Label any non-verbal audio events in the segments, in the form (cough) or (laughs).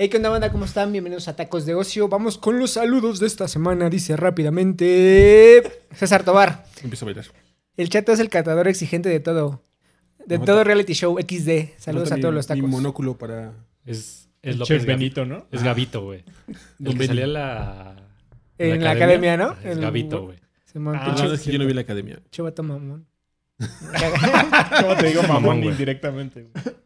Hey, ¿qué onda, banda? ¿Cómo están? Bienvenidos a Tacos de Ocio. Vamos con los saludos de esta semana. Dice rápidamente César Tobar. Empiezo a bailar. El chato es el catador exigente de todo. De No, todo ta- reality show XD. Saludos Nota a mi- todos los Mi tacos. monóculo para. Es, es El López chef Gavi- Benito, ¿no? Es Gavito, güey. Don El que Benny. salía en la. En la academia, ¿no? Es El- Gavito, güey. Simón, Ah, La pinche- verdad es que yo no vi la academia. pinche vato mamón. (laughs) ¿Cómo te digo Mamón, mamón güey. indirectamente? güey?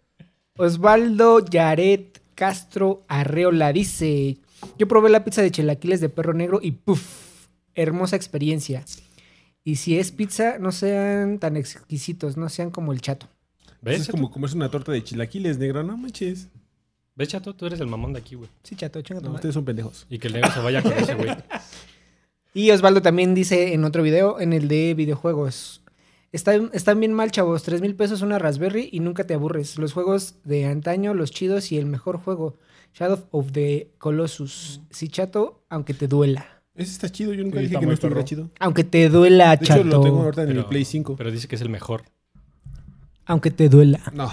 Osvaldo Yaret Castro Arreola dice: Yo probé la pizza de chilaquiles de perro negro y ¡puf! Hermosa experiencia. Y si es pizza, no sean tan exquisitos, no sean como el chato. ¿Ves? Es chato? como comerse una torta de chilaquiles, negro. No manches. ¿Ves, chato? Tú eres el mamón de aquí, güey. Sí, chato, chinga tu No, madre. ustedes son pendejos. Y que el negro se vaya con ese, güey. Y Osvaldo también dice en otro video, en el de videojuegos. Están, están bien mal, chavos. Tres mil pesos una Raspberry y nunca te aburres. Los juegos de antaño, los chidos y el mejor juego, Shadow of the Colossus. Sí, chato, aunque te duela. Ese está chido. Yo nunca Sí, dije está que no muy estuviera perro. chido. Aunque te duela, De chato. hecho, lo tengo ahorita en Pero- el Play 5. Pero dice que es el mejor. Aunque te duela. No,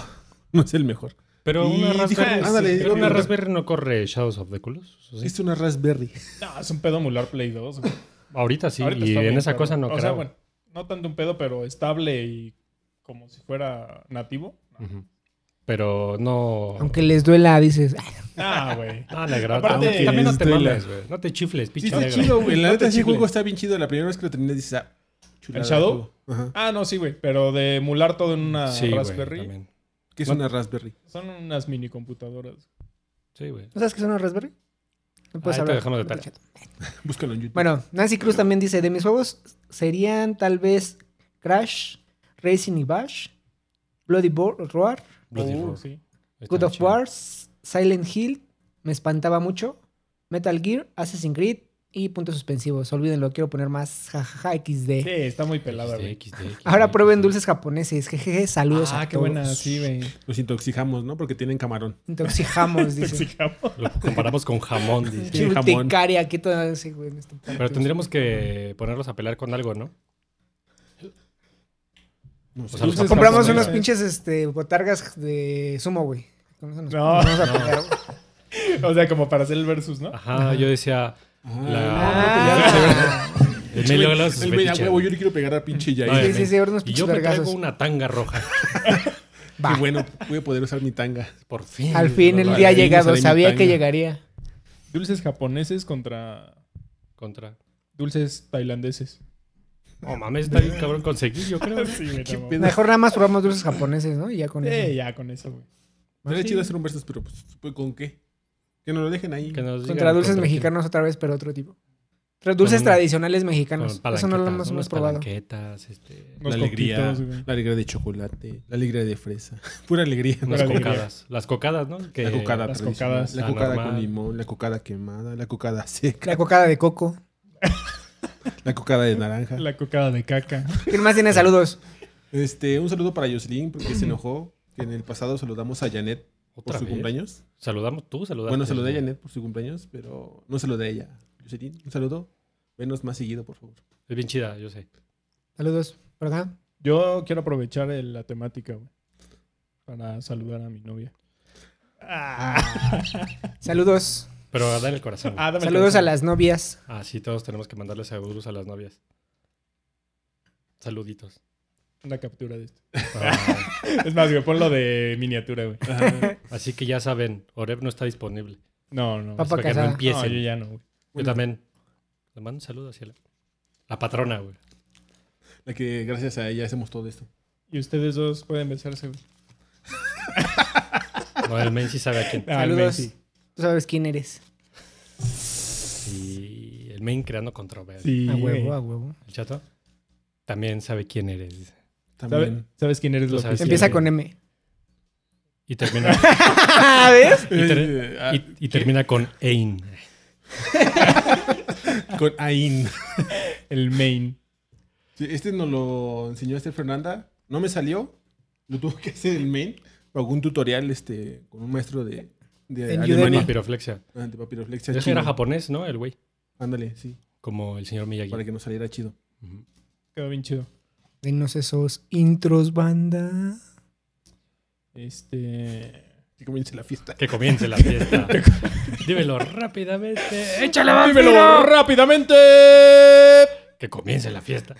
no es el mejor. Pero Y una dijo- Raspberry. ándale, pero una dijo- Raspberry no corre Shadows of the Colossus. ¿o sí? Es una Raspberry. No, es un pedo emular Play 2. güey. Ahorita sí. Ahorita y está en bien, esa pero- cosa no O creo. sea, bueno, no tanto un pedo, pero estable y como si fuera nativo. Ujú. Pero no. Aunque les duela, dices. "Ay, Ah, güey. No, negro. Aparte, aunque también no te estoy mames, güey. No te chifles, Sí, pinche está negro. chido, güey. La No neta, te ese chicle. juego está bien chido. La primera vez que lo terminé dices, ah, chulada ¿El de Shadow? juego. Ajá. Ah, no, sí, güey. Pero de emular todo en una Sí, güey. Raspberry. también. Que es No- una Raspberry. son unas mini computadoras. Sí, güey. ¿No sabes qué son los Raspberry? No Ahí te dejamos de tarea. Búscalo en YouTube. Bueno, Nancy Cruz también dice: De mis juegos serían tal vez Crash, Racing y Bash, Bloody Bo- Roar, Bloody Oh, Roar. sí. Está Good of chido. Wars, Silent Hill, me espantaba mucho, Metal Gear, Assassin's Creed y puntos suspensivos. Olvídenlo, quiero poner más jajaja XD. ¿Eh? Sí, está muy pelada, güey. XD, XD, Ahora prueben XD. dulces japoneses. Jejeje, saludos a Ah, qué todos. buena, sí, güey. Los intoxicamos, ¿no? Porque tienen camarón. Intoxijamos, dice. Toxicamos. Lo comparamos con jamón, dice. Sí, jamón. Urticaria, aquí todo ese, güey. en este Pero partido. tendríamos que ponerlos a pelear con algo, ¿no? No sé. sea, los Dulces Compramos japoneses. unos pinches este, botargas de sumo, güey. Con eso nos- No. nos vamos a pegar, güey. O sea, como para hacer el versus, ¿no? Ajá, yo decía. pues Ah. La. El Chile, medio grado de sus El media fetiches, huevo, güey. yo le quiero pegar a pinche No, Yair. Sí, sí, sí, ahora unos Y pinches yo me traigo vergazos. una tanga roja. Va. Qué bueno, voy a poder usar mi tanga. Por fin. Al fin el Al día ha fin llegado, sale mi sabía que tanga. llegaría. Dulces japoneses contra Contra. dulces tailandeses. No mames, está bien cabrón conseguir, yo creo. (laughs) Sí, me Qué la mamó. pedo. Mejor nada más probamos dulces japoneses, ¿no? Y ya con Eh, eso. ya con eso, güey. Sería Sí. chido hacer un versus, pero pues, pues, ¿con qué? Que nos lo dejen ahí. Que nos digan Contra dulces quién. mexicanos otra vez, pero otro tipo. Tra- Dulces Con- tradicionales Con mexicanos. Eso no lo palanquetas, hemos, hemos unas probado. palanquetas, este, La Unos alegría, coquitos, güey. la alegría de chocolate, la alegría de fresa. (laughs) Pura alegría. unas alegría. cocadas. Las cocadas, ¿no? Que- la cocada las tradicional, cocadas. La La cocada normal. con limón, la cocada quemada, la cocada seca, La cocada de coco. la cocada de naranja. La cocada de caca. ¿Quién más tiene saludos? Este, un saludo para Jocelyn, porque se enojó que en el pasado saludamos a Janet por ¿Otra su vez? cumpleaños. Saludamos tú, saludamos. Bueno, saludé a Janet por su cumpleaños, pero no saludé a ella. Jocelyn, un saludo. Venos más seguido, por favor. Es bien chida, yo sé. Saludos por acá. Yo quiero aprovechar el- la temática, güey. Para saludar a mi novia. Ah, Saludos. Pero dale el corazón. Ah. güey. dame el Saludos a corazón. las novias. Ah, sí, todos tenemos que mandarles saludos a las novias. (laughs) Saluditos. Una captura de esto. Ah, Es más, güey, ponlo de miniatura, güey. así que ya saben, Oreb no está disponible. No, no. Papá para que no casada. no, yo empiecen. ya no, güey. Yo también. Le mando un saludo hacia la, la patrona, güey. La que gracias a ella hacemos todo esto. Y ustedes dos pueden besarse, güey. No, el men sí sabe (laughs) a quién. Ah, el saludos. Messi. Tú sabes quién eres. Y el men creando controversia. Sí, A huevo, güey. a huevo. El chato también sabe quién eres. dice. ¿Sabe- También. ¿Sabes quién eres? Tú Lo sabes que quién Empieza eres. con M. (laughs) Y termina, ¿Ves? y ter- Eh, ah, y- y termina con Ain. Con Ain. El main. Sí, este nos lo enseñó este Fernanda. No me salió. Lo tuvo que hacer el main. O algún tutorial este, con un maestro de, de En Alemania. Udemy. Papiroflexia. Ah, de papiroflexia. Es que chino. era japonés, ¿no? El güey. Ándale, sí. Como el señor Miyagi. Para que nos saliera chido. Ujú. Quedó bien chido. Denos esos intros, banda. Este. Que comience la fiesta. Que comience la (laughs) fiesta. Dímelo rápidamente. ¡Échale vampiro! ¡Dímelo rápidamente! Que comience la fiesta.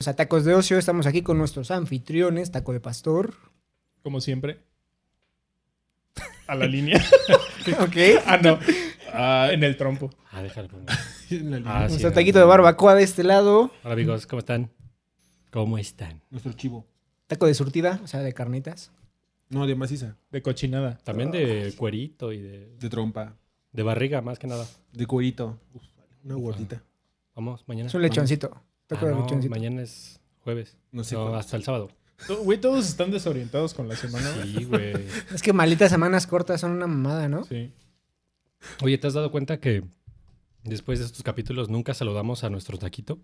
Los atacos de ocio, estamos aquí con nuestros anfitriones, Taco de Pastor. Como siempre. A la línea. (laughs) Ok. ah, no. Ah, en el trompo. Ah, déjalo. pongo. (laughs) En la línea. Ah, sí, Nuestro no, taquito no. de barbacoa de este lado. Hola amigos, ¿cómo están? ¿Cómo están? Nuestro chivo. Taco de surtida, o sea, de carnitas. No, de maciza. De cochinada. También de cuerito y de, De trompa. de barriga, más que nada. De cuerito. Uf, una gordita. Vamos, mañana. Es un lechoncito. Taco Ah, de no, lechoncito. mañana es jueves. No sé no, cuándo hasta el sábado. To- Güey, todos están desorientados con la semana. güey. Sí, güey. Es que malitas semanas cortas son una mamada, ¿no? Sí. Oye, ¿te has dado cuenta que después de estos capítulos nunca saludamos a nuestro taquito?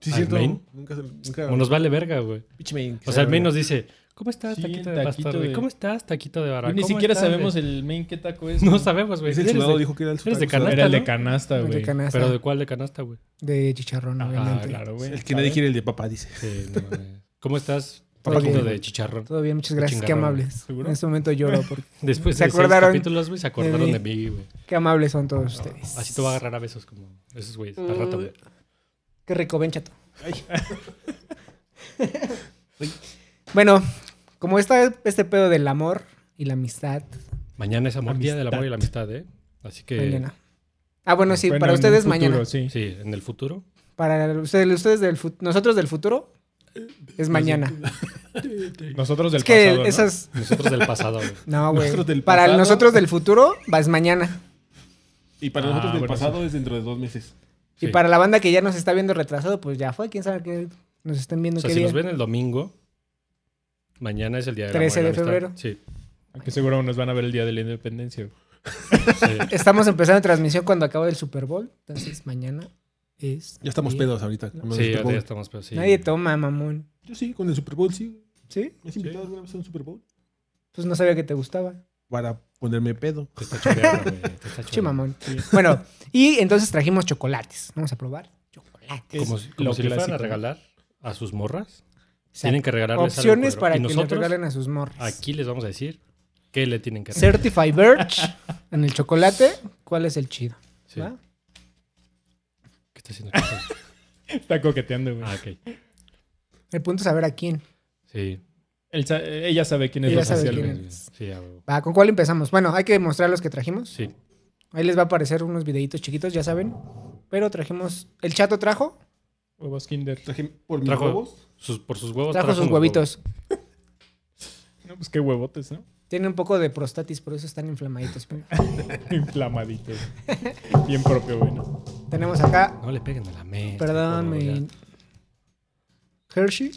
Sí, ¿Al cierto. main? Nunca. nunca O nos vale verga, güey. Pitch main. O sea, el main nos dice, ¿cómo estás, Sí, taquito el de taquito pastor? güey? de- ¿Cómo estás, taquito de Y barra? Ni ¿Cómo siquiera estás, sabemos güey?" el main qué taco es. No sabemos, güey. Es el Eres chulado, de- dijo que era el eres de taco canasta, Era el ¿no? de canasta, De güey. canasta. ¿Pero de cuál de canasta, güey? De chicharrón, Ah, obviamente. claro. Claro, güey. El que nadie ¿sabes? quiere el de papá, dice. Sí, no mames. ¿Cómo estás, Papá taquito Diego. de chicharrón? Todo bien, muchas gracias. Qué Chingarrón. amables. ¿Seguro? En este momento lloro porque Después ¿Se de seis acordaron capítulos, güey, se acordaron de de mí, güey. qué amables son todos ustedes. Ah, Así te va a agarrar a besos como esos güeyes al rato, güey. Qué rico, ven, chato. (laughs) bueno, como está este pedo del amor y la amistad, Mañana es amor, día del Amistad. amor y la amistad, ¿eh? Así que... mañana. Ah, bueno, sí, Bueno, para en ustedes un futuro, mañana. Sí. Sí, en el futuro. Para ustedes, ustedes del futuro. Nosotros del futuro es mañana. Nosotros del Es que pasado, ¿no? esas. Nosotros del (laughs) pasado, güey. No, güey. Nosotros del Para pasado. nosotros del futuro vas mañana. Y para Ah, nosotros del bueno, pasado es dentro de dos meses. Y Sí. para la banda que ya nos está viendo retrasado, pues ya fue. Quién sabe que nos estén viendo O sea, qué si día. nos ven el domingo, mañana es el día del 13 amor y de la febrero. amistad. Sí. Aunque seguro nos van a ver el día de la independencia. güey. (laughs) sí. Estamos empezando transmisión cuando acaba el Super Bowl. Entonces mañana es. Ya estamos día. pedos ahorita. con lo del Sí, Super ya Bowl. estamos, pero sí. Nadie toma, mamón. Yo sí, con el Super Bowl, sí. ¿Sí? ¿Me has invitado alguna vez a un Super Bowl? Pues no sabía que te gustaba. Para ponerme pedo. Te está choreando, güey. (laughs) Te está Che, choreando. mamón. Bueno, y entonces trajimos chocolates. Vamos a probar. Chocolates. Como, Es si- como lo si le fueran a clásico. regalar a sus morras. Exacto. Tienen que regalarles algo Opciones culero. para Y que le nosotros, regalen a sus morras. Aquí les vamos a decir qué le tienen que hacer. Certified Birch en el chocolate. ¿Cuál es el chido? Sí. ¿Va? ¿Qué está haciendo? Está coqueteando, güey. ah, ok. El punto es saber a quién. Sí. Él sa- ella sabe quién es Ella lo sabe social, quién güey. es. Sí, a huevo. Va, ¿con cuál empezamos? Bueno, hay que mostrar los que trajimos. Sí. Ahí les va a aparecer unos videitos chiquitos, ya saben. Pero trajimos. El chato trajo. Huevos Kinder. Traje por mis Trajo- huevos. Sus- por sus huevos. Trajo trajo sus unos huevitos. No, pues qué huevotes, ¿no? (laughs) Tiene un poco de prostatis, por eso están inflamaditos. pero- (laughs) Inflamaditos. Bien propio, güey. ¿no? Tenemos acá, huevos. No le peguen a la Este mesa. perdón, por favor, mi Hershey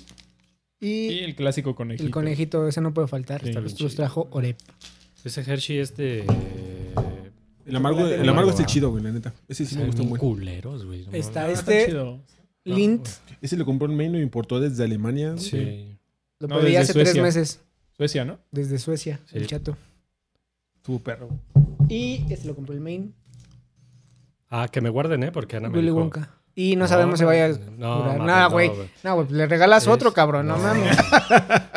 Y y el clásico conejito. el conejito, ese no puede faltar. Sí, Los- bien los chido. trajo Orep. ya. Ese Hershey este, es de... El amargo, Chocolate el amargo, amargo es el ah. chido, güey, la neta. Ese sí me gusta Son muy. culeros, güey. no Está mames. Ah, Está este chido. Lint, Ese lo compró en Maine y lo importó desde Alemania. güey. Sí. lo No, pedí desde hace tres Suecia. meses Suecia, ¿no? desde Suecia, Sí. el chato. Estuvo perro. Y este lo compró el Main, Ah, que me guarden, ¿eh? Porque Ana me Willy dijo- Wonka. Y no, No, sabemos si no, vaya a no, durar. mames, Nada, no, güey. güey. No, güey, le regalas Es- otro, cabrón. (laughs) No, no. mames.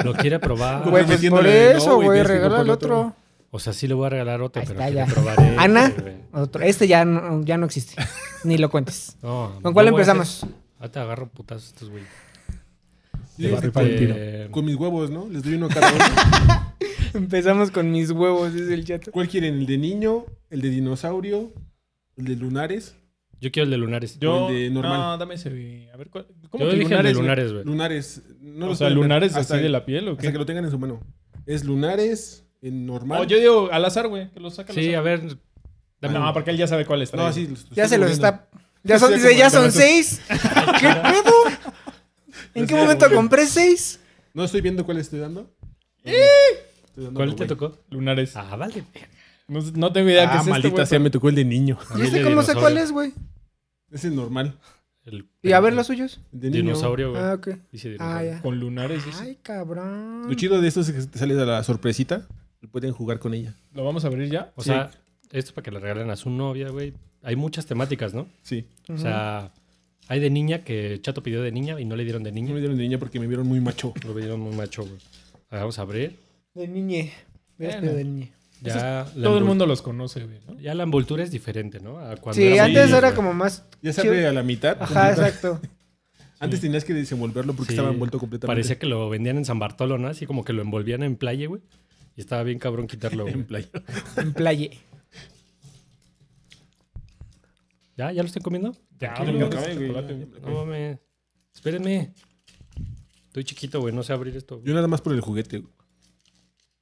Lo quiere probar. Güey, pues por Metiéndole, no, eso, güey, güey, tienes que regala el comprarle otro. otro. O sea, sí le voy a regalar otro, Ahí pero está, quiere ya. probar este, Ana. güey. Otro. Este ya no, ya no existe. Ni lo cuentes. No, ¿Con cuál no voy a empezamos? hacer- Ah, te agarro putazos estos güey. Sí, Te va a este, rifar el tiro. Con mis huevos, ¿no? Les doy uno a cada uno. Empezamos con mis huevos, dice el chato. (laughs) ¿Cuál quieren? ¿El de niño? ¿El de dinosaurio? ¿El de lunares? Yo quiero el de lunares. Yo. el de normal. No, dame ese, güey. A ver, ¿cuál- ¿cómo Yo que dije lunares, el de güey? lunares, güey. Lunares. No O los sea, pueden ver lunares hasta- así de la piel o qué? Hasta que lo tengan en su mano. Es lunares, en normal. No, Oh, yo digo al azar, güey. Que lo saca al Sí, azar. a ver. Dame No, porque él ya sabe cuál es. No, así. los- Ya estoy se los moviendo. está. Ya son, dice, ya son seis. ¿Qué pedo? ¿En qué sé, momento güey. compré seis? No estoy viendo cuál estoy dando. Eh. Estoy dando ¿Cuál lo te güey. tocó? Lunares. Ah, vale. este No, sé- no tengo idea qué Ah, es esto, maldita güey, sea, me tocó el de niño. Yo sé cómo sé cuál es, güey. Es el normal. El, Y a ver los suyos. El de el niño. dinosaurio, güey. Ah, ok. Dice Ah, dinosaurio. ya. pero Con lunares, dice. Ay, cabrón. Lo chido de esto es que te sale de la sorpresita. y Pueden jugar con ella. ¿Lo vamos a abrir ya? O sea, esto para que le regalen a su novia, güey. Hay muchas temáticas, ¿no? Sí. O sea, hay de niña que Chato pidió de niña y no le dieron de No niño. me dieron de niña porque me vieron muy macho. Lo pidieron muy macho, güey. Ah, Vamos a abrir. De niñe. De este Bueno. de niñe. Ya la Todo el envol- mundo los conoce, güey, ¿no? Ya la envoltura es diferente, ¿no? A cuando Sí, éramos antes niños, era güey. como más. Ya se abre chido. a la mitad. Ajá, exacto. Antes tenías que desenvolverlo porque Sí, estaba envuelto completamente. Parecía que lo vendían en San Bartolo, ¿no? Así como que lo envolvían en playa, güey. Y estaba bien cabrón quitarlo, (laughs) güey. en playa. (laughs) En playa. ¿Ya? ¿Ya lo estoy comiendo? Ya, Ah, Tranquilo, güey, güey. acabé, güey. No mames. Espérenme. Estoy chiquito, güey. No sé abrir esto. güey. Yo nada más por el juguete. güey.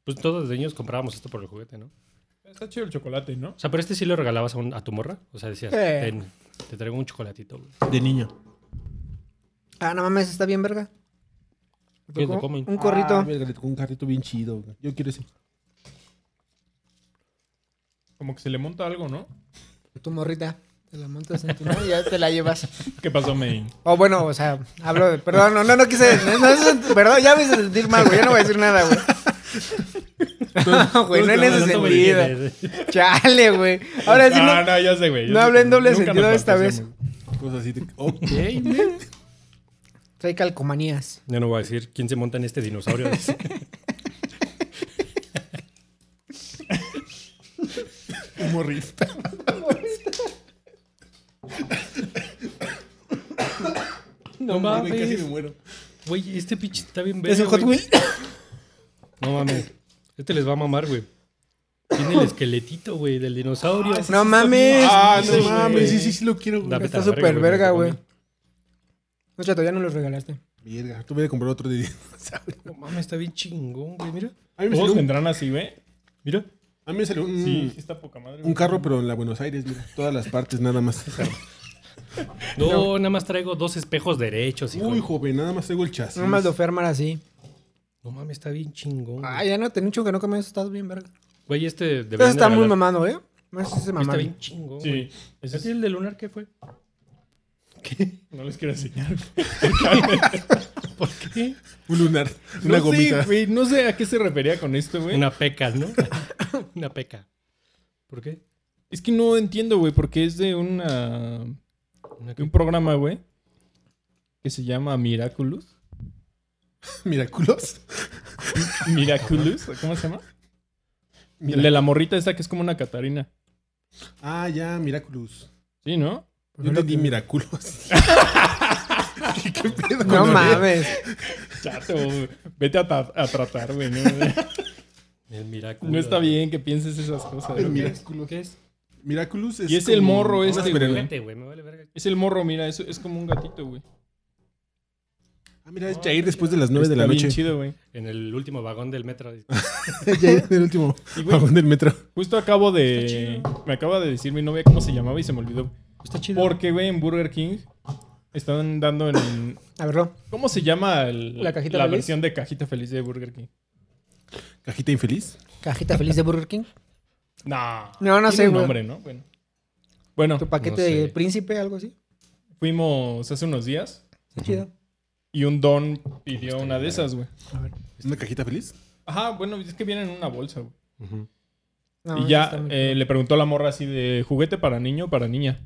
Pues todos de niños comprábamos esto por el juguete, ¿no? Está chido el chocolate, ¿no? O sea, pero este sí lo regalabas a, un- a tu morra. O sea, decías, Eh. "Ten, te traigo un chocolatito, güey. De niño. Ah, no mames, está bien, verga. ¿Qué te Como comen? Un corrito. Ah, verga, le tocó un carrito bien chido. güey. Yo quiero ese. Como que se le monta algo, ¿no? tu morrita. Te la montas en tu mano y ya te la llevas. ¿Qué pasó, Main? O bueno, o sea, hablo de. Perdón, no, no, no quise. no, no, eso- perdón, ya me hice sentir mal, güey. Ya no voy a decir nada, güey. (laughs) No, güey, no en ese Hablando, güey, sentido. de- de- Chale, güey. Ahora sí, Ah, no. no, ya sé, güey. ya no sé. hablé en doble Nunca nos sentido esta vez. fantaseamos. Cosas así. de- Ok, men. Trae calcomanías. (laughs) Yo no voy a decir quién se monta en este dinosaurio. (laughs) Humorista. no Güey, casi me mames. muero. Güey, este pinche está bien ¿Es verga, un Hot güey. Wheel? No mames. Este les va a mamar, güey. (laughs) Tiene el esqueletito, güey, del dinosaurio. No mames. Ah, Sí, no güey. mames. Sí, sí, sí lo quiero. güey. Da- vete a Está la súper verga, verga, güey. güey, no te No, chato, ya no los regalaste. Verga, tuve que comprar otro de dinosaurio. No mames, está bien chingón, güey. Mira. A mí me salió Todos un, vendrán así, güey. Mira. a mí me salió un- Sí, sí está poca madre. un güey. carro, pero en la Buenos Aires, mira. Todas las partes, nada (laughs) más. No, nada más traigo dos espejos derechos, hijo. Uy, joven, nada más tengo el chasis. No más lo fui a armar así. No mames, está bien chingón. güey. Ah, ya no, te mucho que no comías, estás bien, verga. Güey, este deberían Eso de está muy regalar. mamado, ¿eh? No sé si se Está mamado. bien chingón, güey. Sí. ese ¿A ti es- el de lunar qué fue? ¿Qué? (laughs) No les quiero enseñar. ¿Por qué? Un lunar, una No sé, gomita. güey. No sé a qué se refería con esto, (laughs) güey. Una peca, ¿no? (laughs) Una peca. ¿Por qué? Es que no entiendo, güey, porque es de una... Una de un que- programa, güey, que se llama Miraculous. (laughs) Miraculos. Miraculous, ¿cómo se llama? El de Mira- la morrita esta que es como una Catarina. Ah, ya, Miraculous. Sí, ¿no? Yo entendí Miraculos. ¿Qué pedo con No la- mames. Chato, güey. vete a, ta- a tratar, güey. (laughs) No, El No está bien que pienses esas cosas. El güey. Miraculous. ¿Qué es? Miraculous es. Y es el como morro una este, güey. superhéroe. Vete, güey, me vale verga. Es el morro, mira, es, es como un gatito, güey. Ah, mira, es Jair después de las 9 de la Está bien noche. (laughs) chido, güey. En el último vagón del metro. Jair del último Y, güey, vagón del metro. Justo acabo de... Está Me acaba de decir mi novia cómo se llamaba y se me olvidó. Está chido. Porque, güey, en Burger King están dando en... A verlo. ¿Cómo se llama el- ¿La cajita feliz? versión de cajita feliz de Burger King? Cajita infeliz. Cajita feliz de Burger King. No. No, no Tiene sé, un güey. nombre, ¿no? Bueno. Bueno, Tu paquete No sé. de príncipe, algo así. fuimos hace unos días Está chido. y un don pidió una de esas, güey. ¿Una cajita feliz? Ajá, bueno, es que vienen en una bolsa, güey. Ujú. No, y eso ya Ah, está muy eh, le preguntó a la morra así de juguete para niño o para niña.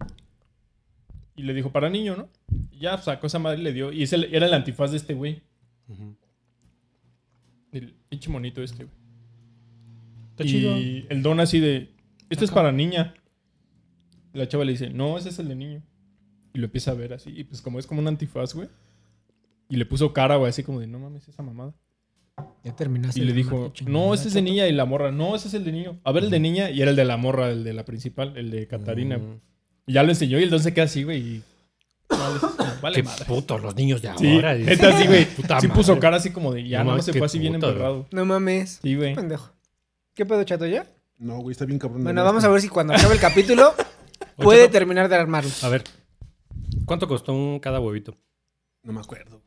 Y le dijo para niño, ¿no? Y ya sacó esa madre y le dio. Y ese era el antifaz de este güey. Ujú. El pinche monito este, güey. Está y chido. el don así de, este es para niña. La chava le dice, no, ese es el de niño. Y lo empieza a ver así. Y pues como es como un antifaz, güey. Y le puso cara, güey, así como de, no mames, esa mamada. Ya terminaste. Y le de mamar dijo, tu chingada, no, ese es de chato. niña y la morra, no, ese es el de niño. A ver el de niña y era el de la morra, el de la principal, el de Catarina. Mm. güey. Y ya lo enseñó y el don se queda así, güey. Y... (laughs) Vale, vale Qué madre. puto, los niños de Sí, ahora. dice. neta, sí, güey. Puta Sí madre. puso cara así como de, ya, No no, mames, se qué fue así bien puto, güey. emperrado. No mames. Sí, güey. Pendejo. ¿Qué pedo, chato, ya? No, güey, está bien cabrón. Bueno, vamos a ver si cuando acabe el capítulo O puede chato- terminar de armarlo. A ver. ¿Cuánto costó un cada huevito? No me acuerdo.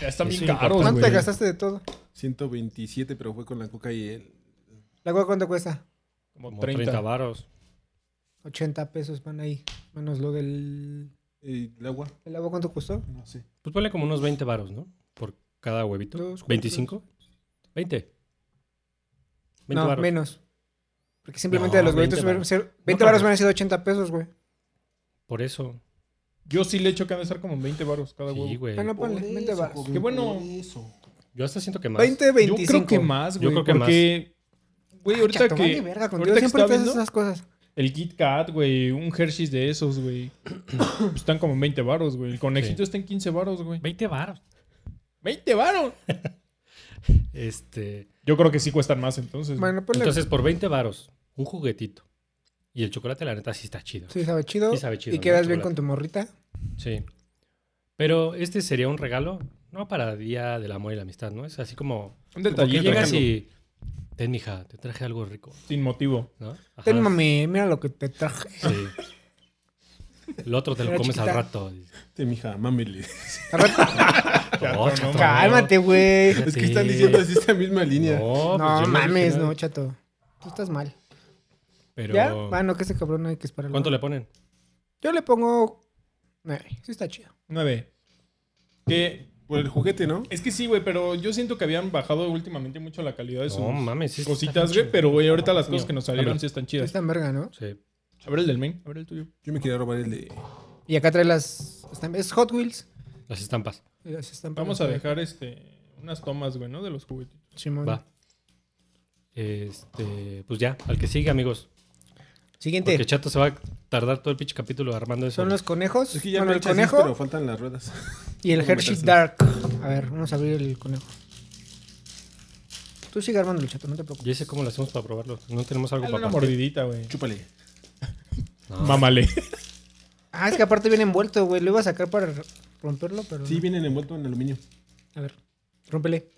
Ya están Eso bien es caros, ¿Cuánto te güey. gastaste de todo? 127, pero fue con la coca y el. ¿La coca cuánto cuesta? Como Como 30. 30 varos. 80 pesos van ahí. Menos lo del. y el agua. ¿El agua cuánto costó? No sé. Pues ponle como unos 20 varos, ¿no? Por cada huevito. Dos, cuatro, ¿25? ¿20? 20 no, varos. menos. Porque simplemente No, los huevitos 20 hubieran varos. sido- No 20 creo. baros hubieran sido 80 pesos, güey. Por eso. Yo sí le echo que han de estar como en 20 baros cada huevo. Sí, güey. Bueno, ponle, 20 baros. Qué bueno. Eso. Yo hasta siento que más. 20, 25. Yo creo que más, Yo creo güey. que porque, güey, ahorita Chato, que. vale verga contigo. ahorita que Siempre estaba te haces viendo, esas cosas. el Kit Kat, güey, un Hershey's de esos, (coughs) güey. pues están como en 20 baros, güey. El conejito Sí. está en 15 baros, güey. 20 varos. ¡20 baros! Este, Yo creo que sí cuestan más entonces. güey. Bueno, ponle. entonces, por 20 varos, un juguetito. Y el chocolate, la neta, sí está chido. Sí. sí, sabe chido. Sí sabe chido, Y ¿no? quedas bien Chocolate. con tu morrita. Pero este sería un regalo, no para Día del Amor y la Amistad, ¿no? Es así como, un como que detallito. llegas algo. y... Ten, mija, te traje algo rico, Sin motivo. ¿no? Ajá. Ten, mami, mira lo que te traje. (laughs) Sí. El otro te lo Era comes chiquita. al rato. Te, mija, mámele. Al rato- No, pues chato, no. Cálmate, güey. Fíjate. Es que están diciendo así esta misma línea. No, pues yo No dije mames, nada. no, chato. Tú estás mal. Pero, ¿Ya? Bueno, que ese cabrón hay que esperar. ¿cuánto le ponen? Yo le pongo. Ay, sí está chido. 9. Que. Por el juguete, ¿no? Es que sí, güey, pero yo siento que habían bajado últimamente mucho la calidad de sus No mames, sí está cositas, chido. güey. Pero, güey, ahorita las cosas que nos salieron Ábrelo. sí están Sí chidas. está en verga, ¿no? Sí. A ver el del main, a ver el tuyo. Yo me quería robar el de. Y acá trae las. están- Es Hot Wheels. Las estampas. Las están Vamos a dejar este unas tomas, güey, ¿no? De los juguetes. Simón. Va. Este, pues ya, al que sigue, amigos. Siguiente. Porque Chato se va a tardar todo el pinche capítulo armando eso. Son los conejos. Es que ya bueno, me el echas, conejo pero faltan las ruedas. y el ¿Cómo Hershey meterse? Dark. A ver, vamos a abrir el conejo. Tú sigue armando el chato, no te preocupes. Ya sé cómo lo hacemos para probarlo. No tenemos algo Dale para una partir. mordidita, güey. Chúpale. No. Mámale. Ah, es que aparte viene envuelto, güey. Lo iba a sacar para r- romperlo, pero. Sí, no. vienen envuelto en aluminio. A ver, rómpele.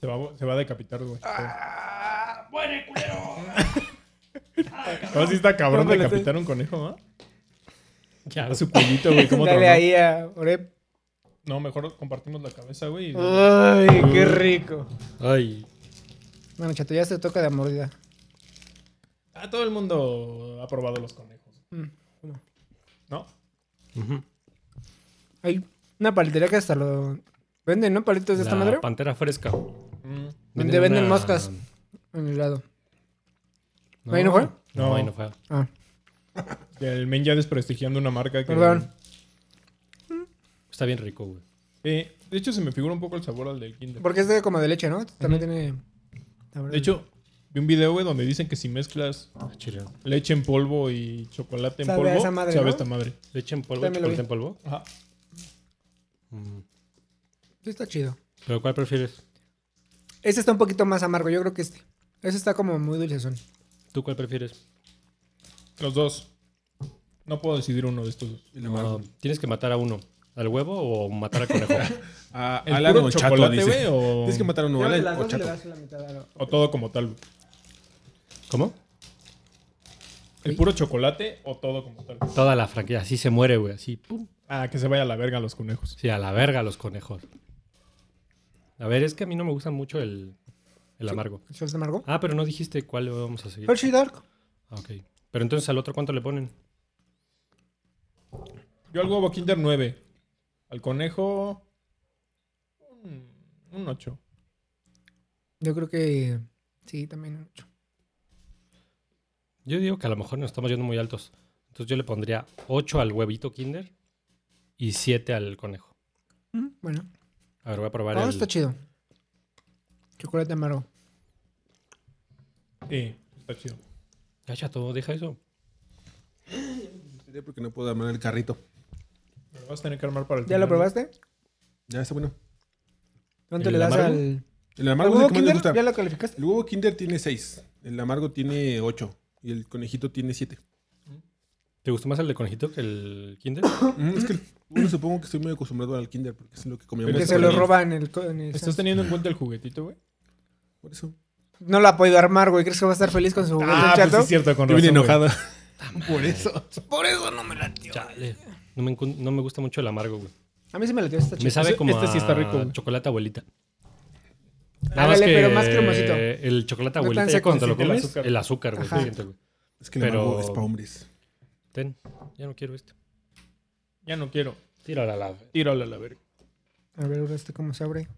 Se va, se va a decapitar, güey. Ah, (laughs) culero! Ahora sí está cabrón Rómpele, decapitar un conejo, ¿no? Ya, A su cuellito, güey. ¿Cómo Dale tronó? ahí a Oreb. No, mejor compartimos la cabeza, güey. y- Ah. Ay, qué rico. Ay, Bueno, chato, ya se toca de mordida. Ah, todo el mundo ha probado los conejos. Mm, bueno. ¿No? Hay una paletería que hasta lo venden, ¿no? Palitos de esta la madre. pantera fresca. Mm. Donde venden moscas. En el lado. ¿Ahí no fue? No, No. ahí no fue. Ah, El men ya desprestigiando una marca que... perdón. Está bien rico, güey. Eh, de hecho, se me figura un poco el sabor al del Kinder. Porque es de como de leche, ¿no? También tiene. sabor De hecho, vi un video, güey, donde dicen que si mezclas Ah, Chile. leche en polvo y chocolate en Sabe a polvo, esa madre, sabe ¿no? a esta madre. Leche en polvo, También lo chocolate vi. en polvo. Ajá. Mm. Sí, está chido. ¿Pero cuál prefieres? Este está un poquito más amargo, yo creo que este. Este está como muy dulcezón. ¿Tú cuál prefieres? Los dos. No puedo decidir uno de estos dos. El amargo. Ah, Tienes que matar a uno. ¿Al huevo o matar (laughs) al conejo? Ah, ¿El Alan puro o Chato, chocolate, dice. güey, o- Tienes que matar a uno, Alan o Chato. la mitad O todo como tal. güey. ¿Cómo? El puro chocolate o todo como tal. Toda la franquicia. Así se muere, güey. Así, pum. Ah, que se vaya a la verga los conejos. Sí, a la verga los conejos. A ver, es que a mí no me gusta mucho el, el amargo. de amargo? Ah, pero no dijiste cuál vamos a seguir. Hershey Dark. Ah, ok. Pero entonces al otro, ¿cuánto le ponen? Yo al huevo Kinder 9. Al conejo. Un, 8. Yo creo que. Sí, también un ocho. Yo digo que a lo mejor nos estamos yendo muy altos. Entonces yo le pondría 8 al huevito Kinder y 7 al conejo. Mm, Bueno. A ver, voy a probar Ah, el... está chido. Chocolate amargo. Eh, está chido. Ya, chato, deja eso. Porque no puedo armar el carrito. Me lo vas a tener que armar para el ¿Ya lo final, güey. probaste? Ya está bueno. ¿Cuánto ¿El le das amargo? al. ¿Al El amargo es huevo el que más me Kinder? gusta. ¿Ya lo calificaste? El huevo Kinder tiene 6. El amargo tiene 8. Y el conejito tiene 7. ¿Te gustó más el de conejito que el (coughs) Kinder? Mm, es que, bueno, supongo que estoy muy acostumbrado al Kinder porque es lo que comíamos. Porque Pero se es lo que- roba en el. co- en el- ¿Estás teniendo en cuenta el juguetito, güey? Por eso. No lo ha podido armar, güey. ¿Crees que va a estar feliz con su juguete, Ah, pues chato? sí es cierto, con Yo razón. vine güey. enojada. Por eso. Por eso no me la Chale. No me, encu- no me gusta mucho el amargo, güey. A mí sí me la dio esta Me chica. sabe Este- como este sí está a rico, güey. chocolate abuelita. Ándale, pero más cremosito. El chocolate No tan abuelita, ya seco, cuando te sí, lo el comes, azúcar. el azúcar, güey. Ajá. siento, güey. Es que la Pero- mango es para hombres. Ten, ya no quiero este. esto. Ya no quiero. Tírala a la... Tírala a la verga. A ver, ahora este cómo se abre.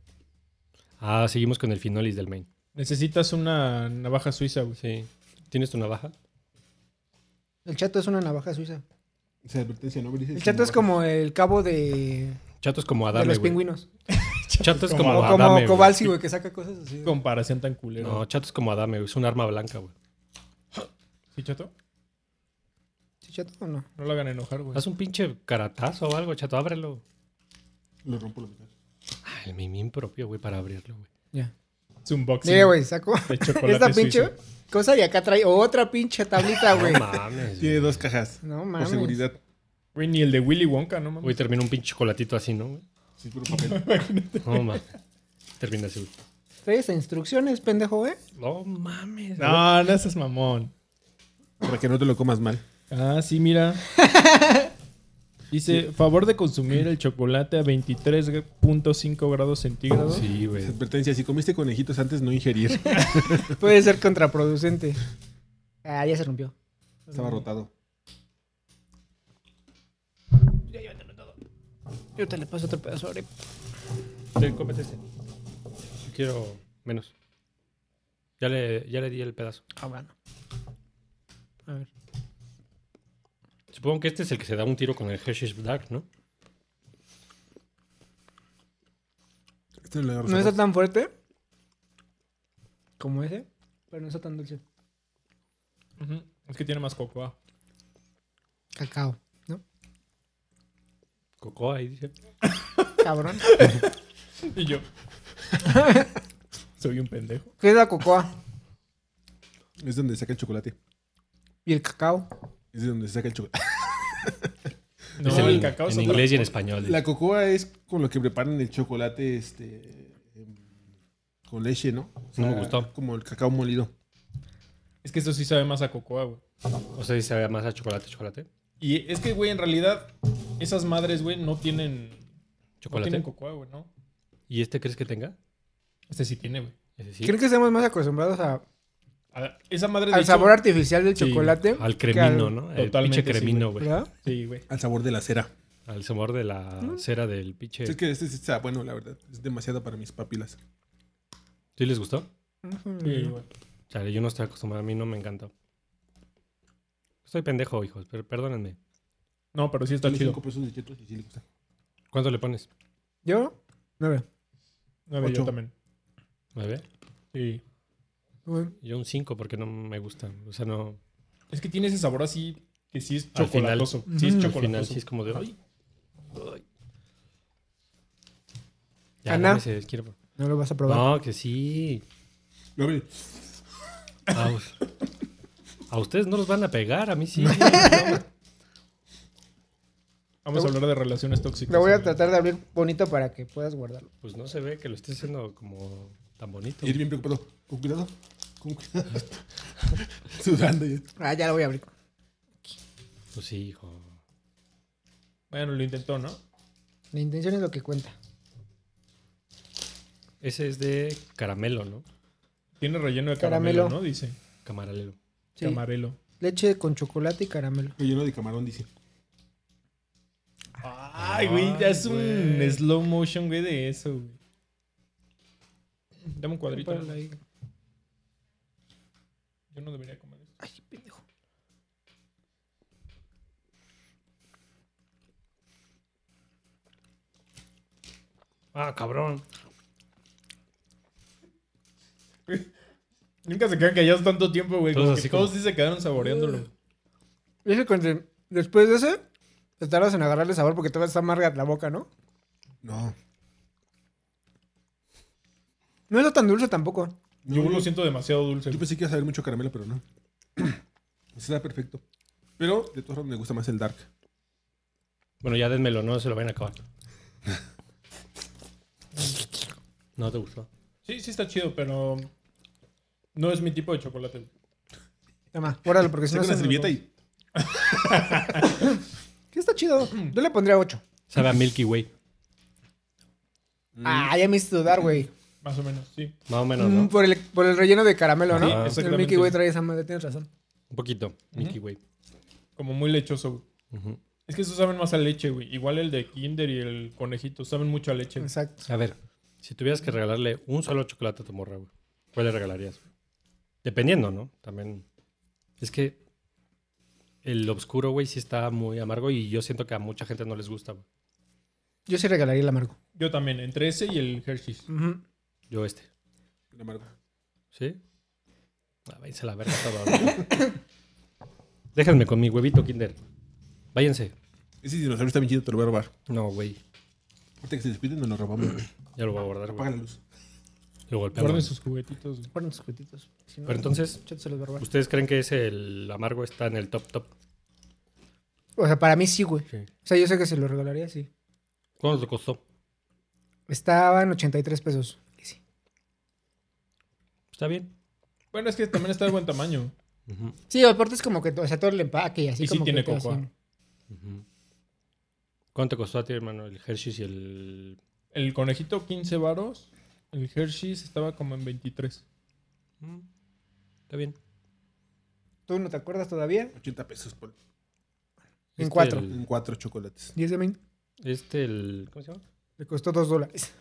Ah, seguimos con el finolis del main. Necesitas una navaja suiza, güey. Sí. ¿Tienes tu navaja? El chato es una navaja suiza. O sea, advertencia, no grises. El chato es como el cabo de, Chato es como de Adame, los güey. pingüinos. Chato es como O Adame, como güey. Cobalsi, güey, que saca cosas así. güey. Comparación tan culera. No, Chato es como Adame, güey. Es un arma blanca, güey. ¿Sí, chato? ¿Sí, chato o no? No la hagan enojar, güey. Haz un pinche caratazo o algo, Chato. Ábrelo. Lo rompo la mitad. Ah, el mimín propio, güey, para abrirlo, güey. Ya. Es un boxing. Mira, güey, saco De (laughs) chocolate esta pinche suizo. cosa y acá trae otra pinche tablita, güey. No mames, Tiene güey. dos cajas. No Por mames. seguridad. Güey, ni el de Willy Wonka, no Hoy mames. termina un pinche chocolatito así, ¿no, güey? Sí, puro papel. No mames. Termina así, güey. Trae hasta instrucciones, pendejo, ¿eh? No mames. güey. No, no seas mamón. (laughs) Para que no te lo comas mal. Ah, (laughs) sí, mira. Dice, favor de consumir el chocolate a 23.5 grados centígrados. Sí, güey. Advertencia, si comiste conejitos antes, no ingerir. Puede ser contraproducente. Ah, ya se rompió. (laughs) Estaba rotado. Yo te le paso otro pedazo, ahora. Sí, cómete este. Yo quiero menos. Ya le, ya le di el pedazo. Ah, bueno. A ver. Supongo que este es el que se da un tiro con el Hershey's Dark, ¿no? Este lo agarro No está sabroso. tan fuerte como ese, pero no está tan dulce. Ujú. Es que tiene más cocoa. Cacao, ¿no? Cocoa ahí dice. Cabrón. (laughs) Y yo. Soy un pendejo. ¿Qué es la cocoa? Es donde saca el chocolate. Y el cacao. Es de donde saca el chocolate. No, Es en- el cacao es En otra- inglés y en español. dice. La cocoa es con lo que preparan el chocolate este em, con leche, ¿no? O No me gustó. Como el cacao molido. Es que eso sí sabe más a cocoa, güey. O sea, dice más a chocolate, chocolate. Y es que, güey, en realidad, esas madres, güey, no tienen. No Chocolate. tienen cocoa, güey, ¿no? ¿Y este crees que tenga? Este sí tiene, güey. Ese sí. Creo que estamos más acostumbrados a- A- Esa madre de al hecho- sabor artificial del Sí, chocolate. Al que cremino, al- ¿no? El Totalmente pinche sí, cremino, güey. ¿Verdad? Sí, güey. Al sabor de la cera. Al sabor de la cera del pinche. Es que este sí está bueno, la verdad. Es demasiado para mis papilas. ¿Sí les gustó? Sí, güey. Chale, yo no estoy acostumbrado, a mí no me encanta. Estoy pendejo, hijos, pero perdónenme. No, pero sí está Vale chido. cinco pesos de chetos y sí le gusta. ¿Cuánto le pones? Yo, nueve. Nueve, yo Ocho. también. ¿Nueve? Sí. Bueno, Yo un cinco porque no me gusta. O sea, no. Es que tiene ese sabor así que sí es Al final. chocolatoso. Ujú. Sí es Al final chocolatoso. sí es como de. Ay. ay". Ya, Ana. no sé, quiero- No lo vas a probar. No, que sí. Lo abre. A, us- a ustedes no los van a pegar, a mí (laughs) sí. güey, no, Vamos a hablar de relaciones tóxicas. Lo voy a güey. tratar de abrir bonito para que puedas guardarlo. pues no se ve que lo estés haciendo como tan bonito. Ir bien preocupado. Con cuidado. Con cuidado. (laughs) Sudando. ya. Ah, ya lo voy a abrir. Pues sí, hijo. Bueno, lo intentó, ¿no? La intención es lo que cuenta. Ese es de caramelo, ¿no? Tiene relleno de caramelo, Caramelo. ¿no? Dice. Camaralero. Sí. Camarelo. Leche con chocolate y caramelo. Relleno de camarón, dice. Ay, güey, ya es un slow motion, güey, de eso, güey. Dame un cuadrito. Párala ahí. Yo no debería comer eso. Ay, pendejo. Ah, cabrón. Nunca se quedan callados tanto tiempo, güey. Todos como que así como- todos sí se quedaron saboreándolo. Ese con- Después de ese, te tardas en agarrarle sabor porque todavía está amarga la boca, ¿no? No. No está tan dulce tampoco. Yo pues- No, lo siento demasiado dulce. Yo güey. pensé que iba a saber mucho caramelo, pero no. (clears throat) Está perfecto. Pero de todas formas me gusta más el dark. Bueno, ya denmelo, no se lo vayan a (laughs) acabar. No te gustó. Sí, sí está chido, pero no es mi tipo de chocolate. güey. Toma, guárdalo porque si no Saca una se- servilleta y Mm. Que está chido. Yo le pondría 8. Sabe a Milky Way. Ah, ya me hice dudar, güey. Más o menos, sí. Más o menos, Mm, Mm. ¿no? por, el, por el relleno de caramelo, Ajá, ¿no? el exactamente. Mickey Way trae esa madre, tienes razón. Un poquito, Mickey Way. Como muy lechoso, güey. Ujú. Es que esos saben más a leche, güey. Igual el de Kinder y el conejito saben mucho a leche. güey. Exacto. A ver, si tuvieras que regalarle un solo chocolate a tu morra, güey, ¿cuál le regalarías? Dependiendo, ¿no? También. Es que el oscuro, güey, sí está muy amargo y yo siento que a mucha gente no les gusta, güey. Yo sí regalaría el amargo. Yo también, entre ese y el Hershey's. Ujú. Yo este. La marca. ¿Sí? Ah, váyanse a la verga todo. güey. (laughs) Déjenme con mi huevito, Kinder. Váyanse. Ese dinosaurio está bien chido, te lo voy a robar. No, güey. Ahorita que se despiden, nos lo robamos. güey. Ya lo voy a guardar, Apaga güey. la luz. Lo golpeamos. Guarden sus juguetitos, güey. Ponen sus juguetitos. Si no, Pero entonces- yo se los voy a robar. pues, ¿Ustedes creen que ese el amargo está en el top top? O sea, para mí sí, güey. Sí. O sea, yo sé que se lo regalaría, sí. ¿Cuánto te costó? Estaba en 83 pesos. Y sí. Está bien. Bueno, es que también está de buen tamaño. Ujú, Sí, aparte es como que, o sea, todo el empaque y así Y sí como tiene que todo cocoa. así. ujú. ¿Cuánto costó a ti, hermano, el Hershey's y el... El conejito, 15 varos. El Hershey's estaba como en 23. Mm, Está bien. ¿Tú no te acuerdas todavía? Este, 80 pesos por En Este, cuatro. el- cuatro chocolates. 10 de 20. este, el... ¿Cómo se llama? Le costó 2 dólares.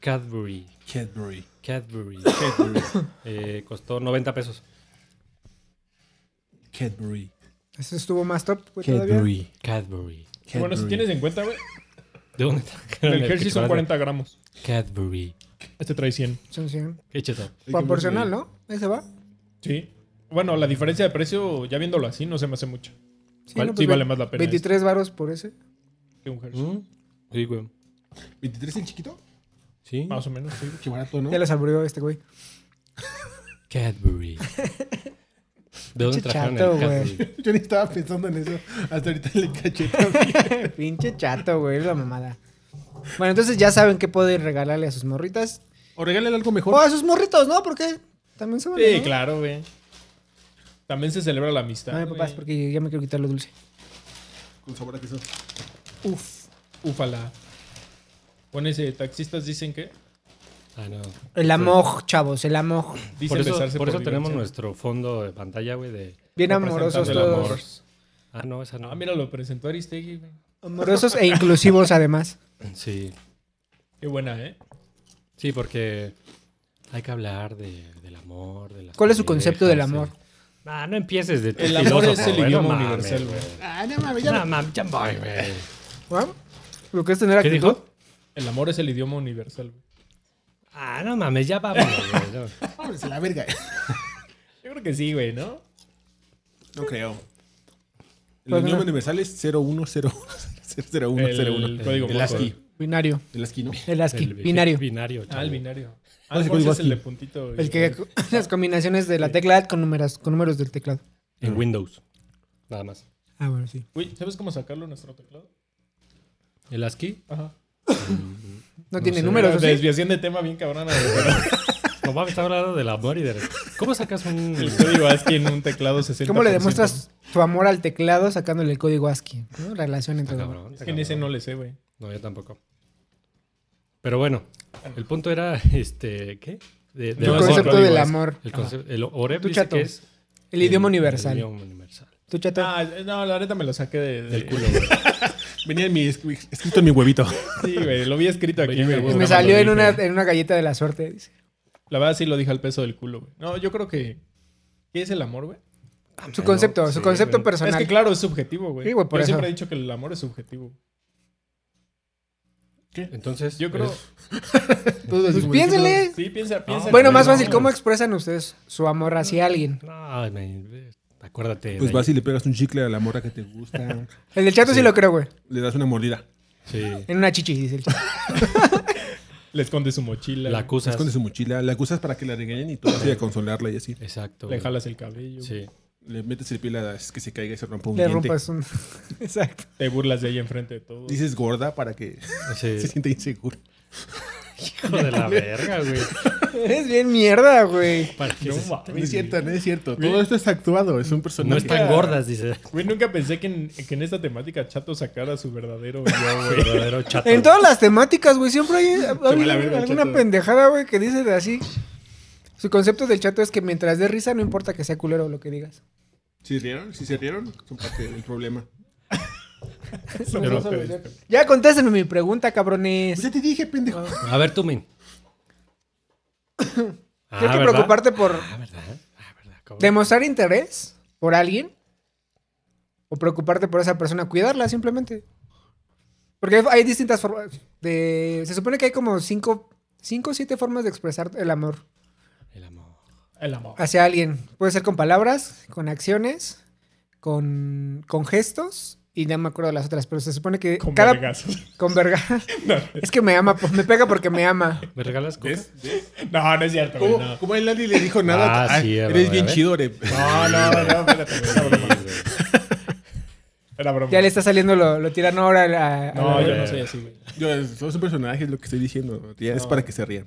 Cadbury. Cadbury. (coughs) Cadbury. Cadbury. Eh, costó 90 pesos. Cadbury. Eso estuvo más top, güey, Pues todavía. Cadbury. Cadbury. Bueno, si tienes en cuenta, (laughs) güey, ¿De (laughs) dónde el trajeron Hershey son chocolate? 40 gramos. Cadbury. Este trae 100. Son 100. Qué cheto. Proporcional, ¿no? Ese va. Sí. Bueno, la diferencia de precio, ya viéndolo así, no se me hace mucho. Sí, Val- no, sí pues, vale más la pena 23 varos por ese. este que un Hershey. Mm, Sí, güey. ¿23 el chiquito? Sí. Más o menos, sí. Qué barato, ¿no? Ya lo saboreó este güey. (laughs) Cadbury. ¿De dónde Pinche trajeron chato, el güey. Cadbury? (laughs) Yo ni estaba pensando en eso. Hasta ahorita le caché. Pinche chato, güey, la mamada. Bueno, entonces ya saben qué pueden regalarle a sus morritas. O regálale algo O mejor. a sus morritos, ¿no? Porque también se vale, Sí, ¿no? claro, güey. También se celebra la amistad. No, papás, güey. porque ya me quiero quitar lo dulce. Con sabor a queso. Uf. Ufala. Pones eh, taxistas dicen que Ah, no. El amoj, chavos, el amoj. dicen Por eso, besarse por eso tenemos diversión. nuestro fondo de pantalla, güey, de... Bien Representando amorosos el todos. amor. Ah, no, esa no. Ah, mira, lo presentó Aristegui, güey. Amorosos e inclusivos, además. Sí. Qué buena, ¿eh? Sí, porque hay que hablar de- del amor, de las ¿Cuál es su concepto del amor? No, no empieces de tu El amor filósofo, es el güey, no idioma mames, universal, güey. Ah, no mames, No mames, ya voy, güey. ¿Ah? ¿Lo que es tener ¿Qué actitud? dijo? El amor es el idioma universal, güey. Ah, no mames, ya vámonos, güey. (laughs) no. Vámonos a la verga. Yo creo que sí, güey, ¿no? Ah, No creo. El Pues idioma no. universal es 01010101. El código El Morse. ASCII. Binario. El ASCII, ¿no? El ASCII. El binario. Binario. Ah, chavo. el binario. Ah, ¿Cuál es el el Morse código es el de ASCII? puntito. pues, güey. El que (laughs) las combinaciones de la tecla con números, con números del teclado. En Windows. Nada más. Ah, bueno, sí. Güey, ¿sabes cómo sacarlo en nuestro teclado? ¿El ASCII? Ajá. No, tiene sé. números, ¿o sí? Desviación de tema bien cabrona. güey. No mames, está hablando del amor y de... ¿Cómo sacas un... (laughs) El código ASCII en un teclado 60%. ¿Cómo le demuestras tu amor al teclado sacándole el código ASCII? ¿no? Relación Está entre cabrón, Es está que en ese cabrón. no le sé, güey. No, yo tampoco. Pero bueno, el punto era, este, ¿qué? De- El No, amor, concepto lo digo, del es- amor. El, concepto, el Oreb Tú, dice chato. que es... El idioma el- el universal. idioma universal. Eh, ¿Tú, chato? Ah, eh, no, la neta me lo saqué de- de- Del culo, güey. Venía en mi, escrito en mi huevito. Sí, güey, lo había escrito aquí, Venía güey. de Y Bueno, me cuando salió lo en una, dije. en una galleta de la suerte, dice. La verdad sí lo dije al peso del culo, güey. No, yo creo que... ¿Qué es el amor, güey? Su concepto, no, su sí, concepto bueno. personal. Es que claro, es subjetivo, güey. Sí, güey, por yo eso. siempre he dicho que el amor es subjetivo. Entonces, Yo creo... eres- Pues piénsenle. Sí, piensa, piensa. Ah, Bueno, que más no, fácil, güey. ¿cómo expresan ustedes su amor hacia alguien? No, me- eh, acuérdate. Pues de- vas y le pegas un chicle a la morra que te gusta. El del chato sí, Sí. lo creo, güey. le das una mordida. Sí, En una chichi, dice el chato. Le esconde su mochila. la acusas. Esconde su mochila. La acusas para que la regañen y tú vas a ir a consolarla y así. Exacto. Le güey. jalas el cabello. Sí. Le metes el pie y la das que se caiga y se rompa un Le diente. rompas un. (laughs) Exacto. Te burlas de ella enfrente de todos. Dices gorda para que (laughs) Sí. se sienta insegura. Hijo de la verga, güey. Eres bien mierda, güey. Para que No se- mames. No es cierto, no es cierto. Güey. Todo esto es actuado, es un no personaje. están gordas, dice. Güey, nunca pensé que en, que en esta temática Chato sacara su (laughs) verdadero yo, Su güey. verdadero chato. En todas las temáticas, güey, siempre hay, ha- ha la habido verga, alguna chato. pendejada, güey, que dice de así. Su concepto del chato es que mientras dé risa, no importa que sea culero lo que digas. ¿Sí rieron? ¿Sí se rieron? Son parte del problema. Pero- Ya contéstenme mi pregunta, cabrones. Pues ya te dije, pendejo. A ver, (coughs) tú, Min. Ah, Tienes que ¿verdad? preocuparte por Ah, ¿verdad? Ah, ¿verdad? cabrón. demostrar interés por alguien o preocuparte por esa persona, cuidarla simplemente. Porque hay, hay distintas formas de... Se supone que hay como cinco, cinco o siete formas de expresar el amor El amor. El amor. hacia alguien. Puede ser con palabras, con acciones, con, con gestos y ya me acuerdo de las otras, pero se supone que Con cada... vergazos. (laughs) Con verga. (laughs) es que me ama, pues, me pega porque me ama. ¿Me regalas coca? ¿Ves? ¿Ves? No, no es cierto, güey. Uh, ¿Cómo, No, cómo ahí nadie le dijo nada? Ah, Ay, sí, a ver, eres a bien ver. chido, Ore. no, no, no, espérate, güey, Era broma. Era broma. Ya le está saliendo lo, lo tirano ahora a- a- No, a- yo no soy así, güey. (laughs) Yo, es es un personaje, es lo que estoy diciendo. Ya Es No. para que se rían.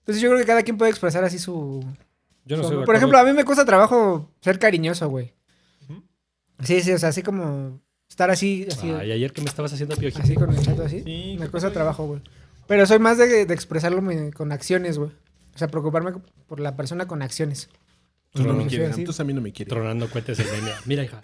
Entonces yo creo que cada quien puede expresar así su, Yo no su sé. amor. Por ejemplo, a mí me cuesta trabajo ser cariñoso, güey. Ujú. Sí, sí, o sea, así como estar así, así, Ay, ayer que me estabas haciendo piojito. así con el chato así. Sí, me qué cuesta padre. trabajo, güey. Pero soy más de, de expresarlo me- con acciones, güey. O sea, preocuparme por la persona con acciones. Tú no Pero me sí, quieres. así. Entonces a mí no me quieres. Tronando cohetes en meme. Mira, hija.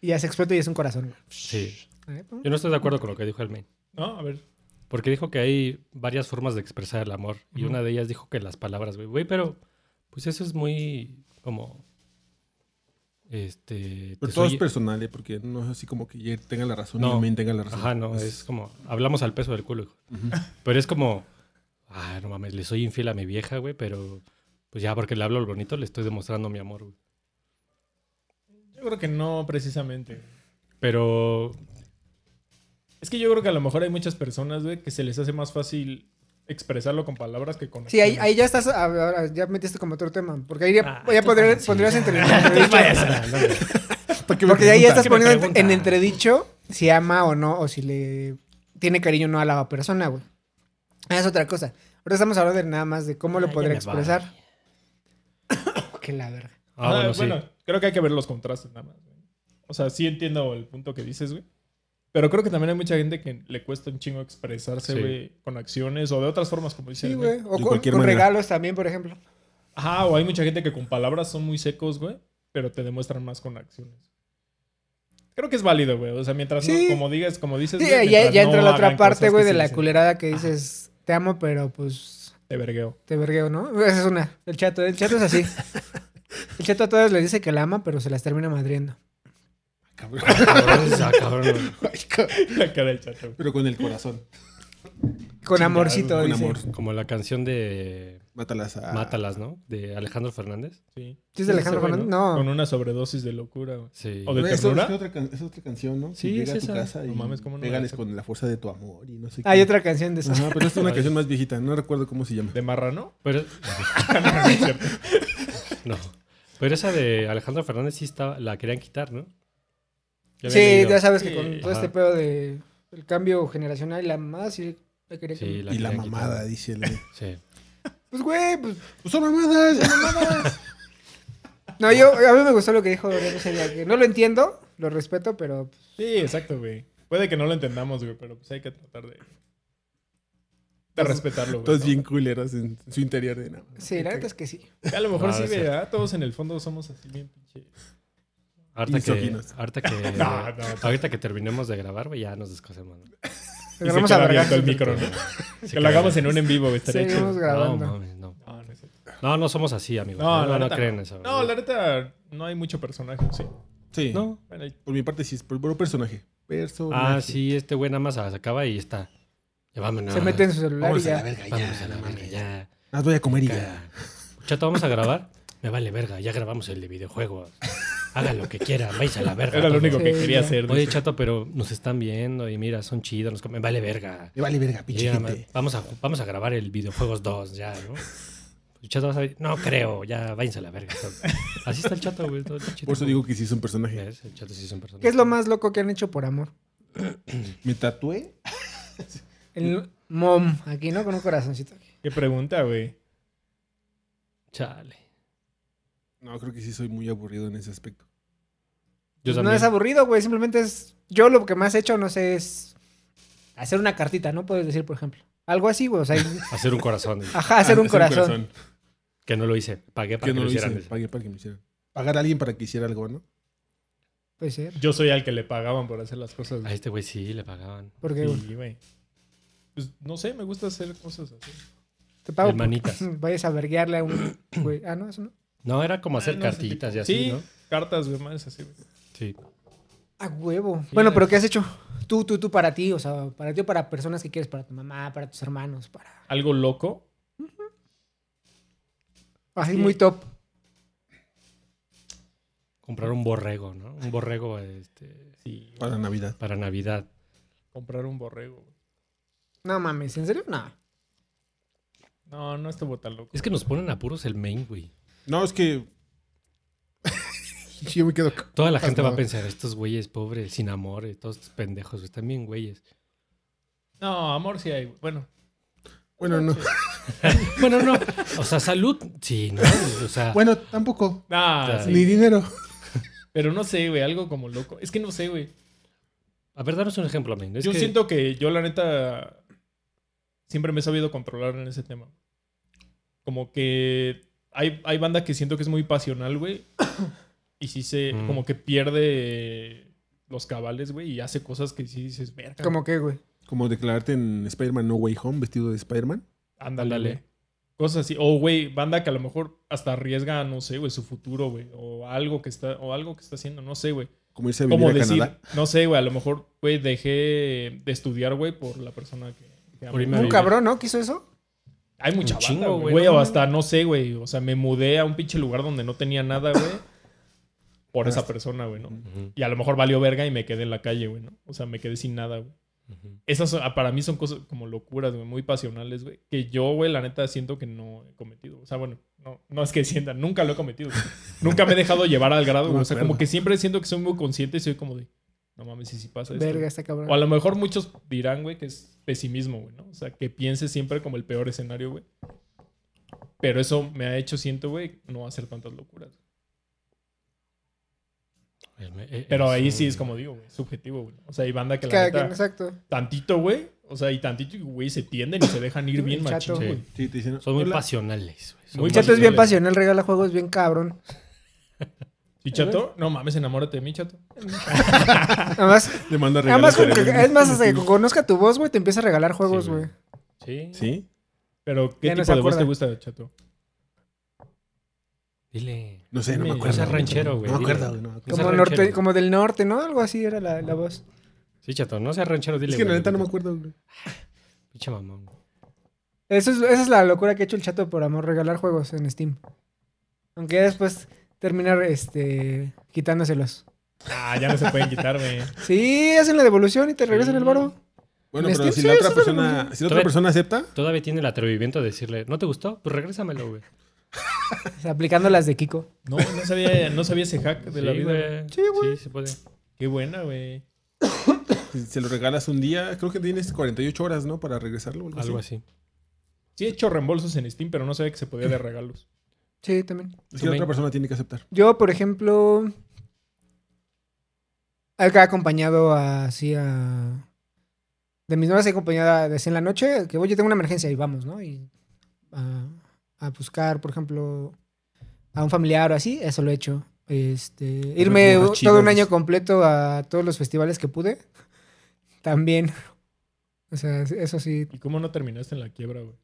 Y ya se explota y es un corazón, Sí. güey. ¿Eh? Yo no estoy de acuerdo con lo que dijo el main. No, a ver. Porque dijo que hay varias formas de expresar el amor. Y Ujú. una de ellas dijo que las palabras, güey. Güey, pero pues eso es muy como... Este... Pero te todo soy- es personal, ¿eh? porque no es así como que ya tenga la razón No. y Main tenga la razón. Ajá, no, es como... Hablamos al peso del culo, hijo. Ujú. Pero es como... Ah, no mames, le soy infiel a mi vieja, güey, pero... Pues ya porque le hablo al bonito, le estoy demostrando mi amor, güey. Yo creo que no precisamente. Pero... Es que yo creo que a lo mejor hay muchas personas, güey, que se les hace más fácil expresarlo con palabras que con Sí, ahí, acciones. ahí ya estás, ah, ahora ya metiste como otro tema. Porque ahí ya, Ah, ya tú podría- también, sí. pondrías (laughs) entre... entredicho- Porque me Porque de ahí ya pregunta, estás ¿Qué me poniendo en- en pregunta? entredicho si ama o no, o si le tiene cariño o no a la persona, güey. Ah, Es otra cosa. Ahora estamos hablando de nada más de cómo lo Ah, podría ya me va. expresar. (coughs) que la verga. Ah, Ah, bueno, sí. bueno, creo que hay que ver los contrastes nada más. güey. O sea, sí entiendo el punto que dices, güey. Pero creo que también hay mucha gente que le cuesta un chingo expresarse, Sí. güey, con acciones o de otras formas, como dices. Sí, güey. O de con, cualquier con manera. regalos también, por ejemplo. Ajá, o hay mucha gente que con palabras son muy secos, güey, pero te demuestran más con acciones. Creo que es válido, güey. O sea, mientras Sí. no, como digas, como dices, Sí, güey, ya, mientras ya no entra la hagan otra parte, cosas güey, que de sí la dicen, culerada que dices, te amo, pero pues Te vergueo. (laughs) te vergueo, ¿no? (laughs) Esa es una. El chato, el chato es así. El chato a todos le dice que la ama, pero se las termina madriendo. cabrón. (laughs) Cabrón, ah, cabrón, güey. Ay, cabrón. la cara del chato. güey. Pero con el corazón. Con Chingado, amorcito, Con dice. amor. Como la canción de Mátalas Ah. a. Mátalas, ¿no? De Alejandro Fernández. Sí. ¿Sí es de Alejandro Ese güey, Fernández? No. Con una sobredosis de locura, güey. Sí. O de- Güey, eso- ternura? Es, que otra, can- es otra canción, ¿no? Sí, Si es llega a tu esa. casa y No mames, ¿cómo no? pégales con la fuerza de tu amor y no sé Hay Ah, otra canción de esa. Ajá, pero esta (laughs) es una canción más viejita, no recuerdo cómo se llama. ¿De marrano? Pero, (laughs) No, no es cierto. (laughs) no. Pero esa de Alejandro Fernández sí estaba, la querían quitar, ¿no? Ya había Sí, leído. ya sabes que Sí, con todo ajá. este pedo de el cambio generacional y la mamá sí la quería Sí, cambiar. la y la querían quitar. mamada, (laughs) dice el. Sí. Pues güey, pues Pues son mamadas. no yo a mí me gustó lo que dijo Gabriel ese día, que no lo entiendo, lo respeto, pero pues, Sí, exacto, güey. Puede que no lo entendamos, güey, pero pues hay que tratar de. De respetarlo, güey. Todos ¿no? bien culeros en su interior de nada. más. sí, la neta es que sí. Que A lo mejor No, sí, no es güey. cierto. ah, Todos en el fondo somos así bien pinche. Ahorita que, Misóginos. ahorita que, (laughs) No, no. ahorita que terminemos de grabar, güey, ya nos descosemos. ¿no? Y Agarramos se a queda vergazos abierto el entre micro, ¿no? Sí, que lo hagamos en un en vivo, güey. Estaría Seguimos chido. No, grabando. mames, no. No, no es cierto. No, no somos así, amigos. No, No, no, la no, neta creen eso. No, la neta, no hay mucho personaje, sí. Sí. No. Bueno, y- Por mi parte, sí, es por puro personaje. Personaje. Ah, sí, este güey nada más se acaba y está. Ya vámonos. Se mete en su celular y Vamos a la ya. verga, Vámonos ya. a la verga, ya. Las voy a comer y ya. Ca- Chato, vamos a grabar. Me vale verga, ya grabamos el de videojuegos. Hagan lo que quieran, vais a la verga. Era lo todos. único que Sí, quería ya. hacer. Oye, dice. chato, pero nos están viendo y mira, son chidos, nos comen. Vale verga. Me vale verga, Y pinche ya, gente. vamos, a, vamos a grabar el videojuegos 2 ya, ¿no? El chato va a salir, no creo, ya váyanse a la verga. Así está el chato, güey. todo chido. Por eso digo que sí es un personaje. ¿Ves? El chato sí es un personaje. ¿Qué es lo más loco que han hecho por amor? Me tatué El- Mom, aquí, ¿no? Con un corazoncito. aquí. ¿Qué pregunta, güey? Chale. No, creo que sí soy muy aburrido en ese aspecto. Yo no también. es aburrido, güey. Simplemente es. Yo lo que más he hecho, no sé, es hacer una cartita, ¿no? Puedes decir, por ejemplo. Algo así, güey. O sea, Ah, Hacer un corazón. güey. ajá, Ah, hacer un corazón. que no lo hice. Pagué para Que que, no lo lo hice. hicieran. Pagué para que me hicieran. Pagar a alguien para que hiciera algo, ¿no? Puede ser. Yo soy al que le pagaban por hacer las cosas. A güey. este güey sí le pagaban. Porque güey, Sí, güey. Pues no sé, me gusta hacer cosas así. te pago. El manitas. porque (laughs) Vayas a verguearle a un güey. Ah, no, eso no. No, era como hacer Ah, no, ese cartitas tipo. y así, Sí, ¿no? cartas, güey, más así, güey. Sí. A huevo. Bueno, pero ¿qué has hecho? Tú, tú, tú para ti, o sea, para ti o para personas que quieres, para tu mamá, para tus hermanos, para. Algo loco. Así Sí. muy top. Comprar un borrego, ¿no? Un borrego este, Sí. Para Navidad. para Navidad. Comprar un borrego. güey. No mames, ¿en serio? No. No, no estuvo tan loco. Es que nos ponen apuros el main, güey. No, es que. (laughs) Yo me quedo. Toda la gente va a Pasmado. pensar, estos güeyes pobres, sin amor, eh, todos estos pendejos, están bien güeyes. No, amor sí hay. güey. Bueno, Bueno, no. Bueno, no. O sea, salud, sí, ¿no? O sea, Bueno, tampoco. nada, Claro. Ni dinero. ah, Pero no sé, güey, algo como loco. Es que no sé, güey. a ver, danos un ejemplo, main. Es yo que siento que yo, la neta, siempre me he sabido controlar en ese tema. Como que hay, hay banda que siento que es muy pasional, güey. Y sí se, Mm. como que pierde los cabales, güey, y hace cosas que sí dices, verga. ¿Cómo qué, güey? Como declararte en Spider-Man No Way Home, vestido de Spider-Man. Ándale, Ándale. güey. Cosas así. O, güey, banda que a lo mejor hasta arriesga, no sé, güey, su futuro, güey. O algo que está, o algo que está haciendo, no sé, güey. Como irse a vivir Como a decir, Canadá. no sé, güey, a lo mejor, güey, dejé de estudiar, güey, por la persona que, que amo. Por irme a Un Navidad. cabrón, ¿no? ¿Quiso eso? Hay mucha Un banda, chingo, güey, güey. Güey, no o mames. hasta, no sé, güey. O sea, me mudé a un pinche lugar donde no tenía nada, güey. Por esa persona, güey, ¿no? Ujú, Y a lo mejor valió verga y me quedé en la calle, güey, ¿no? O sea, me quedé sin nada, güey. ujú. Esas son- ah, para mí son cosas como locuras, güey, muy pasionales, güey. Que yo, güey, la neta siento que no he cometido. O sea, bueno, no, no es que (laughs) sienta, nunca lo he cometido. güey. nunca me he dejado llevar al grado, No güey. me O sea, acuerdo. como que siempre siento que soy muy consciente y soy como de, no mames, si sí pasa esto. Verga, güey". está cabrón. O a lo mejor muchos dirán, güey, que es pesimismo, güey, ¿no? O sea, que pienses siempre como el peor escenario, güey. Pero eso me ha hecho, siento, güey, no hacer tantas locuras. El me- eh, Pero eres ahí un- sí es como digo, güey, subjetivo, güey. O sea, hay banda que la Cada neta, quien, exacto. tantito, güey, o sea, y tantito, y, güey, se tienden y se dejan ir bien Chato. machito, Sí. güey. Sí, te dicen. Son muy "Hola". pasionales, güey. Son Muy El chato es bien Pasionales. pasional, regala juegos bien cabrón. ¿Y chato? No mames, enamórate de mí, chato. Además, (laughs) Le manda regalos. además con que- para- es más, hasta que conozca tu voz, güey, te empieza a regalar juegos, Sí, güey. güey. Sí. Sí. Pero, ¿qué Ya no tipo se de voz te acuerda. gusta, chato? Dile. No sé, no me Dime, acuerdo. no seas ranchero, güey, Pues No me dime. acuerdo, güey. no me acuerdo. No como, sea norte- ranchero. como del norte, ¿no? Algo así era la, la voz. Sí, chato, no seas ranchero, dile. Es que la güey, neta no me güey. acuerdo, güey. Pinche mamón. güey. Eso es, esa es la locura que ha hecho el chato por amor, regalar juegos en Steam. Aunque ya después terminar este, quitándoselos. Ah, ya no se pueden quitar, güey. Sí, hacen la devolución y te regresan el varo. Bueno, Pues En pero Steam si sí, la otra sí, sí, persona, si la otra Todavía- persona acepta, Todavía tiene el atrevimiento de decirle, ¿no te gustó? Pues regrésamelo, güey. O sea, aplicando las de Kiko. No, no sabía, no sabía ese hack de la Sí, vida. güey. güey. Sí, güey. Sí, se puede. Qué buena, güey. si se lo regalas un día, creo que tienes 48 horas, ¿no? Para regresarlo. o Algo así. Sí he hecho reembolsos en Steam, pero no sabía que se podía de regalos. Sí, también. Es que la Tú, otra men. persona tiene que aceptar. Yo, por ejemplo, he acompañado a- así a... De mis novias he acompañado a- de así en la noche, que oye, tengo una emergencia y vamos, ¿no? Y a, a buscar, por ejemplo, a un familiar o así, eso lo he hecho. Este, irme burbujas u- chidas, todo un año dices. completo a todos los festivales que pude, también. O sea, eso sí. ¿Y cómo no terminaste en la quiebra, güey?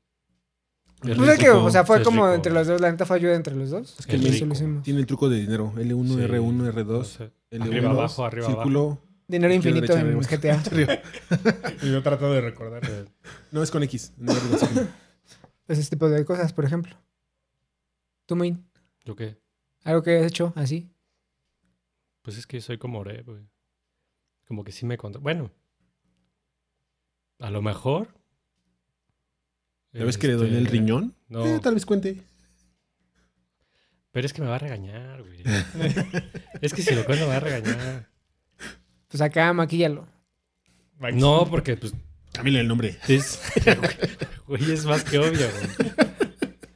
No sé qué, o sea, fue Es como rico. entre los dos, la neta fue ayuda entre los dos. Es que el Eso lo rico. hicimos. Tiene el truco de dinero. L1, Sí. R1, O R2, sea, L1, Arriba, abajo, arriba, círculo. Dinero Izquierda, infinito en derecha, GTA. Y yo trato de recordar. güey. eh, (laughs) No, es con X. no es con círculo. pues, ese tipo de cosas, por ejemplo. ¿Tú, Main? ¿Yo qué? ¿Algo que has hecho así? Pues es que soy como Oreb, güey. Como que sí me contra... Bueno. A lo mejor... ¿La vez que le este, doné el riñón? No, Eh, tal vez cuente. pero es que me va a (laughs) regañar, güey. es que si lo cuento me va a regañar. Pues acá, maquíllalo. Max. No, porque pues... Cámbiale el nombre. Es, güey, es más que obvio, güey. (laughs)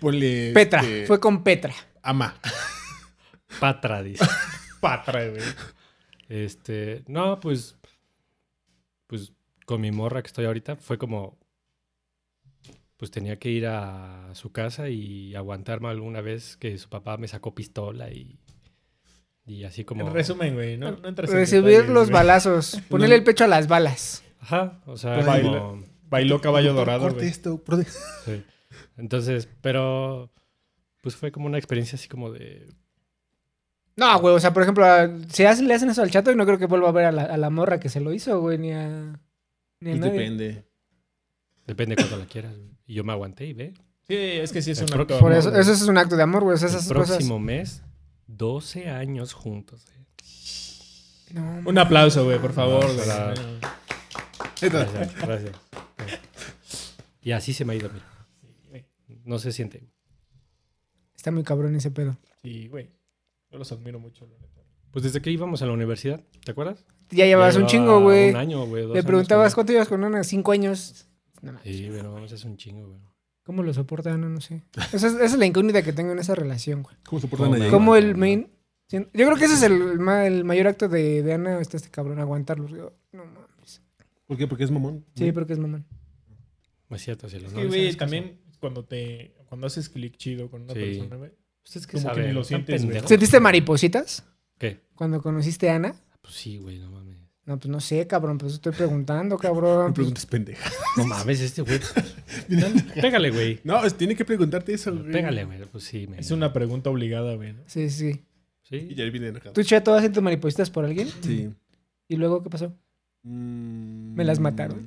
Ponle. Petra, este, fue con Petra. Ama. Patra, dice. Patra, güey. Este, no, pues, pues con mi morra que estoy ahorita fue como, pues tenía que ir a su casa y aguantarme alguna vez que su papá me sacó pistola y, y así como... En resumen, güey. No, no entres en Recibir detalles, los güey. balazos, ponerle el pecho a las balas. Ajá, o sea, Pues como- baila. Bailó caballo Doctor, dorado, corte güey. esto, prote- sí. Entonces, pero, pues fue como una experiencia así como de... No, güey, o sea, por ejemplo, a- si hacen, le hacen eso al chato, y no creo que vuelva a ver a la, a la morra que se lo hizo, güey, ni a. Ni a Pues nadie. depende. Depende cuando la quieras. güey. Y yo me aguanté y ve. Sí, es que sí es El un pro- acto. de Por amor, eso, güey. eso es un acto de amor, güey. O Pues, sea, El esas cosas. próximo mes, 12 años juntos. eh. No, Un aplauso, güey, por favor, güey. Para- Gracias, gracias. Y así se me ha ido, mira. No se siente. Está muy cabrón ese pedo. Sí, güey. Yo los admiro mucho, la neta. Pues desde que íbamos a la universidad, ¿te acuerdas? Ya llevabas un llevaba chingo, güey. Un año, güey. dos Le años, preguntabas güey. cuánto llevas con Ana, cinco años. No, mames. Sí, pero vamos, es un chingo, güey. ¿Cómo lo soporta Ana? No sé. Esa es, esa es la incógnita que tengo en esa relación, güey. ¿Cómo soportan Toma. ahí? Como el no. main. Yo creo que ese es el, ma- el mayor acto de, de Ana, está este cabrón, aguantarlo. Yo, No mames. ¿Por qué? Porque es mamón. Sí, porque es mamón. No es cierto, cielo. Es no que, les güey, hagas caso. también cuando te. Cuando haces clic chido con una pues, Sí. persona, güey. Ustedes que como que saben. ni lo tan sientes, güey. pendejos. ¿Sentiste maripositas ¿Qué? cuando conociste a Ana? Pues sí, güey, no mames. No, pues no sé, cabrón, pues estoy preguntando, cabrón. Me preguntas pendeja. No mames, (laughs) este güey. Pégale, güey. No, es- tiene que preguntarte eso, güey. Pégale, güey. Pues sí, me. Es una pregunta obligada, güey. ¿no? Sí, sí. Y Sí. ya viene enojado. ¿Tú, Chato, has hecho maripositas por alguien? Sí. ¿Y luego qué pasó? Me las mataron.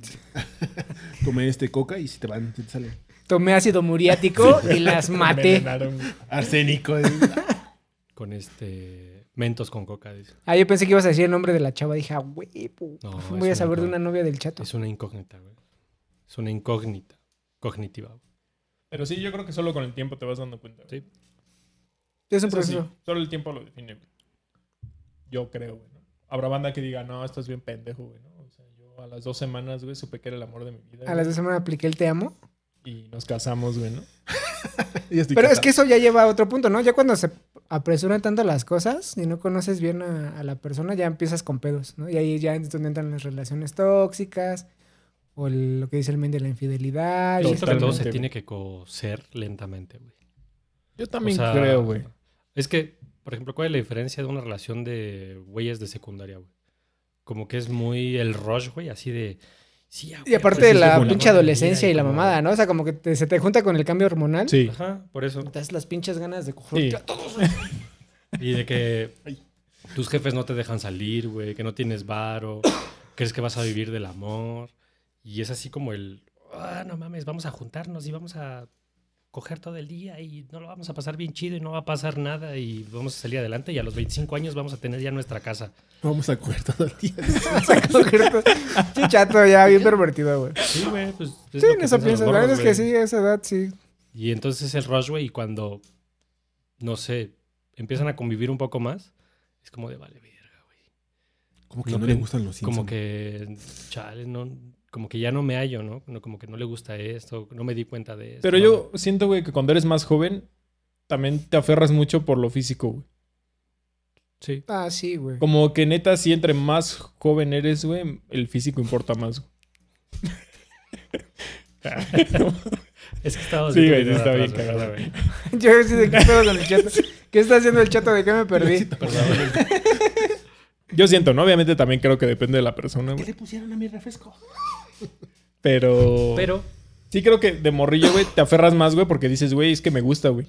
(laughs) Tomé este coca y si te van, se te sale. Tomé ácido muriático y (laughs) las maté. Envenenaron, güey. (laughs) Arsénico. eh. Con este. Mentos con coca, dice. Ah, yo pensé que ibas a decir el nombre de la chava. Dije, ah, güey, pu- No, ¿cómo es voy a una saber de chava. una novia del chato. Es una incógnita, güey. Es una incógnita. Cognitiva. güey. Pero sí, yo creo que solo con el tiempo te vas dando cuenta. güey. Sí. Es un Eso sí, Pues proceso. solo el tiempo lo define, güey. Yo creo, güey. ¿no? Habrá banda que diga, no, estás bien pendejo, güey. ¿no? O sea, yo a las dos semanas, güey, supe que era el amor de mi vida. A güey, las dos semanas apliqué el te amo. Y nos casamos, güey, ¿no? Ya estoy Pero es casado. que eso ya lleva a otro punto, ¿no? Ya cuando se apresuran tanto las cosas y no conoces bien a, a la persona, ya empiezas con pedos, ¿no? Y ahí ya es donde entran las relaciones tóxicas o el- lo que dice el men de la infidelidad. y- Siento que todo Totalmente, se güey. tiene que coser lentamente, güey. Yo también creo, güey. Es que, por ejemplo, ¿cuál es la diferencia de una relación de güeyes de secundaria, güey? Como que es muy el rush, güey, así de... sí, a Y huevo, aparte sí, de sí, la como pinche hormonalidad adolescencia y la como- mamada, ¿no? O sea, como que te- se te junta con el cambio hormonal. Sí. Ajá, por eso. Te das las pinches ganas de coger. Sí. Y de que tus jefes no te dejan salir, güey, que no tienes varo, crees que vas a vivir del amor. Y es así como el, ah, no mames, vamos a juntarnos y vamos a coger todo el día y no lo vamos a pasar bien chido y no va a pasar nada y vamos a salir adelante y a los 25 años vamos a tener ya nuestra casa. Vamos a coger todo el día. (laughs) Pinche chato ya bien pervertido, güey. Sí, güey, pues... es Sí, lo en que eso piensan los piensas. La morros, verdad es que güey. sí, a esa edad sí. Y entonces el rush, güey, y cuando, no sé, empiezan a convivir un poco más, es como de vale verga, güey. Como que No no, creo. le gustan los Simpsons. Como que, chale, no, como que ya no me hallo, ¿no? No, Como que no le gusta esto, no me di cuenta de esto. Pero no, yo siento, güey, que cuando eres más joven, también te aferras mucho por lo físico, güey. Sí. Ah, sí, güey. Como que neta, si entre más joven eres, güey, el físico importa más. güey. Es que estaba Sí, viendo güey, sí atrás, está bien güey, cagado. ¿verdad, (laughs) güey? Yo sí de qué pedo con el (laughs) chato. ¿Qué está haciendo el chato? ¿De qué me perdí? Yo siento, ¿no? Obviamente también creo que depende de la persona, güey. le pusieron a mi refresco? Pero... Pero, Sí creo que de morrillo, güey, te aferras más, güey, porque dices, güey, es que me gusta, güey.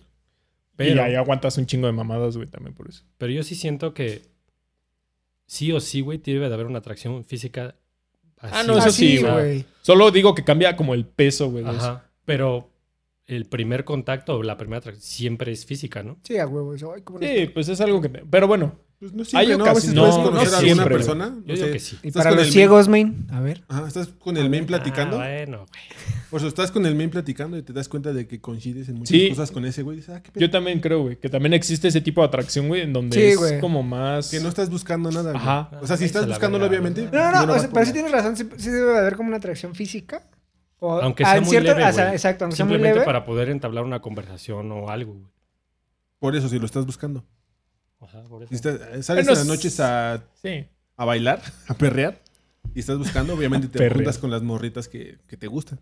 Y pero, ahí aguantas un chingo de mamadas, güey, también por eso. pero yo sí siento que sí o sí, güey, debe de haber una atracción física. Ah, así, no, güey. eso Ah, sí, sí, güey. Solo digo que cambia como el peso, güey. de eso. Ajá. Pero el primer contacto o la primera atracción siempre es física, ¿no? Sí, a huevos. Ay, cómo no- Sí, pues es algo que... te- Pero bueno, Pues no siempre, Hay ¿no? A veces ocasiones- puedes no, no conocer a alguna siempre, güey. persona. no Yo digo sé, que sí. Y estás para con los el main- ciegos, main. A ver. Ajá, estás con el main platicando. Ah, bueno, güey. Por eso Pues, estás con el main platicando y te das cuenta de que coincides en muchas Sí. cosas con ese güey. Dices, ah, qué pedo. Yo también creo, güey, que también existe ese tipo de atracción, güey, en donde Sí, es güey. como más. Que no estás buscando nada. güey. Ajá. O sea, si Ah, estás se la buscándolo, verga, obviamente. ¿no? No, no, no, o vas sea, por pero sí ahí. tienes razón, sí, sí debe haber como una atracción física. O, Aunque ah, sea en muy cierta- leve, o sea, güey. exacto, aunque sea muy Simplemente leve. para poder entablar una conversación o algo, güey. Por eso, si lo estás buscando. Ajá, por eso. Si estás- sales Bueno, en las noches a, Sí. a bailar, (laughs) a perrear, y estás buscando, obviamente te Perrear. juntas con las morritas que, que te gustan.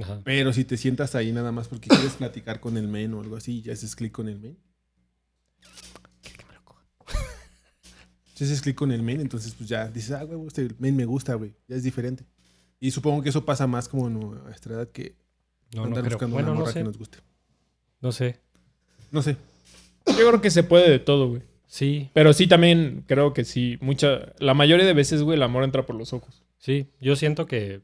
Ajá. Pero si te sientas ahí nada más porque quieres platicar con el men o algo así, y ya haces clic con el men. Si haces clic con el men, entonces pues ya dices, ah, güey, este men me gusta, güey. Ya es diferente. Y supongo que eso pasa más como en nuestra edad que No, no andar creo. buscando Bueno, una no morra que sé. nos guste. No sé. No sé. Yo creo que se puede de todo, güey. Sí, Pero sí también creo que sí, mucha la mayoría de veces, güey, el amor entra por los ojos. sí. Yo siento que.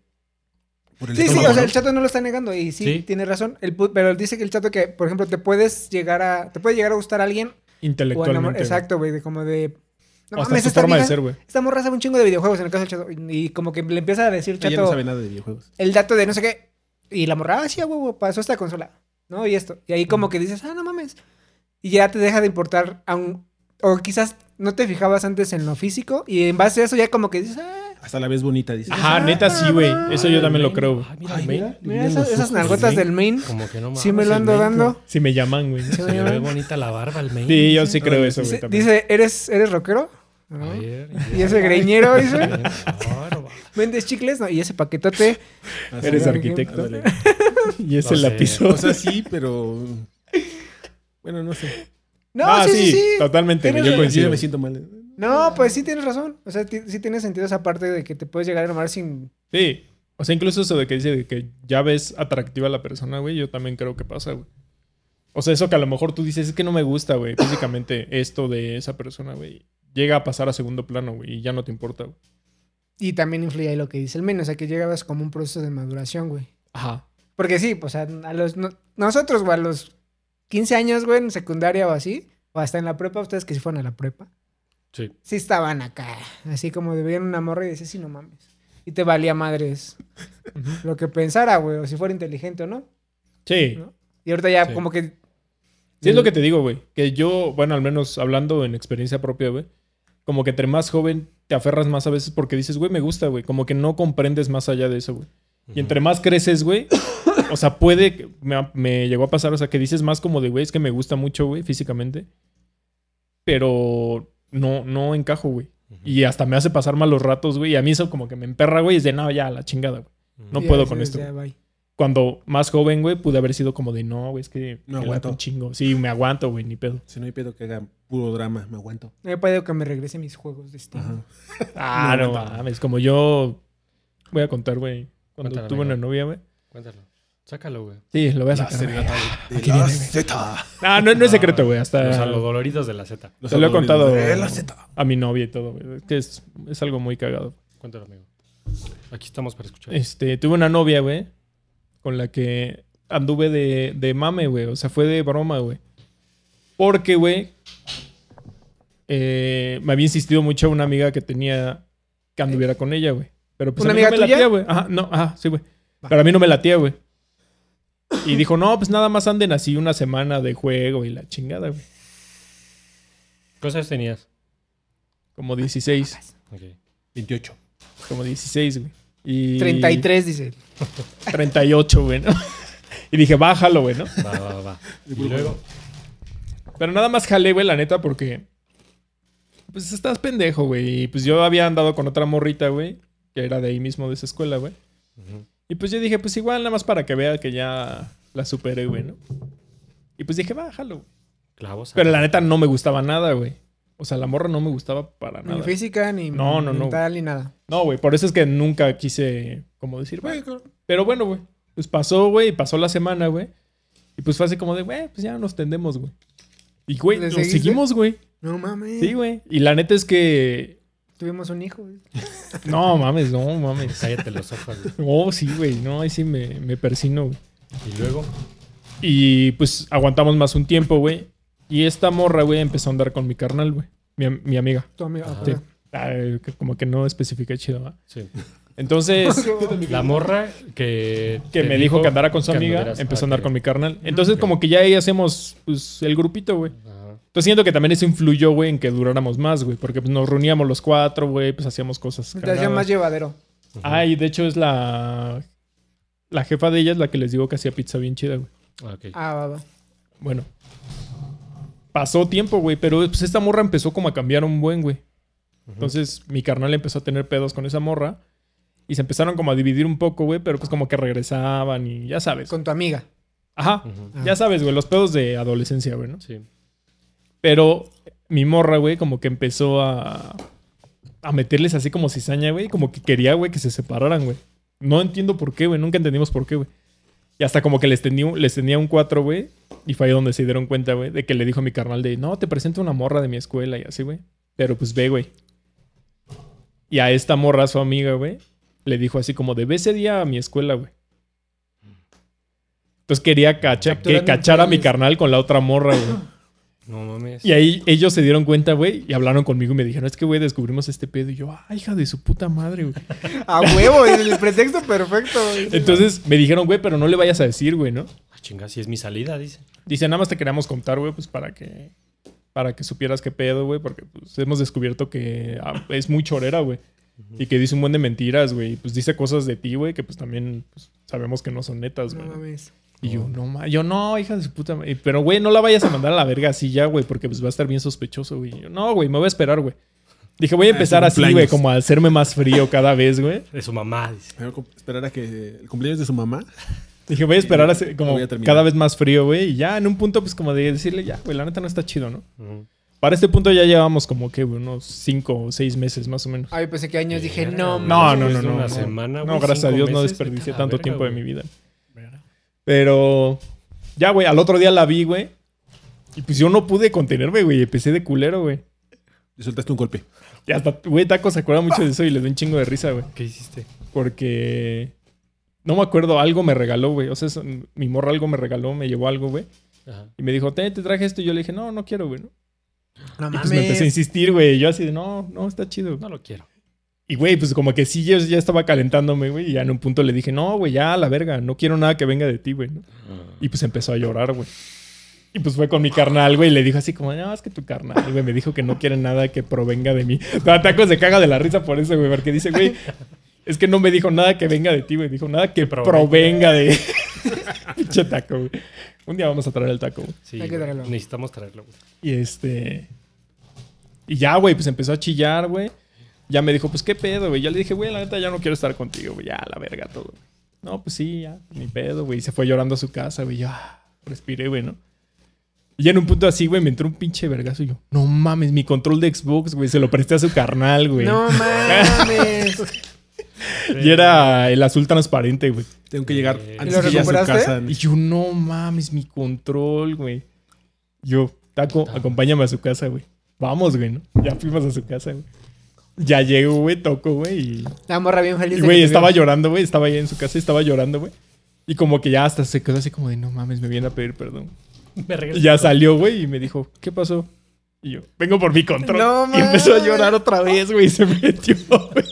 Por el Sí, sí, estómago, o sea, ¿no? el chato no lo está negando y sí, Sí. tiene razón. El pu- pero él dice que el chato que, por ejemplo, te puedes llegar a, te puede llegar a gustar a alguien o a Intelectualmente. enamorar- güey. Exacto, güey, de como de. No O hasta mames, su esta, forma de vieja- ser, güey. esta morra sabe un chingo de videojuegos en el caso del chato. Y y como que le empieza a decir Ella chato no sabe nada de videojuegos. el dato de no sé qué. Y la morra, ah, sí, a huevo, pasó esta consola. ¿No? Y esto. Y ahí como que dices, ah, no mames. Y ya te deja de importar. aun- o quizás no te fijabas antes en lo físico. Y en base a eso ya como que dices, ah, Hasta la vez bonita, dices. Ajá, neta sí, güey. Eso yo también lo creo, güey. Ay, Ah, mira, Ay, May. mira, mira mira esas, los esas ojos nalgotas del main. Como que no mames. Sí me lo el ando men, dando. Si me llaman, güey. Sí Se me le llaman. ve bonita la barba al men. Sí, yo sí creo eso, güey. Dice, también. dice, ¿eres, ¿eres rockero? ¿No? (laughs) Y ese greñero, dice. ¿Vendes chicles? No. Y ese (laughs) paquetote. Así, Eres ándale. arquitecto. Ándale. Y es No el sé. lapicero. O (laughs) sea, sí, pero. Bueno, no sé. No, Ah, sí, sí, sí, sí. totalmente, güey, Tienes yo razón. coincido. Yo me siento mal. No, pues sí tienes razón. O sea, ti- sí tiene sentido esa parte de que te puedes llegar a enamorar sin... Sí. O sea, incluso eso de que dice de que ya ves atractiva a la persona, güey, yo también creo que pasa, güey. O sea, eso que a lo mejor tú dices es que no me gusta, güey, físicamente esto de esa persona, güey, llega a pasar a segundo plano, güey, y ya no te importa, güey. Y también influye ahí lo que dice el men, o sea, que llegabas como un proceso de maduración, güey. Ajá. Porque sí, pues a, a los... no- nosotros, güey, a los 15 años, güey, en secundaria o así, o hasta en la prepa, ustedes que sí fueron a la prepa, Sí. sí estaban acá, así como de veían una morra y decías, sí, no mames. Y te valía madres lo que pensara, güey, o si fuera inteligente o no. Sí. ¿No? Y ahorita ya Sí. como que... Sí, es lo que te digo, güey. Que yo, bueno, al menos hablando en experiencia propia, güey. Como que entre más joven te aferras más a veces porque dices, güey, me gusta, güey. Como que no comprendes más allá de eso, güey. Y entre más creces, güey. (coughs) o sea, puede. que- Me, ha- me llegó a pasar, o sea, que dices más como de, güey, es que me gusta mucho, güey, físicamente. Pero no, no encajo, güey. Y hasta me hace pasar malos ratos, güey. Y a mí eso como que me emperra, güey. Es de, no, ya, la chingada, güey. no ya puedo dices, con esto. ya, bye. Cuando más joven, güey, pude haber sido como de, no, güey, es que Me me aguanto. aguanto un chingo. Sí, me aguanto, güey, ni pedo. Si no hay pedo que haga puro drama, me aguanto. No he podido que me regrese mis juegos de Steam. Ajá. Ah, No, no cuéntame. mames. Como yo. Voy a contar, güey. Cuando Cuéntala, tuve amigo. una novia, güey. Cuéntalo. Sácalo, güey. Sí, lo voy a La sacar. güey. serenata de- de Aquí la viene, güey. Zeta. Ah, no, no es secreto, güey. O sea, Hasta los doloridos de la Z. Los Te lo he adoloridos contado. de la Zeta. a mi novia y todo, güey. Es Que es, es algo muy cagado. Cuéntalo, amigo. Aquí estamos para escuchar. Este, tuve una novia, güey. Con la que anduve de, de mame, güey. O sea, fue de broma, güey. Porque, güey. eh, me había insistido mucho una amiga que tenía que anduviera con ella, güey. Pero pues ¿Una a mí amiga no me tuya? latía, güey. Ajá, no, ajá, sí, güey. Pero a mí no me latía, güey. Y dijo, no, pues nada más anden así una semana de juego y la chingada, güey. ¿Qué años tenías? Como 16. Ok. 28. Como 16, güey. Y 33, dice. 38, güey, ¿no? (laughs) Y dije, bájalo, güey, ¿no? Va, va, (laughs) va. y luego. Pero nada más jalé, güey, la neta, porque. Pues estás pendejo, güey. Y pues yo había andado con otra morrita, güey. Que era de ahí mismo, de esa escuela, güey. Ujú. Y pues yo dije, pues igual, nada más para que vea que ya la superé, güey, ¿no? Y pues dije, bájalo, güey. Clavos. Pero la neta no me gustaba nada, güey. O sea, la morra no me gustaba para Ni nada. física, ni No, no, no. mental, ni nada. No, güey. Por eso es que nunca quise, como decir, güey. Pero bueno, güey. Pues pasó, güey. y Pasó la semana, güey. Y pues fue así como de, güey, pues ya nos tendemos, güey. Y, güey, ¿Le nos seguiste? seguimos, güey. No mames. Sí, güey. Y la neta es que. Tuvimos un hijo. güey. No mames, no mames. Cállate los ojos, güey. Oh, sí, güey. No, ahí sí me, me persino, güey. Y luego. Y pues aguantamos más un tiempo, güey. Y esta morra, güey, empezó a andar con mi carnal, güey. mi, am- mi amiga. Tu amiga, Ajá. ok. (laughs) Ah, que como que no especifiqué chido, ¿va? Sí. Entonces, (laughs) La morra que. que te me dijo que andara con su que amiga, anduvieras- empezó a ah, andar ok. con mi carnal. Entonces, Ok. como que ya ahí hacemos pues, el grupito, güey. Ajá. Entonces siento que también eso influyó, güey, en que duráramos más, güey. Porque pues, nos reuníamos los cuatro, güey, pues hacíamos cosas. Te hacía cagadas. más llevadero. Ah, y de hecho es la. La jefa de ella es la que les digo que hacía pizza bien chida, güey. Ah, ok. Ah, va, va. Bueno. Pasó tiempo, güey, pero pues esta morra empezó como a cambiar un buen, güey. Entonces mi carnal empezó a tener pedos con esa morra. Y se empezaron como a dividir un poco, güey, pero pues como que regresaban y ya sabes. Con tu amiga. Ajá. Ujú. Ah. Ya sabes, güey, los pedos de adolescencia, güey, ¿no? Sí. Pero mi morra, güey, como que empezó a, a meterles así como cizaña, güey. Como que quería, güey, que se separaran, güey. No entiendo por qué, güey. Nunca entendimos por qué, güey. Y hasta como que les tenía, les tenía un 4, güey. Y fue ahí donde se dieron cuenta, güey, de que le dijo a mi carnal de, no, te presento una morra de mi escuela y así, güey. Pero pues ve, güey. Y a esta morra, su amiga, güey, le dijo así como de, ve ese día a mi escuela, güey. Entonces quería cacha- que Capturando cachara a mi infieles. carnal con la otra morra, güey. No mames. Y ahí ellos se dieron cuenta, güey, y hablaron conmigo y me dijeron, es que, güey, descubrimos este pedo. Y yo, ah, hija de su puta (laughs) madre, güey. A huevo, es el pretexto perfecto. güey. Entonces me dijeron, güey, pero no le vayas a decir, güey, ¿no? Ah, chinga, si es mi salida, dice. Dice, nada más te queríamos contar, güey, pues para que, para que supieras qué pedo, güey, porque pues, hemos descubierto que ah, es muy chorera, güey. Y que dice un buen de mentiras, güey. Y pues dice cosas de ti, güey, que pues también pues, sabemos que no son netas, No güey. mames. y Oh. yo, no, ma yo no, hija de su puta madre. Pero, güey, no la vayas a mandar a la verga así ya, güey, porque pues va a estar bien sospechoso, güey. Y yo, no, güey, me voy a esperar, güey. Dije, voy a empezar su así, cumpleaños. güey, como a hacerme más frío cada vez, güey. De su mamá, dice. Voy a co- Esperar a que el cumpleaños de su mamá. Dije, voy a esperar así, Lo como voy a terminar. cada vez más frío, güey. Y ya, en un punto, pues como de decirle, ya, güey, la neta no está chido, ¿no? Ujú. Para este punto ya llevamos como que güey, unos cinco o seis meses más o menos. Ay, pues, pensé que años dije, Verga, no, güey. mames. No, no, no, Después de no. una no. semana, no, güey, gracias a cinco Dios no meses, desperdicié vete a la tanto verga, tiempo de güey. mi vida. Pero ya, güey, al otro día la vi, güey. Y pues yo no pude contenerme, güey. Empecé de culero, güey. Le soltaste un golpe. Y hasta, güey, Taco se acuerda mucho de eso y le doy un chingo de risa, güey. ¿Qué hiciste? Porque no me acuerdo, algo me regaló, güey. O sea, eso- mi morra algo me regaló, me llevó algo, güey. Ajá. Y me dijo, te, te traje esto. Y yo le dije, no, no quiero, güey. ¿no?". No Y pues me empecé a mames. insistir, güey. Y yo así de, no, no, está chido. No lo quiero. Y, güey, pues como que sí, yo ya estaba calentándome, güey. Y ya en un punto le dije, no, güey, ya, a la verga. No quiero nada que venga de ti, güey. ¿no? Y pues empezó a llorar, güey. Y pues fue con mi carnal, güey. Y le dijo así como, no, es que tu carnal, güey, me dijo que no quiere nada que provenga de mí. No, Taco se caga de la risa por eso, güey. Porque dice, güey, es que no me dijo nada que venga de ti, güey. Dijo nada que provenga. provenga de... (laughs) Pinche taco, güey. Un día vamos a traer el taco, güey. Sí, Hay que güey, traerlo. necesitamos traerlo. güey. (laughs) Y este. Y ya, güey, pues empezó a chillar, güey. Ya me dijo, pues qué pedo, güey. Ya le dije, güey, la neta ya no quiero estar contigo, güey. Ya, la verga, todo. güey. No, pues sí, ya, ni pedo, güey. Y se fue llorando a su casa, güey. Yo, ah, respiré, güey, ¿no? Y ya en un punto así, güey, me entró un pinche vergazo y yo, no mames, mi control de Xbox, güey, se lo presté a su carnal, güey. No mames. Y era el azul transparente, güey. Tengo que llegar Eh, antes ¿Y lo que llegue a su recuperaste? casa. Y yo, no mames, mi control, güey. Yo, Taco, Ah. acompáñame a su casa, güey. Vamos, güey, ¿no? Ya fuimos a su casa, güey. Ya llego, güey, toco, güey. Y, La morra bien feliz. de y, que güey, te estaba vio. llorando, güey. Estaba ahí en su casa y estaba llorando, güey. Y como que ya hasta se quedó así como de, no mames, me viene a pedir perdón. Me regresé. Y ya salió, güey, y me dijo, ¿qué pasó? Y yo, vengo por mi control. No y empezó a mames. llorar otra vez, güey, y se (laughs) metió, güey.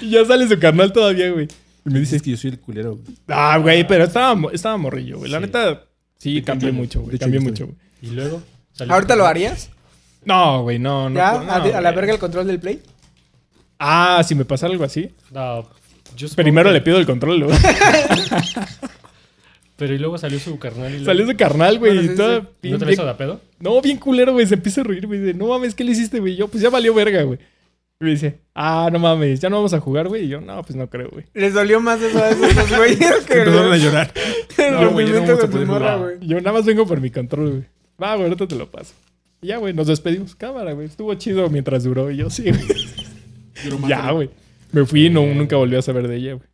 y ya sale su carnal todavía, güey. Y me dice, Dices que yo soy el culero. güey. Ah, güey, pero estaba, mo- estaba morrillo, güey. La Sí. neta, sí, De hecho, cambié yo- mucho, de güey. hecho, Cambié yo mucho, güey. Y luego. salió- ¿Ahorita lo harías? No, güey, no, no. ¿Ya? no, ¿A, ti- a la güey. verga el control del play? Ah, si me pasa algo así. No, yo supongo Primero que- le pido el control, güey. Pero y luego salió su carnal y Salió de carnal, güey. Bueno, y sí, toda sí. bien- ¿No te la bien, hizo de a pedo? no, bien culero, güey. Se empieza a reír, güey. Dice, no mames, ¿qué le hiciste, güey? Yo, pues ya valió verga, güey. Y me dice, ah, no mames, ya no vamos a jugar, güey. Y yo, no, pues no creo, güey. Les dolió más eso a esos dos güeyes que Empezaron a llorar. el No, güey, ya no rompimiento vamos a con su poder morra, jugar. güey. Ah, Yo nada más vengo por mi control, güey. Va, güey, ahorita te lo paso. Y ya, güey, nos despedimos. Cámara, güey. Estuvo chido mientras duró. Y yo, sí, güey. Quiero más Ya, güey. Me fui y no, nunca volví a saber de ella, güey.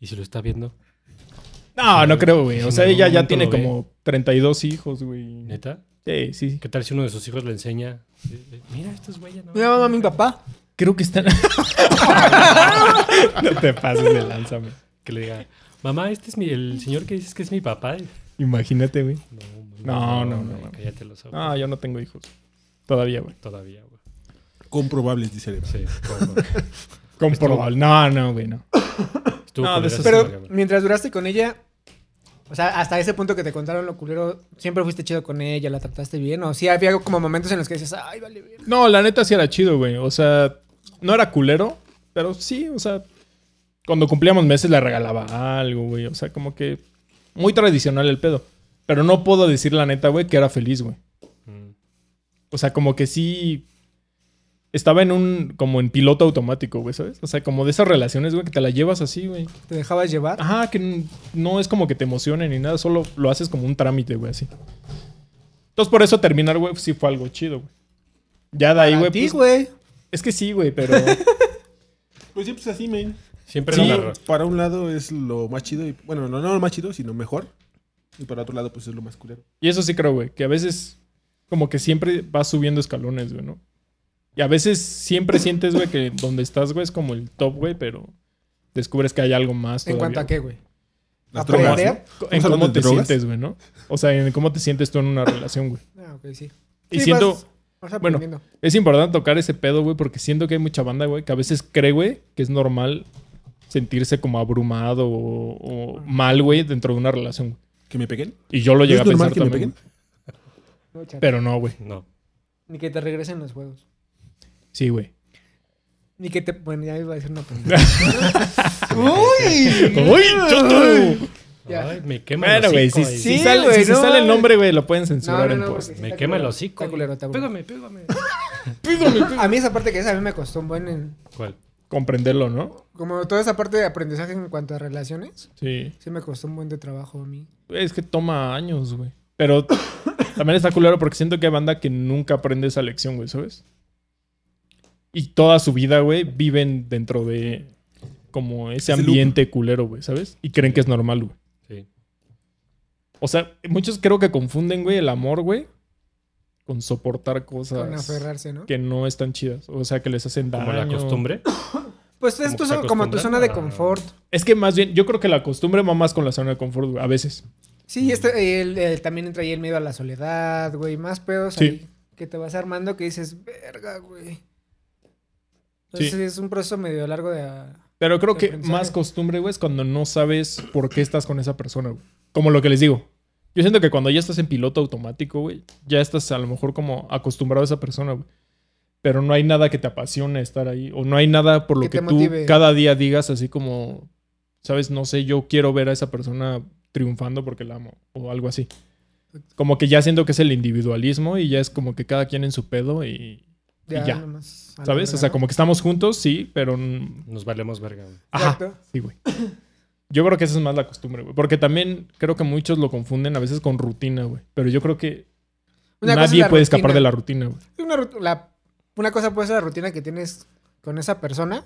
Y si lo está viendo, No, no creo, güey. O En sea, algún ella ya momento tiene lo ve. como 32 hijos, güey. neta. Sí, sí. ¿Qué tal si uno de sus hijos le enseña? Eh, eh, Mira, estos güeyes, ¿no? Mira, mamá, mi papá. Creo que (laughs) están... no te pases de lanza, güey. Que le diga, mamá, este es mi, el señor que dices que es mi papá. Imagínate, güey. No, No, no, no, no. Cállate los ojos. No, yo no tengo hijos. Todavía, güey. Todavía, güey. Comprobables, dice el Sí. (laughs) como- Comprobable. No, no, güey, no. estuvo No, culera esa de esos- historia, Pero güey. mientras duraste con ella, o sea, hasta ese punto que te contaron lo culero, ¿siempre fuiste chido con ella? ¿La trataste bien? ¿O sí había como momentos en los que dices, ay, vale, bien? No, la neta sí era chido, güey. O sea, no era culero, pero sí, o sea, cuando cumplíamos meses le regalaba algo, güey. O sea, como que muy tradicional el pedo. Pero no puedo decir la neta, güey, que era feliz, güey. Mm. O sea, como que sí estaba en un como en piloto automático, güey, ¿sabes? O sea, como de esas relaciones, güey, que te la llevas así, güey. ¿Te dejabas llevar? Ajá, que n- no es como que te emocione ni nada, solo lo haces como un trámite, güey, así. Entonces, por eso terminar, güey, sí fue algo chido, güey. Ya de ahí, A güey, ti, pues, güey. es que sí, güey, (laughs) pero. Pues siempre es así, men. Siempre Sí. era una ra- Para un lado es lo más chido. Y, bueno, no, no lo más chido, sino mejor. Y para otro lado, pues es lo más culero. y eso sí creo, güey, que a veces, como que siempre vas subiendo escalones, güey, ¿no? Y a veces siempre sientes, güey, que donde estás, güey, es como el top, güey, pero descubres que hay algo más. ¿En todavía, cuanto a güey. qué, güey? Las ¿Aprender? drogas, ¿no? Co- en ¿Estamos hablando cómo de te drogas? sientes, güey, ¿no? O sea, en cómo te sientes tú en una relación, güey. Ah, ok, sí. Y Sí, siento, vas- vas bueno, aprendiendo. es importante tocar ese pedo, güey, porque siento que hay mucha banda, güey, que a veces cree, güey, que es normal sentirse como abrumado o, o mal, güey, dentro de una relación. güey. ¿Que me peguen? Y yo lo llegué ¿Es a pensar normal que me también, peguen? güey. No, chale. pero no, güey. No. Ni que te regresen los juegos. Sí, güey. Ni que te... Bueno, ya iba a decir una pregunta. ¡Uy! ¡Uy, choto! Ya. Ay, me quema Bueno, el güey, hocico si, ahí. si Sí, sale, güey, si se no, sale el güey. nombre, güey, lo pueden No, censurar no, en no, post. porque sí Me está quema el culero. hocico. Está culero, está culero. Pégame, (laughs) pégame. A mí esa parte que es, a mí me costó un buen... en- ¿Cuál? Comprenderlo, ¿no? Como toda esa parte de aprendizaje en cuanto a relaciones, Sí. sí me costó un buen de trabajo a mí. Es que toma años, güey. Pero (coughs) también está culero porque siento que hay banda que nunca aprende esa lección, güey, ¿sabes? Y toda su vida, güey, viven dentro de como ese Ese loop. ambiente culero, güey, ¿sabes? Y creen que es normal, güey. Sí. O sea, muchos creo que confunden, güey, el amor, güey, con soportar Con cosas aferrarse, ¿no? Pues, que no están chidas. O sea, que les hacen daño. Como la costumbre. Pues es Como tu que se zo- como tu acostumbran zona de a- confort. Es que más bien, yo creo que la costumbre va más con la zona de confort, güey, a veces. Sí, este, el- el- también entra ahí el miedo a la soledad, güey. Más pedos Sí. ahí que te vas armando que dices, verga, güey. Entonces Sí. es un proceso medio largo de... ah, Pero creo El que aprendizaje. más costumbre, güey, es cuando no sabes por qué estás con esa persona, güey. Como lo que les digo. Yo siento que cuando ya estás en piloto automático, güey, ya estás a lo mejor como acostumbrado a esa persona, güey. Pero no hay nada que te apasione estar ahí. O no hay nada por lo Que que, te tú motive. cada día digas así como, sabes, no sé, yo quiero ver a esa persona triunfando porque la amo. O algo así. Como que ya siento que es el individualismo y ya es como que cada quien en su pedo y... Ya, ya. nomás a la ¿Sabes? O verga, sea, ¿no? como que estamos juntos, sí, pero... mm, Nos valemos verga, güey. Ajá. Exacto. Sí, güey. Yo creo que esa es más la costumbre, güey. Porque también creo que muchos lo confunden a veces con rutina, güey. Pero yo creo que Una cosa es nadie la puede rutina. escapar de la rutina, güey. Una, rut- la- una cosa puede ser la rutina que tienes con esa persona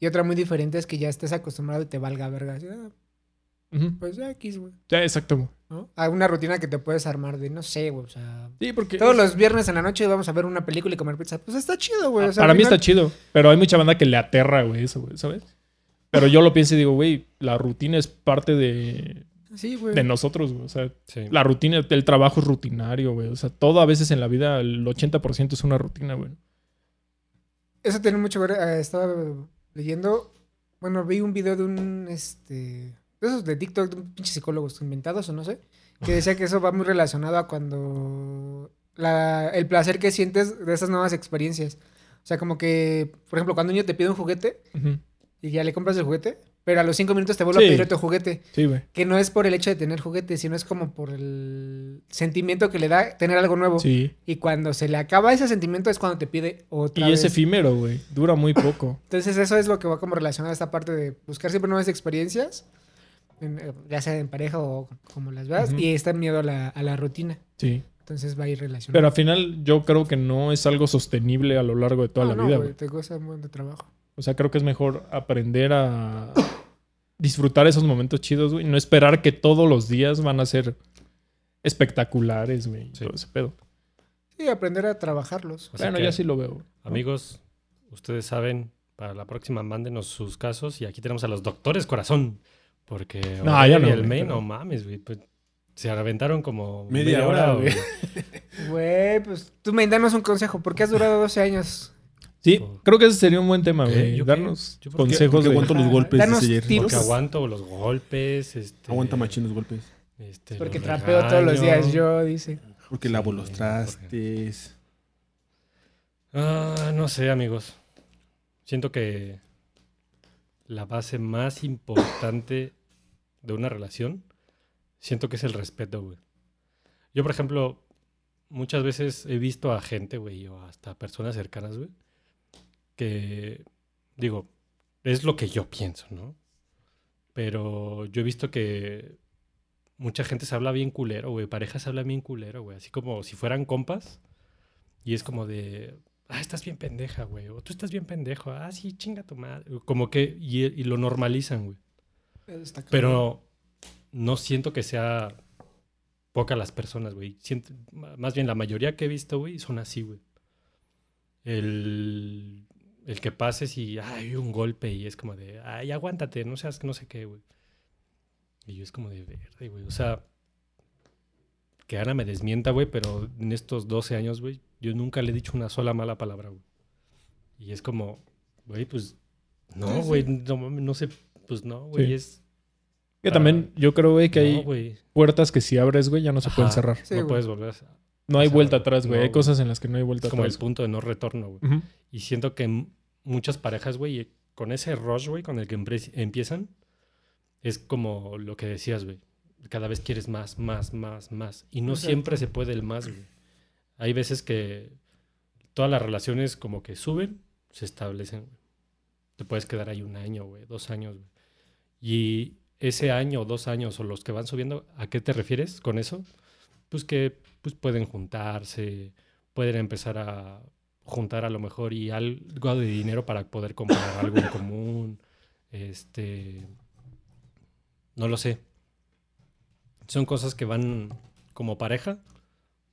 y otra muy diferente es que ya estés acostumbrado y te valga verga. Así, ah, Ujú. Pues ya, X, güey. Ya, exacto, güey. ¿no? A una rutina que te puedes armar de, no sé, güey, o sea... Sí, porque Todos los viernes en la noche vamos a ver una película y comer pizza. Pues está chido, güey. o sea, para al mí está final- chido. Pero hay mucha banda que le aterra, güey, eso, güey, ¿sabes? Pero yo lo pienso y digo, güey, la rutina es parte de, Sí, güey. de nosotros, güey. O sea, Sí. la rutina, el trabajo es rutinario, güey. O sea, todo a veces en la vida, el 80% es una rutina, güey. Eso tiene mucho que ver. eh, estaba leyendo. Bueno, vi un video de un. Este. De esos de TikTok, de un pinche psicólogos inventados o no sé. Que decía que eso va muy relacionado a cuando. la- el placer que sientes de esas nuevas experiencias. O sea, como que. Por ejemplo, cuando un niño te pide un juguete Ujú. y ya le compras el juguete. Pero a los cinco minutos te vuelve Sí. a pedir otro juguete. Sí, güey. Que no es por el hecho de tener juguete, sino es como por el sentimiento que le da tener algo nuevo. Sí. Y cuando se le acaba ese sentimiento es cuando te pide Y otra es vez. efímero, güey. Dura muy poco. Entonces eso es lo que va como relacionado a esta parte de buscar siempre nuevas experiencias, en, eh, ya sea en pareja o como las veas, Ujú. y este miedo a la, a la rutina. Sí. Entonces va a ir relacionado. Pero al final yo creo que no es algo sostenible a lo largo de Ah, toda No, la no, vida, güey, güey. Te cuesta un buen de trabajo. O sea, creo que es mejor aprender a disfrutar esos momentos chidos, güey. No esperar que todos los días van a ser espectaculares, güey. y Sí. Todo ese pedo. Sí, aprender a trabajarlos. Así bueno, que, ya sí lo veo. Amigos, ustedes saben, para la próxima mándenos sus casos y aquí tenemos a los doctores corazón. Porque No, Orlando ya no, y el güey, main, pero- no mames, güey. pues, se aventaron como Media hora, güey. Güey, pues tú me danos un consejo. ¿Por qué has durado 12 años? Sí, creo que ese sería un buen tema, pues, ¿Qué? güey. ¿Yo qué? Darnos ¿Yo por qué? consejos Porque de... aguanto los Ajá. golpes. Danos dice Jerry. tips. Porque aguanto los golpes. Este, Aguanta machín los golpes. este, Porque los trapeo todos los días regaños. yo, dice. Porque lavo los porque- trastes. Ah, no sé, amigos. Siento que la base más importante de una relación, siento que es el respeto, güey. Yo, por ejemplo, muchas veces he visto a gente, güey, o hasta personas cercanas, güey, que, digo, es lo que yo pienso, ¿no? Pero yo he visto que mucha gente se habla bien culero, güey, parejas se hablan bien culero, güey, así como si fueran compas. Y es como de, ah, estás bien pendeja, güey, o tú estás bien pendejo, ah, sí, chinga tu madre. Como que, y, y lo normalizan, güey. Está cabrón. Pero no siento que sea poca las personas, güey. Siento- m- Más bien la mayoría que he visto, güey, son así, güey. El, el que pases y hay un golpe y es como de, ay, aguántate, no seas no sé qué, güey. Y yo es como de verde, güey. O sea, que Ana me desmienta, güey, pero en estos 12 años, güey, yo nunca le he dicho una sola mala palabra, güey. Y es como, güey, pues, Sí, no, sí. güey, no, mames, no sé, pues no, güey, Sí. es Que también yo creo, güey, que no, hay güey. puertas que si abres, güey, ya no se pueden Ajá. cerrar. Sí, no güey. puedes volver. a- No hay O sea, vuelta atrás, güey. no, hay güey. cosas en las que no hay vuelta Es como el atrás. punto de no retorno, güey. Ujú. Y siento que m- muchas parejas, güey, con ese rush, güey, con el que empre- empiezan, es como lo que decías, güey. Cada vez quieres más, más, más, más. Y no Exacto. siempre se puede el más, güey. Hay veces que todas las relaciones como que suben, se establecen, güey. Te puedes quedar ahí un año, güey, dos años, güey. Y ese año o dos años o los que van subiendo, ¿a qué te refieres con eso? Pues que pues pueden juntarse, pueden empezar a juntar a lo mejor y algo de dinero para poder comprar algo en común. Este. No lo sé. Son cosas que van como pareja,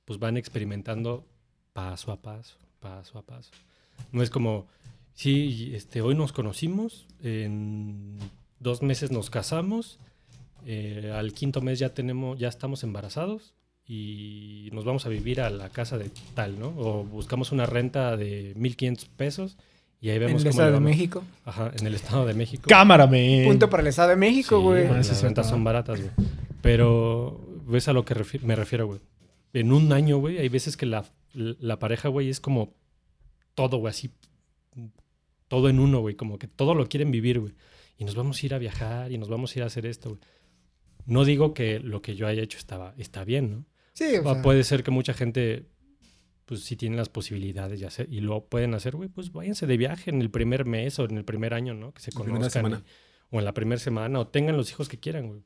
pues van experimentando paso a paso, paso a paso. No es como, sí, este, hoy nos conocimos, en dos meses nos casamos, eh, al quinto mes ya tenemos, ya estamos embarazados y nos vamos a vivir a la casa de tal, ¿no? O buscamos una renta de 1500 pesos y ahí En vemos el cómo Estado le de vamos. México. Ajá, en el Estado de México. Cámara, men. Punto para el Estado de México, Sí, güey. Ah, sí, las cierto. rentas son baratas, güey. Pero ves a lo que refi- me refiero, güey. En un año, güey, hay veces que la, la pareja, güey, es como todo, güey, así. Todo en uno, güey. Como que todo lo quieren vivir, güey. Y nos vamos a ir a viajar y nos vamos a ir a hacer esto, güey. No digo que lo que yo haya hecho estaba, está bien, ¿no? sí, o Ah, sea, puede ser que mucha gente, pues si tienen las posibilidades de hacer y lo pueden hacer, güey, pues váyanse de viaje en el primer mes o en el primer año, ¿no? Que se La primera conozcan. semana. y- o en la primera semana, o tengan los hijos que quieran, güey.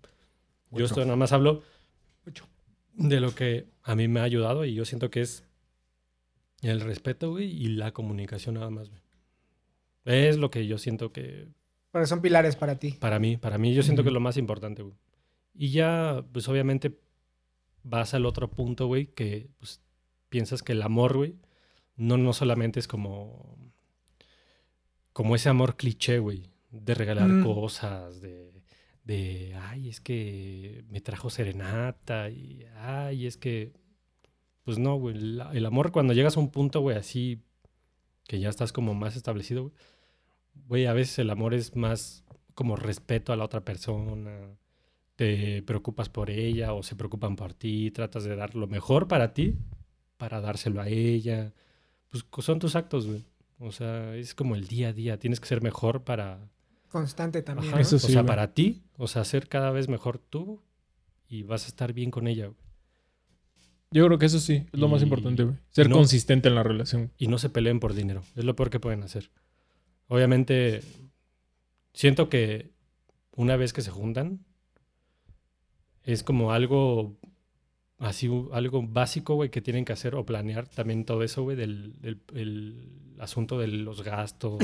Yo Ocho. esto nada más hablo de lo que a mí me ha ayudado y yo siento que es el respeto, güey, y la comunicación nada más, güey. Es lo que yo siento que pero son pilares para ti. para mí, para mí, yo siento que Ujú. es lo más importante, güey. Y ya, pues obviamente vas al otro punto, güey, que pues, piensas que el amor, güey, no, no solamente es como, como ese amor cliché, güey, de regalar Mm. cosas, de, de, ay, es que me trajo serenata, y, ay, es que, pues no, güey, la- el amor cuando llegas a un punto, güey, así, que ya estás como más establecido, güey, güey, a veces el amor es más como respeto a la otra persona, te preocupas por ella o se preocupan por ti, tratas de dar lo mejor para ti para dárselo a ella. Pues co- son tus actos, güey. O sea, es como el día a día, tienes que ser mejor para Constante también. Ajá, ¿no? Eso o sí, sea, güey. para ti, o sea, ser cada vez mejor tú y vas a estar bien con ella, güey. Yo creo que eso sí, es lo más Y- importante, güey. Ser no. consistente en la relación. y no se peleen por dinero. Es lo peor que pueden hacer. Obviamente, siento que una vez que se juntan, es como algo así, u- algo básico, güey, que tienen que hacer o planear también todo eso, güey, del, del- el asunto de los gastos,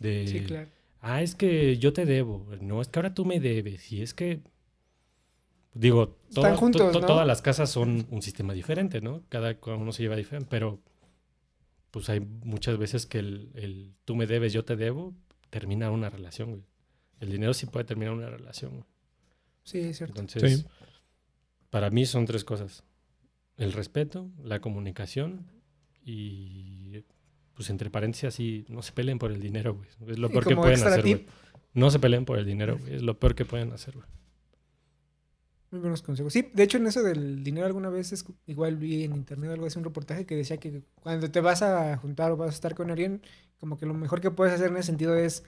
de... Sí, claro. Ah, es que yo te debo. No, es que ahora tú me debes. Y es que. Digo, Están todas- to- juntos, to- ¿no? todas las casas son un sistema diferente, ¿no? Cada uno se lleva diferente, pero. Pues hay muchas veces que el, el tú me debes, yo te debo, termina una relación, güey. El dinero sí puede terminar una relación, güey. Sí, es cierto. Entonces, Sí. para mí son tres cosas: el respeto, la comunicación y, pues entre paréntesis, así, no se peleen por el dinero, güey. Es lo Y peor que como pueden extra hacer, güey. tip. No se peleen por el dinero, güey. Es lo peor que pueden hacer, güey. Muy buenos consejos. Sí, de hecho en eso del dinero alguna vez es- igual vi en internet algo así un reportaje que decía que cuando te vas a juntar o vas a estar con alguien, como que lo mejor que puedes hacer en ese sentido es,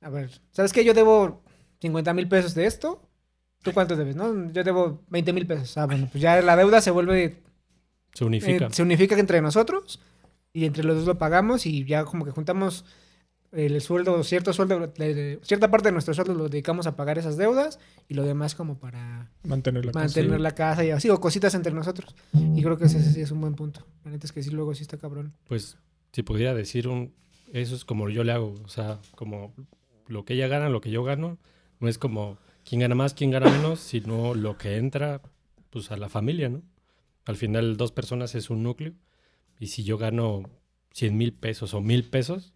a ver, ¿sabes qué? Yo debo 50 mil pesos de esto. ¿Tú cuánto debes? No, yo debo 20 mil pesos. Ah, bueno, pues ya la deuda se vuelve Se eh, unifica. se unifica entre nosotros y entre los dos lo pagamos y ya como que juntamos el sueldo, cierto sueldo, eh, cierta parte de nuestro sueldo lo dedicamos a pagar esas deudas y lo demás como para Mantener la casa. mantener la casa y así, o cositas entre nosotros. Y creo que ese sí es un buen punto. La neta es que sí, luego sí está cabrón. Pues, si pudiera decir un... Eso es como yo le hago. O sea, como lo que ella gana, lo que yo gano. No es como quién gana más, quién gana menos, sino lo que entra, pues, a la familia, ¿no? Al final, dos personas es un núcleo. Y si yo gano 100 mil pesos o mil pesos,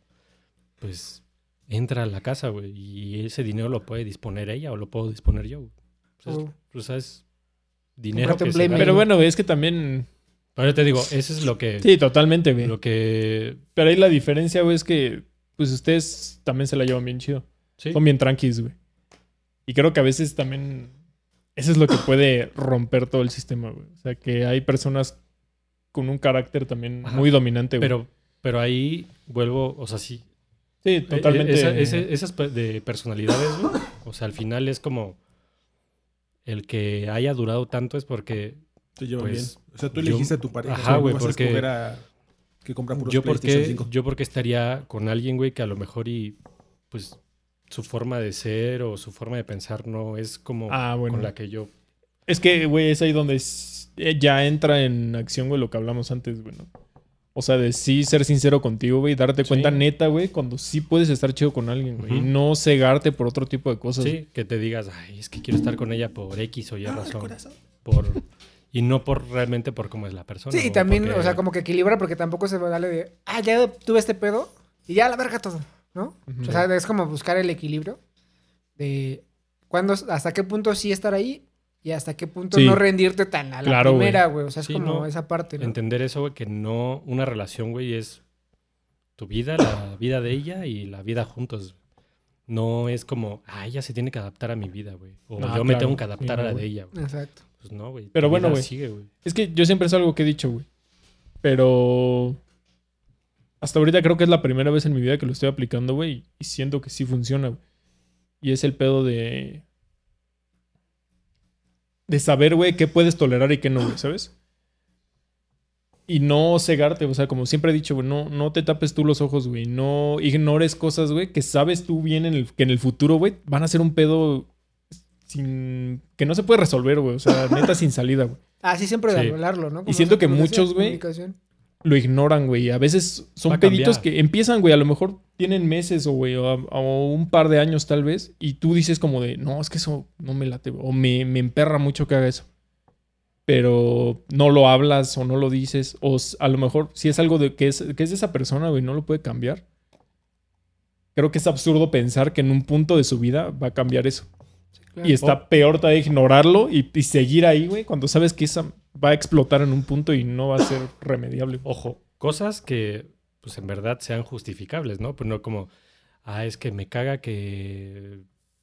pues entra a la casa, güey. Y ese dinero lo puede disponer ella o lo puedo disponer yo. güey. O sea, es- Oh. o sea, es dinero Comprarte que un se Play gana. Pero bueno, güey, es que también. Pero yo te digo, eso es lo que... Sí, totalmente, güey. Lo que... Pero ahí la diferencia, güey, es que pues ustedes también se la llevan bien chido. sí. Son bien tranquis, güey. Y creo que a veces también eso es lo que puede romper todo el sistema, güey. O sea, que hay personas con un carácter también Ajá. muy dominante, güey. Pero, pero ahí vuelvo, o sea, sí. sí, totalmente. Eh, esa- ese- esas pe- de personalidades, güey, o sea, al final es como el que haya durado tanto es porque Te llevan Pues, bien. O sea, tú yo- elegiste a tu pareja. Ajá, no güey, vas porque- a escoger a... Que compra puros yo PlayStation porque 5. yo porque estaría con alguien, güey, que a lo mejor y pues su forma de ser o su forma de pensar no es como Ah, bueno. con la que yo Es que, güey, es ahí donde s- eh, ya entra en acción, güey, lo que hablamos antes, güey, ¿no? O sea, de sí ser sincero contigo, güey, darte Sí. cuenta neta, güey, cuando sí puedes estar chido con alguien, güey. Y Ujú. no cegarte por otro tipo de cosas. sí, que te digas, "Ay, es que quiero estar con ella por X o Y Ah, el razón." corazón. Por y no por realmente por cómo es la persona. Sí, y o también, porque- o sea, como que equilibra porque tampoco se vale de, ah, ya tuve este pedo y ya a la verga todo, ¿no? Ujú. O sea, es como buscar el equilibrio de cuándo, hasta qué punto sí estar ahí y hasta qué punto Sí. no rendirte tan a la Claro, güey. primera, güey. O sea, es Sí, como no. esa parte, ¿no? Entender eso, güey, que no, una relación, güey, es tu vida, la vida de ella y la vida juntos. No es como, ah, ella se tiene que adaptar a mi vida, güey. O Ah, yo me claro. tengo que adaptar Sí, a la no, de güey. ella, güey. Exacto. Pues no, güey. Pero Tu bueno, vida güey. Sigue, güey. Es que yo siempre es algo que he dicho, güey. Pero hasta ahorita creo que es la primera vez en mi vida que lo estoy aplicando, güey. Y siento que sí funciona, güey. Y es el pedo de... De saber, güey, qué puedes tolerar y qué no, güey, ¿sabes? Y no cegarte, o sea, como siempre he dicho, güey, no, no te tapes tú los ojos, güey. No ignores cosas, güey, que sabes tú bien en el- que en el futuro, güey, van a ser un pedo sin... que no se puede resolver, güey. O sea, neta sin salida, güey. Así Ah, siempre de Sí. hablarlo, ¿no? Y siento que como decías, muchos, güey, comunicación. lo ignoran, güey. A veces Va son a cambiar. peditos que empiezan, güey. A lo mejor tienen meses o, güey, o, o un par de años tal vez. Y tú dices como de, no, es que eso no me late. güey, O me, me emperra mucho que haga eso. Pero no lo hablas o no lo dices. O s- a lo mejor si es algo de, que, es, que es de esa persona, güey, no lo puede cambiar. Creo que es absurdo pensar que en un punto de su vida va a cambiar eso. Claro. Y está peor todavía ignorarlo y, y seguir ahí, güey, cuando sabes que esa va a explotar en un punto y no va a ser remediable. Ojo, cosas que, pues en verdad sean justificables, ¿no? Pues no como, ah, es que me caga que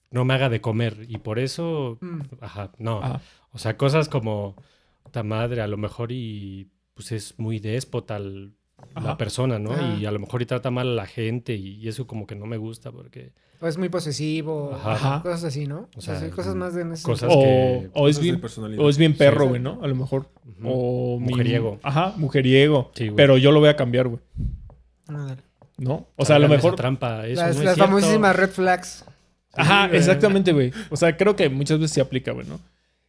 no me haga de comer y por eso, Mm. ajá, no. Ah. O sea, cosas como, ta madre, a lo mejor y pues es muy déspota el- la Ajá. persona, ¿no? Ajá. Y a lo mejor y trata mal a la gente y, y eso como que no me gusta porque... O Pues es muy posesivo. Ajá. Ajá. Cosas así, ¿no? O O sea, sea, cosas más de en ese cosas- sentido. o, que- o es Cosas de bien, personalidad. o es bien perro, Sí, güey, ¿no? A lo mejor. Ujú. O mi- Mujeriego. Ajá, mujeriego. Sí, güey. pero yo lo voy a cambiar, güey. Ah, dale. ¿No? O sea, a lo Háganme esa mejor. Trampa, eso las no es las cierto. famosísimas red flags. Ajá, Sí, güey. exactamente, güey. O sea, creo que muchas veces se aplica, güey, ¿no?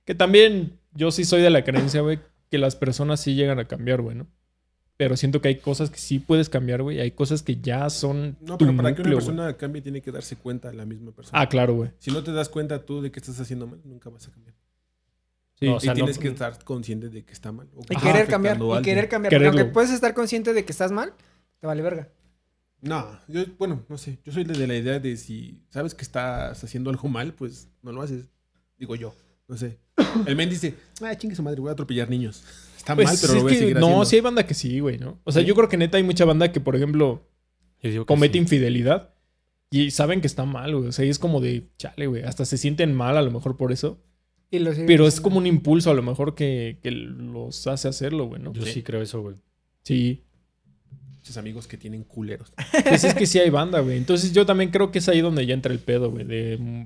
Que también yo sí soy de la creencia, güey, que las personas sí llegan a cambiar, güey, ¿no? Pero siento que hay cosas que sí puedes cambiar, güey. Hay cosas que ya son. No, pero tu para que una núcleo, güey. persona cambie tiene que darse cuenta la misma persona. Ah, claro, güey. Si no te das cuenta tú de que estás haciendo mal, nunca vas a cambiar. Sí. No, O sea, y tienes que estar consciente de que está mal. O que Y está querer afectando cambiar. a Y alguien. querer cambiar. Porque Quererlo. aunque puedes estar consciente de que estás mal, te vale verga. No, yo, bueno, no sé. Yo soy de la idea de si sabes que estás haciendo algo mal, pues no lo haces. Digo yo. No sé. El men dice, ah, chingue su madre, voy a atropellar niños. Está Pues, mal, pero es lo voy a que- seguir no, haciendo. sí hay banda que sí, güey, ¿no? O sea, yo creo que neta hay mucha banda que, por ejemplo, Yo digo que comete sí. infidelidad y saben que está mal, güey. O sea, y es como de, chale, güey. Hasta se sienten mal a lo mejor por eso. Y lo sigue Pero es haciendo. como un impulso a lo mejor que, que los hace hacerlo, güey, ¿no? Yo sí creo eso, güey. Sí. Muchos amigos que tienen culeros. Pues es que sí hay banda, güey. Entonces yo también creo que es ahí donde ya entra el pedo, güey. De, mm,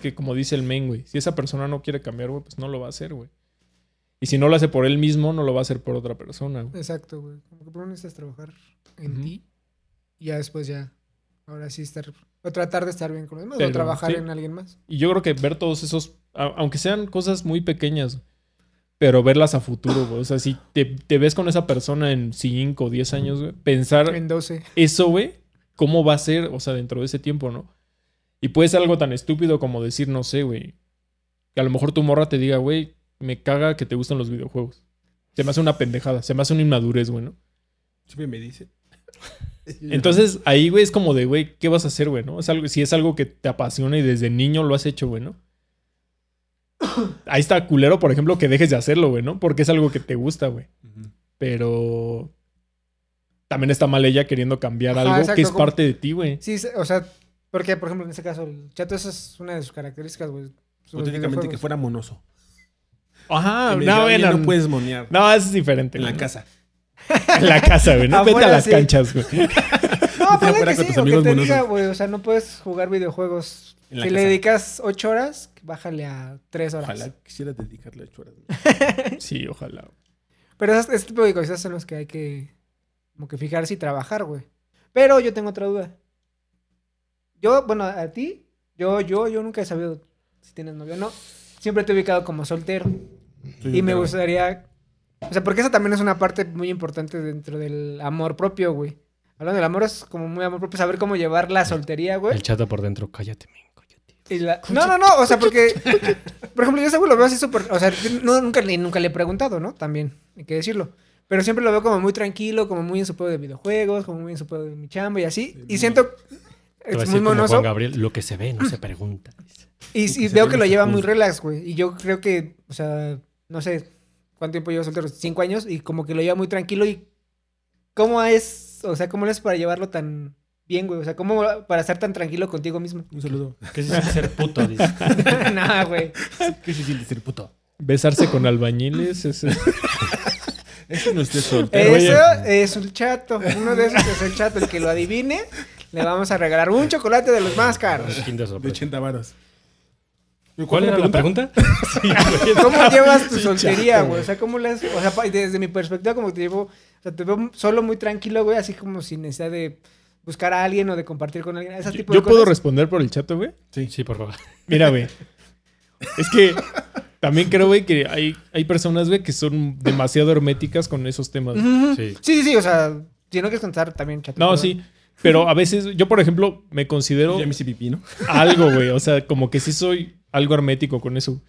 que como dice el men, güey. Si esa persona no quiere cambiar, güey, pues no lo va a hacer, güey. Y si no lo hace por él mismo, no lo va a hacer por otra persona, güey. Exacto, güey. Como que primero necesitas trabajar en Ujú. ti. Y ya después ya. Ahora sí estar. O tratar de estar bien con los demás. Pero, o trabajar sí. en alguien más. Y yo creo que ver todos esos, a- aunque sean cosas muy pequeñas, pero verlas a futuro, güey. O sea, si te, te ves con esa persona en 5 o 10 años, güey, pensar En 12. eso, güey, cómo va a ser, o sea, dentro de ese tiempo, ¿no? Y puede ser algo tan estúpido como decir, no sé, güey, que a lo mejor tu morra te diga, güey, me caga que te gustan los videojuegos. Se me hace una pendejada, se me hace una inmadurez, güey, ¿no? Siempre me dice. Entonces ahí, güey, es como de, güey, ¿qué vas a hacer, güey? ¿no? Es algo, si es algo que te apasiona y desde niño lo has hecho, (coughs) güey, ¿no? Ahí está culero, por ejemplo, que dejes de hacerlo, güey, ¿no? Porque es algo que te gusta, güey. Ujú. Pero también está mal ella queriendo cambiar Ajá, algo exacto, que es como- parte de ti, güey. Sí, se- o sea. Porque, por ejemplo, en este caso, el chato, esa es una de sus características, güey. Sus Hipotéticamente que videojuegos. fuera monoso. Ajá, Y me Ah, no, diga, "Oye, bueno, no puedes monear no, eso es diferente. en la güey, ¿no? casa. En la casa, güey. (laughs) No vete a Afuera, las sí. canchas, güey. (laughs) (laughs) No, ponle fuera que con sí, tus o que amigos te monosos. diga, güey. O sea, no puedes jugar videojuegos. Si En la le casa. dedicas 8 horas, bájale a 3 horas. Ojalá quisiera dedicarle ocho horas. güey. Sí, ojalá. güey. Pero esas- este tipo de cosas son los que hay que como que fijarse y trabajar, güey. Pero yo tengo otra duda. Yo, bueno, a ti, yo, yo, yo nunca he sabido si tienes novio o no. Siempre te he ubicado como soltero. Soy y me soltero. gustaría. O sea, porque esa también es una parte muy importante dentro del amor propio, güey. Hablando del amor, es como muy amor propio, saber cómo llevar la soltería, güey. El chata por dentro, cállate, men, cállate. Y la- No, no, no, o sea, porque. Por ejemplo, yo ese güey lo veo así súper. O sea, no, nunca, le- nunca le he preguntado, ¿no? También, hay que decirlo. Pero siempre lo veo como muy tranquilo, como muy en su pedo de videojuegos, como muy en su pedo de mi chamba y así. Sí, Y no. siento. Te va a Es decir muy como Juan monoso. Gabriel, lo que se ve no se pregunta. Y, y se veo ve que lo más lleva justo. muy relax, güey. Y yo creo que, o sea, no sé cuánto tiempo lleva soltero, cinco años, y como que lo lleva muy tranquilo. ¿Y cómo es, o sea, cómo lo es para llevarlo tan bien, güey? O sea, ¿cómo para estar tan tranquilo contigo mismo? (laughs) Un saludo. ¿Qué se siente ser puto? (laughs) Dice. Nada, güey. ¿Qué se siente ser puto? Besarse (laughs) con albañiles es... Ese no es de sol. Pero, Eso oye. es un chato. Uno de esos es el chato. El que lo adivine, le vamos a regalar un chocolate de los más (laughs) caros. Kinder De sorpresa. 80 varos. Eh, ¿Cuál era la pregunta? Sí, güey. ¿Cómo llevas tu soltería, güey? O sea, ¿cómo las, o sea, pa- desde mi perspectiva, como te llevo, o sea, te veo solo muy tranquilo, güey, así como sin necesidad de buscar a alguien o de compartir con alguien. Ese (laughs) Yo, tipo de yo puedo cosas. responder por el chat, güey. Sí, por favor. Mira, güey. Es que también creo, güey, que hay, hay personas, güey, que son demasiado herméticas con esos temas. güey. Ujú. Sí. Sí, sí, sí, o sea, si no quieres contar también, chato. No, perdón. sí. Pero a veces, yo, por ejemplo, me considero Ya me hice pipí, ¿no? algo, güey. O sea, como que sí soy algo hermético con eso.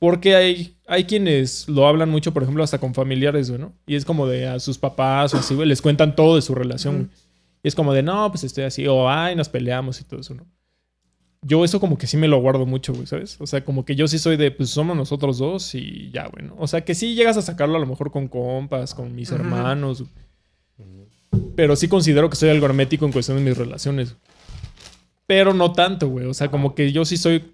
Porque hay, hay quienes lo hablan mucho, por ejemplo, hasta con familiares, güey, ¿no? Y es como de a sus papás o así, güey. Les cuentan todo de su relación, güey. Y es como de, no, pues estoy así. O, ay, nos peleamos y todo eso, ¿no? Yo eso como que sí me lo guardo mucho, güey, ¿sabes? O sea, como que yo sí soy de, pues somos nosotros dos y ya, güey, ¿no? O sea, que sí llegas a sacarlo a lo mejor con compas, con mis Ujú. hermanos. Pero sí considero que soy algo hermético en cuestión de mis relaciones. Pero no tanto, güey. O sea, como que yo sí soy.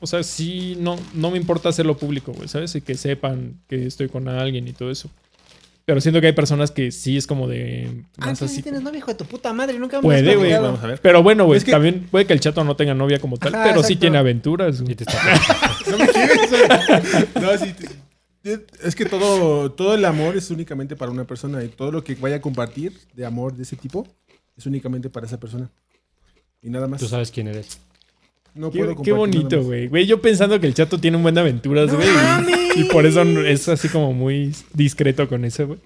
O sea, sí, no, no me importa hacerlo público, güey, ¿sabes? Y que sepan que estoy con alguien y todo eso. Pero siento que hay personas que sí es como de. Ah, Más entonces sí así. tienes novio, hijo de tu puta madre, nunca me Puede, has güey. platicado. Vamos a ver. Pero bueno, güey, Es que- también puede que el chato no tenga novia como tal, Ajá, pero sí exacto. tiene aventuras. güey. Y te está No me quieres, güey. No, sí. te- (laughs) Es que todo, todo el amor es únicamente para una persona y todo lo que vaya a compartir de amor de ese tipo es únicamente para esa persona. Y nada más. Tú sabes quién eres. No Qué, puedo qué compartir nada bonito, más. güey. Güey, yo pensando que el chato tiene un buen de aventuras, ¡No güey. y- mames! y, por eso es así como muy discreto con eso, güey.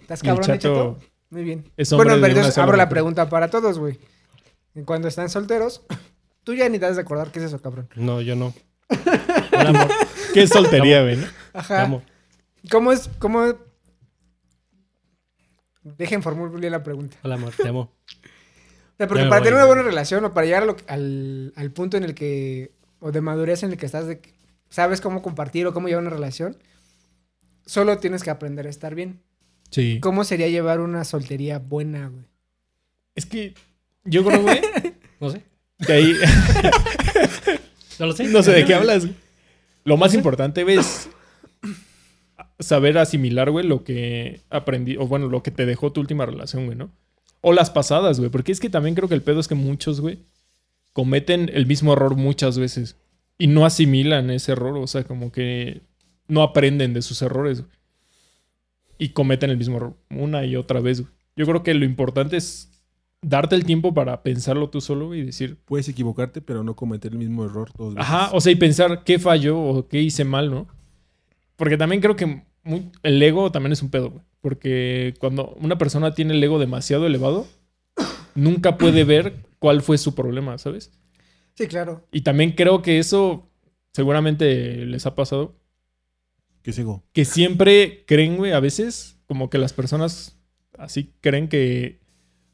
¿Estás Y el cabrón, de chato- chato? Muy bien. es hombre bueno, de pero una entonces sola abro la mujer. pregunta para todos, güey. En Cuando están solteros, tú ya ni te das de acordar qué es eso, cabrón. No, yo no. El amor. Qué soltería, güey. ¿no? Te (laughs) Ajá. amo. ¿Cómo es? ¿Cómo? Dejen formularle la pregunta. El amor, te amo. O sea, porque Ya me para voy, tener una güey. buena relación o para llegar a lo- al, al punto en el que. o de madurez en el que estás de que sabes cómo compartir o cómo llevar una relación, solo tienes que aprender a estar bien. Sí. ¿Cómo sería llevar una soltería buena, güey? Es que yo creo, güey, No sé. que ahí No lo sé. no sé de qué hablas. güey. Lo más importante, güey, es saber asimilar, güey, lo que aprendí, o bueno, lo que te dejó tu última relación, güey, ¿no? O las pasadas, güey, porque es que también creo que el pedo es que muchos, güey, cometen el mismo error muchas veces y no asimilan ese error, o sea, como que no aprenden de sus errores güey. y cometen el mismo error una y otra vez, güey. Yo creo que lo importante es darte el tiempo para pensarlo tú solo güey, y decir, Puedes equivocarte, pero no cometer el mismo error dos veces. Ajá, o sea, y pensar qué falló o qué hice mal, ¿no? Porque también creo que muy- el ego también es un pedo, güey. Porque cuando una persona tiene el ego demasiado elevado, nunca puede ver cuál fue su problema, ¿sabes? Sí, claro. Y también creo que eso seguramente les ha pasado. ¿Qué sigo? Que siempre creen, güey, a veces, como que las personas así creen que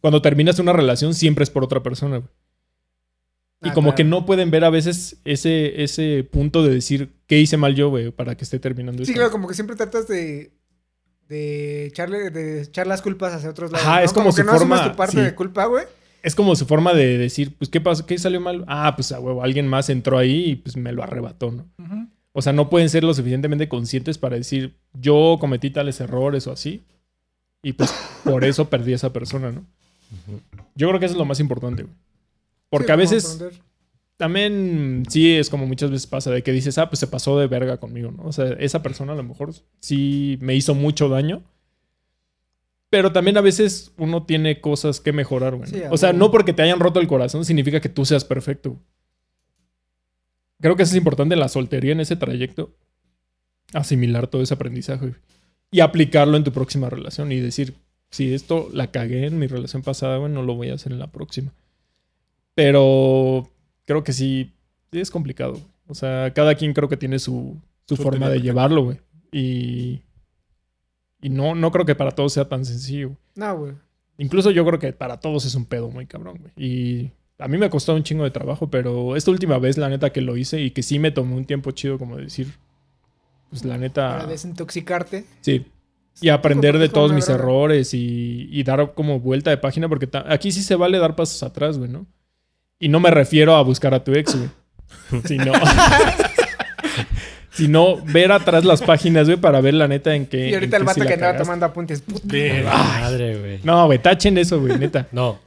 cuando terminas una relación siempre es por otra persona, güey. Y Ah, como claro. que no pueden ver a veces ese, ese punto de decir qué hice mal yo, güey, para que esté terminando Sí, esto. claro, como que siempre tratas de. De echarle, de echar las culpas hacia otros lados. Ajá, ¿no? es como que su no asumes forma- tu parte sí. de culpa, güey. Es como su forma de decir, pues, ¿qué pasó? ¿Qué salió mal? Ah, pues, a huevo, alguien más entró ahí y pues me lo arrebató, ¿no? O sea, no pueden ser lo suficientemente conscientes para decir, yo cometí tales errores o así. Y pues por eso perdí a esa persona, ¿no? Yo creo que eso es lo más importante, güey. Porque Sí, a como veces... aprender. también sí es como muchas veces pasa de que dices, ah, pues se pasó de verga conmigo, ¿no? O sea, esa persona a lo mejor sí me hizo mucho daño. Pero también a veces uno tiene cosas que mejorar, güey. ¿no? Sí, a o sea, huevo. no porque te hayan roto el corazón significa que tú seas perfecto. Creo que eso es importante en la soltería, en ese trayecto. Asimilar todo ese aprendizaje güey. y aplicarlo en tu próxima relación y decir, si esto la cagué en mi relación pasada, güey, no lo voy a hacer en la próxima. Pero creo que sí, sí es complicado. güey. O sea, cada quien creo que tiene su, su Su forma teoría de perfecta. llevarlo, güey. Y, y no, no creo que para todos sea tan sencillo. No, güey. Incluso yo creo que para todos es un pedo muy cabrón, güey. Y a mí me costó un chingo de trabajo, pero esta última vez, la neta, que lo hice y que sí me tomó un tiempo chido, como decir, pues la neta. Para desintoxicarte. Sí. Y aprender de Porque todos una mis verga. errores y, y dar como vuelta de página, porque ta- aquí sí se vale dar pasos atrás, güey, ¿no? Y no me refiero a buscar a tu ex, güey. (laughs) Sino. sino ver atrás las páginas, güey, para ver la neta en que. Y ahorita el vato que andaba nada tomando apuntes. puta. Madre, güey. No, güey, tachen eso, güey, neta. No.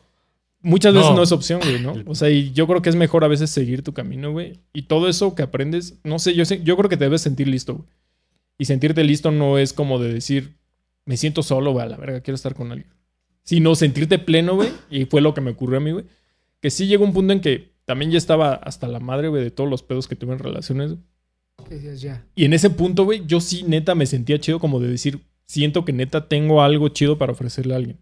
Muchas veces No. no es opción, güey, ¿no? O sea, y yo creo que es mejor a veces seguir tu camino, güey. Y todo eso que aprendes, no sé, yo, sé, yo creo que te debes sentir listo, güey. Y sentirte listo no es como de decir, me siento solo, güey, a la verga, quiero estar con alguien. Sino sentirte pleno, güey. Y fue lo que me ocurrió a mí, güey. Que sí llegó un punto en que también ya estaba hasta la madre, güey, de todos los pedos que tuve en relaciones. Que decías, ya. Y en ese punto, güey, yo sí neta me sentía chido como de decir, siento que neta tengo algo chido para ofrecerle a alguien.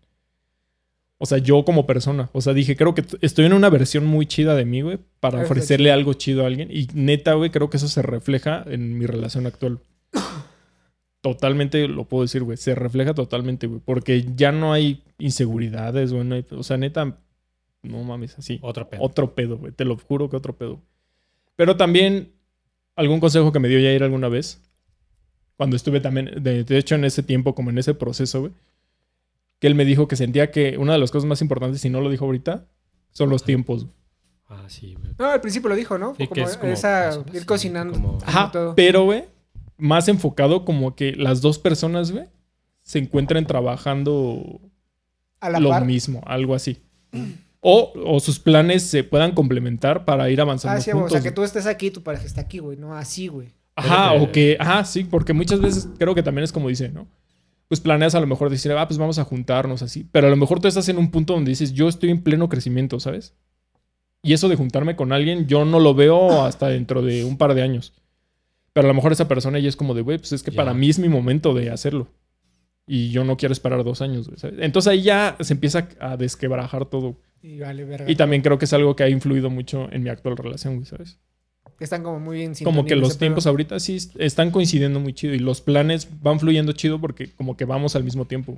O sea, yo como persona. O sea, dije, creo que t- estoy en una versión muy chida de mí, güey, para Eso está ofrecerle algo chido a alguien. Y neta, güey, creo que eso se refleja en mi relación actual. (coughs) Totalmente, lo puedo decir, güey. Se refleja totalmente, güey. Porque ya no hay inseguridades, güey. no hay- o sea, neta, no mames, así. Otro pedo. Otro pedo, güey. Te lo juro que otro pedo. Pero también, algún consejo que me dio Yair alguna vez, cuando estuve también, de, de hecho en ese tiempo, como en ese proceso, güey, que él me dijo que sentía que una de las cosas más importantes, si no lo dijo ahorita, son los tiempos. güey. Ah, sí, güey. No, al principio lo dijo, ¿no? Sí, como, que es como esa, paso a paso, ir cocinando. como- como Ajá, todo. pero, güey, más enfocado como que las dos personas, güey, se encuentren trabajando A la lo par. mismo, algo así. O, o sus planes se puedan complementar para ir avanzando Ah, sí, güey, juntos. o sea, que güey. tú estés aquí, tu pareja está aquí, güey. No así, güey. Ajá, Creo o que, ajá, sí, porque muchas veces creo que también es como dice, ¿no? Pues planeas a lo mejor decir, ah, pues vamos a juntarnos así, pero a lo mejor tú estás en un punto donde dices, yo estoy en pleno crecimiento, ¿sabes? Y eso de juntarme con alguien, yo no lo veo hasta dentro de un par de años. Pero a lo mejor esa persona ya es como de, güey, pues es que Ya. para mí es mi momento de hacerlo. Y yo no quiero esperar dos años, güey, ¿sabes? Entonces ahí ya se empieza a desquebrajar todo. Y vale, verga. Y también creo que es algo que ha influido mucho en mi actual relación, güey, ¿sabes? Están como muy bien como que los tiempos ahorita sí est- están coincidiendo muy chido y los planes van fluyendo chido porque como que vamos al mismo tiempo.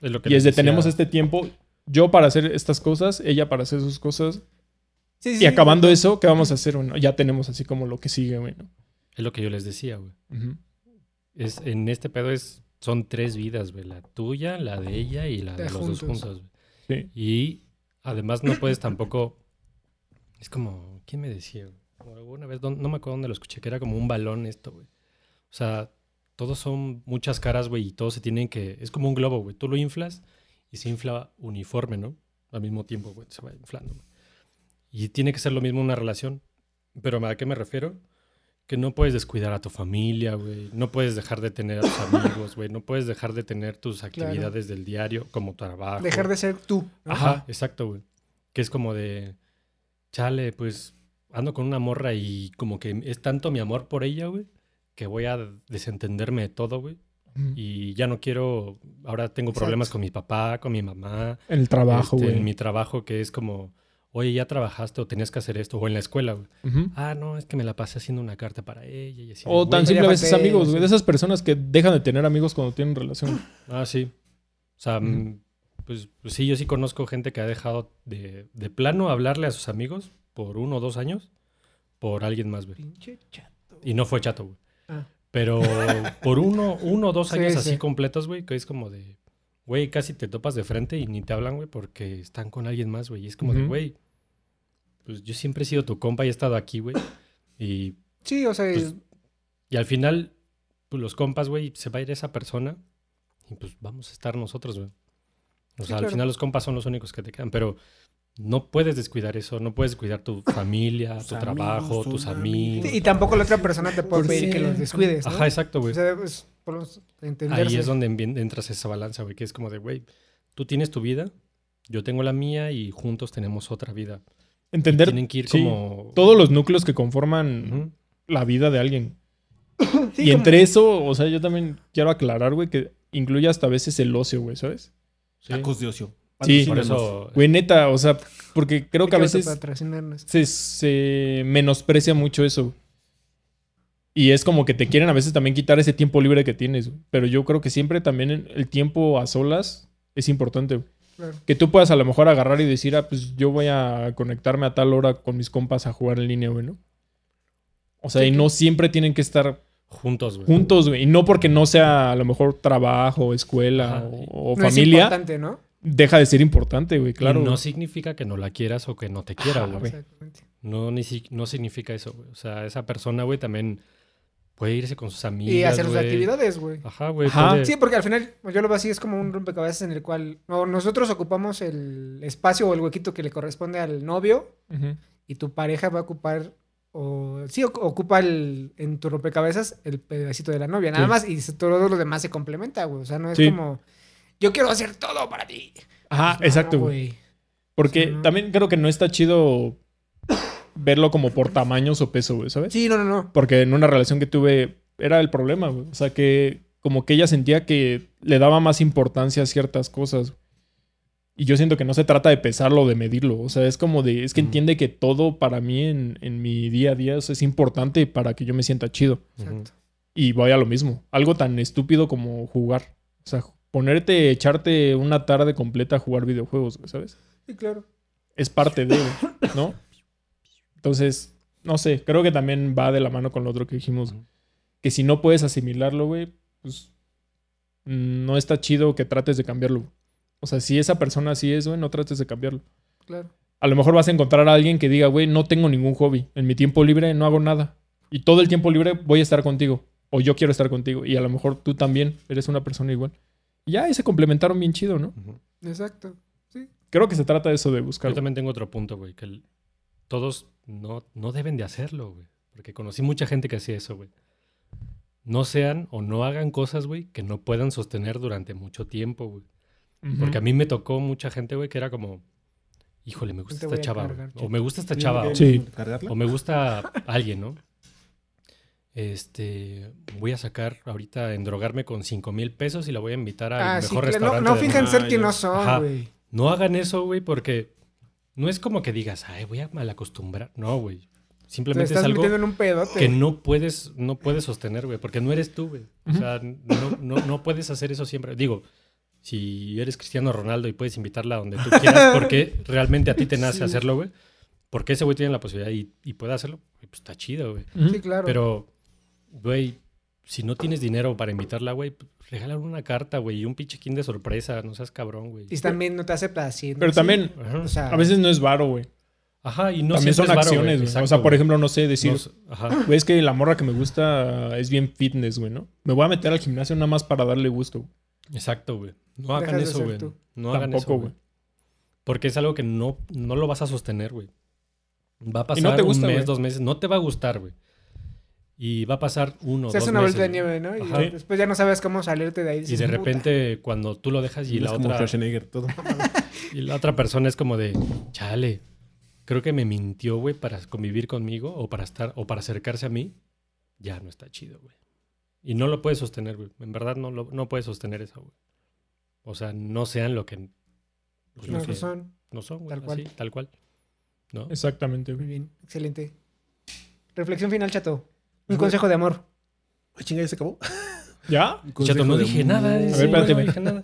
Es lo que Y les es de decía. tenemos este tiempo, yo para hacer estas cosas, ella para hacer sus cosas. Sí, sí, Y sí. acabando eso, ¿qué vamos a hacer? Bueno, ya tenemos así como lo que sigue, bueno. Es lo que yo les decía, güey. Ujú. Es, en este pedo es, son tres vidas, güey. La tuya, la de ella y la de, De los dos juntos. juntos. güey. Sí. Y además no puedes tampoco... Es como... ¿Quién me decía? güey? Como Alguna vez, don- no me acuerdo dónde lo escuché, que era como un balón esto, güey. O sea, todos son muchas caras, güey, y todos se tienen que... Es como un globo, güey. Tú lo inflas y se infla uniforme, ¿no? Al mismo tiempo, güey, se va inflando. güey. Y tiene que ser lo mismo una relación. Pero ¿a qué me refiero? Que no puedes descuidar a tu familia, güey. No puedes dejar de tener a tus amigos, güey. No puedes dejar de tener tus Claro. actividades del diario, como tu trabajo. Dejar de ser tú. ¿no? Ajá, exacto, güey. Que es como de, chale, pues ando con una morra y como que es tanto mi amor por ella, güey, que voy a desentenderme de todo, güey. Ujú. Y ya no quiero, ahora tengo problemas con mi papá, con mi mamá, En el trabajo, este, güey. en mi trabajo que es como, oye, ya trabajaste o tenías que hacer esto, o en la escuela, güey. Ujú. Ah, no, es que me la pasé haciendo una carta para ella y así. de, O güey. tan güey, simple a veces déjate, amigos, güey. sí. De esas personas que dejan de tener amigos cuando tienen relación. Ah, sí. O sea, Ujú. mm, pues, pues sí, yo sí conozco gente que ha dejado de, de plano hablarle a sus amigos por uno o dos años por alguien más, güey. Pinche chato. Y no fue chato, güey. Ah. Pero por uno, uno o dos (laughs) Sí, años sí. así completos, güey, que es como de, güey, casi te topas de frente y ni te hablan, güey, porque están con alguien más, güey. Y es como de, Ujú. güey, pues yo siempre he sido tu compa y he estado aquí, güey. Y Sí, o sea, Pues, y al final, pues los compas, güey, se va a ir esa persona y pues vamos a estar nosotros, güey. O Sí, sea, al claro. final los compas son los únicos que te quedan, pero no puedes descuidar eso, no puedes descuidar tu familia, Tus tu amigos, trabajo, tus tus amigos. amigos. y tampoco la otra persona te puede Por pedir que sí. los descuides. ¿no? Ajá, exacto, güey. O sea, pues, por lo menos entenderse. Ahí es donde envi- entras esa balanza, güey, que es como de, güey, tú tienes tu vida, yo tengo la mía y juntos tenemos otra vida. Entender Tienen que ir sí, como... todos los núcleos que conforman Ujú. la vida de alguien. (laughs) Sí, y como- entre eso, o sea, yo también quiero aclarar, güey, que incluye hasta a veces el ocio, güey, ¿sabes? Sí. Tacos de ocio. Sí. Por Patrocínanos. eso... Güey, neta, o sea, porque creo que a Ricardo, veces para patrocinarnos. se, se menosprecia mucho eso. Y es como que te quieren a veces también quitar ese tiempo libre que tienes. güey. Pero yo creo que siempre también el tiempo a solas es importante. güey. Claro. Que tú puedas a lo mejor agarrar y decir, ah, pues yo voy a conectarme a tal hora con mis compas a jugar en línea, güey, ¿no? O sea, y no siempre tienen que estar Juntos, güey. Pues, juntos, güey. Y no porque no sea a lo mejor trabajo, escuela Ajá. o, o No Es familia, importante, ¿no? deja de ser importante, güey, claro. Y no güey. significa que no la quieras o que no te quiera, Ajá, güey. güey. Exactamente. No, ni si- no significa eso, güey. O sea, esa persona, güey, también puede irse con sus amigos. Y hacer sus actividades, güey. Ajá, güey. Ajá. puede- Sí, porque al final, pues, yo lo veo así, es como un rompecabezas en el cual no, nosotros ocupamos el espacio o el huequito que le corresponde al novio Ujú. y tu pareja va a ocupar, o sí, oc- ocupa el, en tu rompecabezas el pedacito de la novia, nada Sí. más, y se- todo lo demás se complementa, güey. O sea, no es Sí. como, yo quiero hacer todo para ti. Ah, Ajá, Pues, no, exacto, güey. Porque Sí, ¿no? también creo que no está chido verlo como por tamaños o peso, güey, ¿sabes? Sí, no, no, no. Porque en una relación que tuve era el problema, güey. O sea, que como que ella sentía que le daba más importancia a ciertas cosas. Y yo siento que no se trata de pesarlo o de medirlo. O sea, es como de, es que Ujú. entiende que todo para mí en, en mi día a día o sea, es importante para que yo me sienta chido. Ujú. Exacto. Y voy a lo mismo. Algo tan estúpido como jugar. O sea, ponerte, echarte una tarde completa a jugar videojuegos, güey, ¿sabes? Sí, claro. es parte de, güey, ¿no? Entonces, no sé, creo que también va de la mano con lo otro que dijimos. Ujú. Que si no puedes asimilarlo, güey, pues mm, no está chido que trates de cambiarlo. güey. O sea, si esa persona así es, güey, no trates de cambiarlo. Claro. A lo mejor vas a encontrar a alguien que diga, güey, no tengo ningún hobby. En mi tiempo libre no hago nada. Y todo el tiempo libre voy a estar contigo. O yo quiero estar contigo. Y a lo mejor tú también eres una persona igual. Y ya, y se complementaron bien chido, ¿no? Ujú. Exacto. Creo que se trata de eso de buscar. Yo güey. también tengo otro punto, güey, que el- todos no, no deben de hacerlo, güey. Porque conocí mucha gente que hacía eso, güey. No sean o no hagan cosas, güey, que no puedan sostener durante mucho tiempo, güey. Ujú. Porque a mí me tocó mucha gente, güey, que era como, híjole, me No gusta te esta voy a chava, güey. cargar, o chico. me gusta esta chava, o- Sí. ¿Cargarla? O me gusta alguien, ¿no? Este, voy a sacar ahorita en drogarme con 5 mil pesos y la voy a invitar al Ah, sí, mejor claro. No, restaurante. no del fijan mundo. ser Ah, que ya. no Ajá. son, güey. No hagan eso, güey, porque no es como que digas, ay, voy a malacostumbrar. No, güey. Te Simplemente es estás algo metiendo en un pedote. que no puedes, no puedes sostener, güey, porque no eres tú, güey. O sea, no, no, no puedes hacer eso siempre. Digo, si eres Cristiano Ronaldo y puedes invitarla a donde tú (laughs) quieras, porque realmente a ti te nace hacerlo, güey. Porque ese güey tiene la posibilidad y, y puede hacerlo, güey, pues está chido, güey. Ujú. Sí, claro. Pero güey, si no tienes dinero para invitarla, güey, pues, regálale una carta, güey, y un pinche king de sorpresa, no seas cabrón, güey. Y también no te acepta así. ¿no? Pero Sí. también, Ajá. O sea, a veces no es varo, güey. Ajá, y no siempre también son es varo, güey. acciones, güey. O Exacto, sea, por güey. ejemplo, no sé decir, Nos- ajá. güey, es que la morra que me gusta es bien fitness, güey, ¿no? Me voy a meter al gimnasio nada más para darle gusto. güey. Exacto, güey. No hagan Dejas de eso, ser güey. tú. No hagan eso, Tampoco, güey. Porque es algo que no, no lo vas a sostener, güey. Va a Y pasar no te un gusta, mes, güey. dos meses. No te va a gustar, güey. Y va a pasar uno, se hace dos una vuelta de meses, nieve, ¿no? Y Ajá. ya- después ya no sabes cómo salirte de ahí. Y dices, de "Puta". repente, cuando tú lo dejas y Es la, como otra, Schwarzenegger, (laughs) todo. y la otra persona es como de, chale, creo que me mintió, güey, para convivir conmigo o para estar o para acercarse a mí, ya no está chido, güey. Y no lo puedes sostener, güey. En verdad no, lo, no puedes sostener eso, güey. O sea, no sean lo que pues, No, lo que no son. no son, güey. Tal cual. Así, tal cual. ¿No? Exactamente, Muy güey. bien, excelente. Reflexión final, chato. Un consejo de amor. Ah, chinga, ya se acabó. ¿Ya? Chato, no Consejo de dije mu- nada. ver, sí, espérate, no güey. (laughs) dije nada.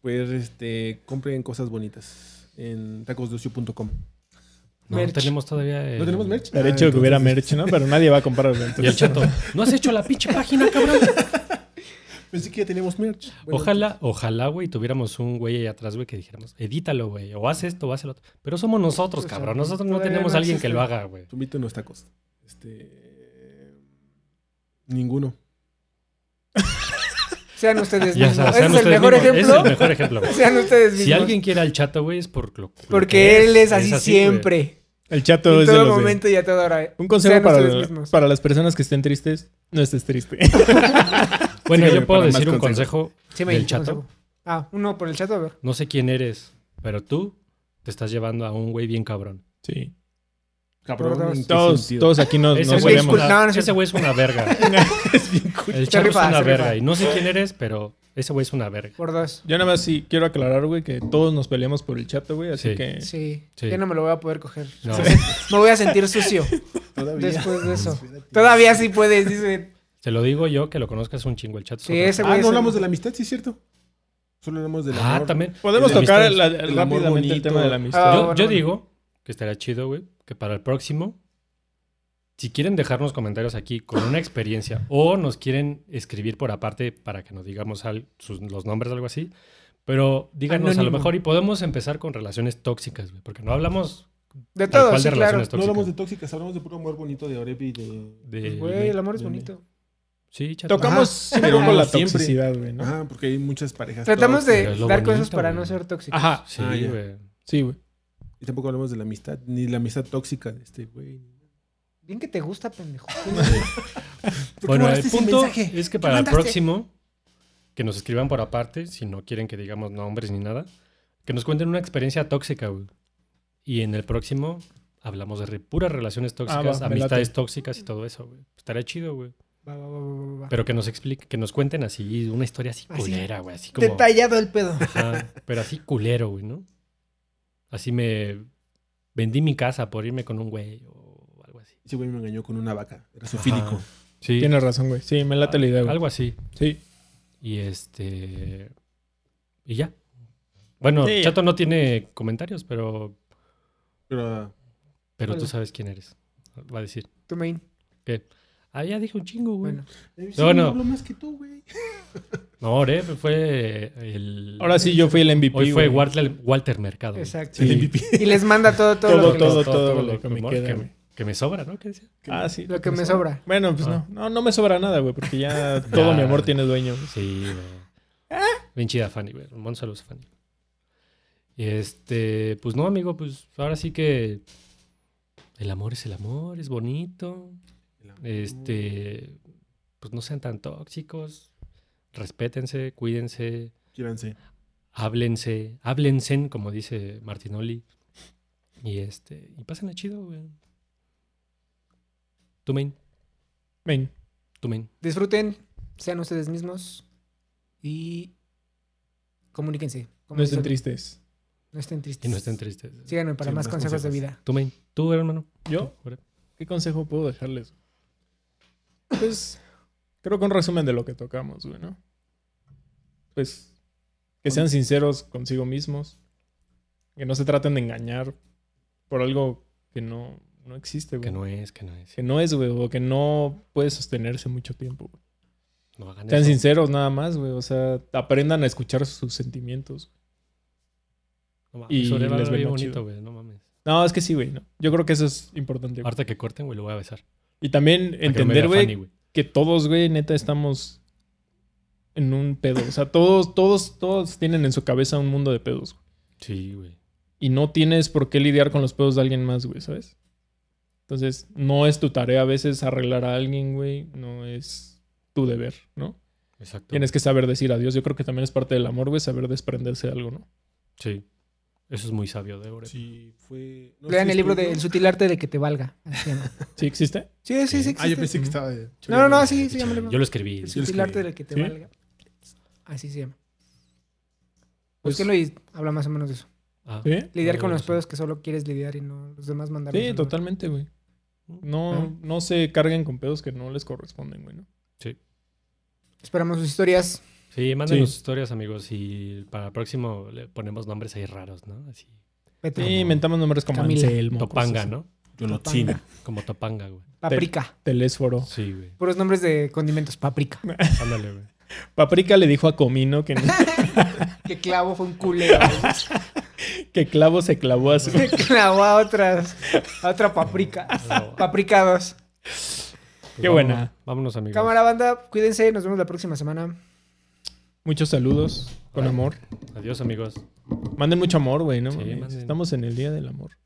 Pues este, compren cosas bonitas en tacosdeocio.com. No Merch. tenemos todavía. eh, el- ¿No tenemos merch? Ah, Derecho hecho que hubiera merch, ¿no? Pero nadie va a (laughs) comprar, güey. Y el Entonces, chato, no has hecho la pinche página, (laughs) cabrón. Pensé que ya teníamos merch. Bueno, ojalá, ojalá, güey, tuviéramos un güey ahí atrás, güey, que dijéramos, edítalo, güey, o haz esto, o haz el otro. Pero somos nosotros, O sea, cabrón. Nosotros no todavía tenemos no alguien existe. que lo haga, güey. Tu mito en los tacos. Este. Ninguno. Sean ustedes Ya mismos. sabes, Ese sean es el ustedes mejor mismos. ejemplo. Es el mejor ejemplo. güey. (laughs) Sean ustedes mismos. Si alguien quiere al chato, güey, es por lo, lo Porque que él es así güey. siempre. El chato en es de todo los de- momento y a toda hora. Un consejo Sean para, ustedes mismos. para las personas que estén tristes, no estés triste. Bueno, Sí, güey, yo puedo para más decir un consejo Sí, me del dijo, chato. consejo. Ah, uno por el chato, a ver. No sé quién eres, pero tú te estás llevando a un güey bien cabrón. Sí. Cabrón. Todos- ¿en qué Todos, sentido? todos aquí nos, Ese nos güey es odiamos. excul- No, no es una- ese güey es (laughs) una verga. El Se chavo es rifa, una se verga. rifa. Y no sé quién eres, pero ese güey es una verga. Por dos. Yo nada más sí quiero aclarar, güey, que todos nos peleamos por el chato, güey, así Sí. que... Sí. Sí. Ya no me lo voy a poder coger. No. (laughs) Me voy a sentir (laughs) sucio Todavía. después de eso. Espérate. Todavía sí puedes, dice. Te lo digo yo que lo conozcas un chingo el chat. es Sí, otro. ese Ah, güey. es no el- hablamos de la amistad, sí es cierto. Solo hablamos del Ah, amor. también. Podemos El tocar amistad la- el amor rápidamente el bonito. tema de la amistad. Ah, yo bueno, yo bueno. digo que estaría chido, güey, que para el próximo, si quieren dejarnos comentarios aquí con una experiencia o nos quieren escribir por aparte para que nos digamos al- sus- los nombres o algo así, pero díganos a Anónimo. lo mejor y podemos empezar con relaciones tóxicas, güey, porque no hablamos De tal todo, cual sí, de claro. relaciones No hablamos de tóxicas. tóxicas, hablamos de puro amor bonito de Orepi y de. de- Pues, Güey, el amor es bonito. Sí, chato. Tocamos Ajá, siempre pero con la siempre. Ah, toxicidad, güey, ¿no? Ajá, porque hay muchas parejas. Tratamos tóxicas. de pero es lo dar cosas bonito, para güey. no ser tóxicos. Ajá, Sí, Ah, ya. güey. sí, güey. Y tampoco hablamos de la amistad, ni la amistad tóxica de este güey. Bien que te gusta, (laughs) pendejo. Bueno, este el punto es que para el próximo, que nos escriban por aparte, si no quieren que digamos nombres ni nada, que nos cuenten una experiencia tóxica, güey. Y en el próximo hablamos de re- puras relaciones tóxicas, va, me amistades late. tóxicas y todo eso, güey. Estaría chido, güey. Va, va, va, va, va, va. Pero que nos explique, que nos cuenten así, una historia así Así. culera, güey. Así como. Detallado el pedo. Ajá, pero así culero, güey, ¿no? Así me. Vendí mi casa por irme con un güey o algo así. Ese Este güey me engañó con una vaca. Era zoofílico. Ajá. Sí. Tienes razón, güey. Sí, me late la idea, güey. Algo así. Sí. Y este. Y ya. Bueno, Sí, ya. Chato no tiene comentarios, pero. Pero ah, Pero tú Bueno. sabes quién eres. Va a decir. Tu main. Ah, ya dije un chingo, güey. Bueno. eh, sí, No, no. no hablo más que tú, güey. No, Ore, fue el. Ahora sí, yo fui el MVP, Hoy fue güey. Walter, Walter Mercado. güey. Exacto. Sí. Y les manda todo, todo, lo Todo, que, todo. lo lo que me amor, queda, que- güey. que me sobra, ¿no? ¿Qué (laughs) decía? Ah, sí. lo que me sobra. Bueno, pues Ah. no. No, no me sobra nada, güey, porque ya todo mi amor tiene dueño. güey. Sí, güey. ¿Eh? Bien chida, Fanny, güey. Un buen saludo a Fanny. Y este, pues no, amigo, pues ahora sí que el amor es el amor, es bonito. Este, pues no sean tan tóxicos. Respétense, cuídense, Quírense. háblense, háblense, como dice Martinoli. Y este, y pásenla chido, güey. Tú, main, Ven. tú, main. Disfruten, sean ustedes mismos y comuníquense. Como No estén dicen, tristes. No estén tristes. Y no estén tristes. Síganme para Sí, más más consejos, de consejos. vida. Tú, main. Tú, hermano. ¿Yo? Ore. ¿Qué consejo puedo dejarles? Pues, creo que un resumen de lo que tocamos, güey, ¿no? Pues, que sean sinceros consigo mismos. Que no se traten de engañar por algo que no, no existe, güey. Que no es, que no es. Que no es, güey, o que no puede sostenerse mucho tiempo, güey. No hagan Sean eso. sinceros nada más, güey. O sea, aprendan a escuchar sus sentimientos. No mames, y Oreva les lo ve veo más bonito, chido. güey. No mames. No, es que sí, güey. no. Yo creo que eso es importante. güey. Ahorita que corten, güey, lo voy a besar. Y también Para que no me entender, vea güey, Fanny, que todos, güey, neta, estamos en un pedo. O sea, todos, todos, todos tienen en su cabeza un mundo de pedos. güey. Sí, güey. Y no tienes por qué lidiar con los pedos de alguien más, güey, ¿sabes? Entonces, no es tu tarea a veces arreglar a alguien, güey. No es tu deber, ¿no? Exacto. Tienes que saber decir adiós. Yo creo que también es parte del amor, güey, saber desprenderse de algo, ¿no? Sí. Eso es muy sabio de Oreva. Sí, fue. no, Lean sí el libro de estuvo- El sutil arte de que te valga. así se llama. ¿Sí existe? Sí, sí, sí. Ah, yo existe. pensé que estaba. de- No, no, Ah, no, sí, se llama el libro. Yo lo escribí. El Sí, lo sutil arte escribí. de que te ¿Sí? valga. Así se llama. Búsquelo y habla más o menos de eso. Ah, Pues, Sí. Lidiar Ah, con bueno, los sí. pedos que solo quieres lidiar y no los demás mandarlos. Sí, al- totalmente, güey. Ah. No, no se carguen con pedos que no les corresponden, güey, ¿no? Esperamos sus historias. Sí, mándenos Sí. historias, amigos. Y para el próximo le ponemos nombres ahí raros, ¿no? Así. Petro. Sí, inventamos nombres como Camila. Anselmo. Topanga, cosas ¿no? Yolotzin. Como Topanga, güey. Paprika. así. Telésforo. Sí, güey. Puros nombres de condimentos. Paprika. Ándale, güey. Paprika le dijo a Comino que, (laughs) Que clavo fue un culero. que Clavo se (laughs) clavó así. Se clavó a otras. A otra paprika. No. Paprika 2. Pues Qué vámonos- buena. Vámonos, amigos. Cámara banda, cuídense. Nos vemos la próxima semana. Muchos saludos, con amor. Adiós, amigos. Manden mucho amor, güey, ¿no? Sí, mames? manden. Estamos en el Día del Amor.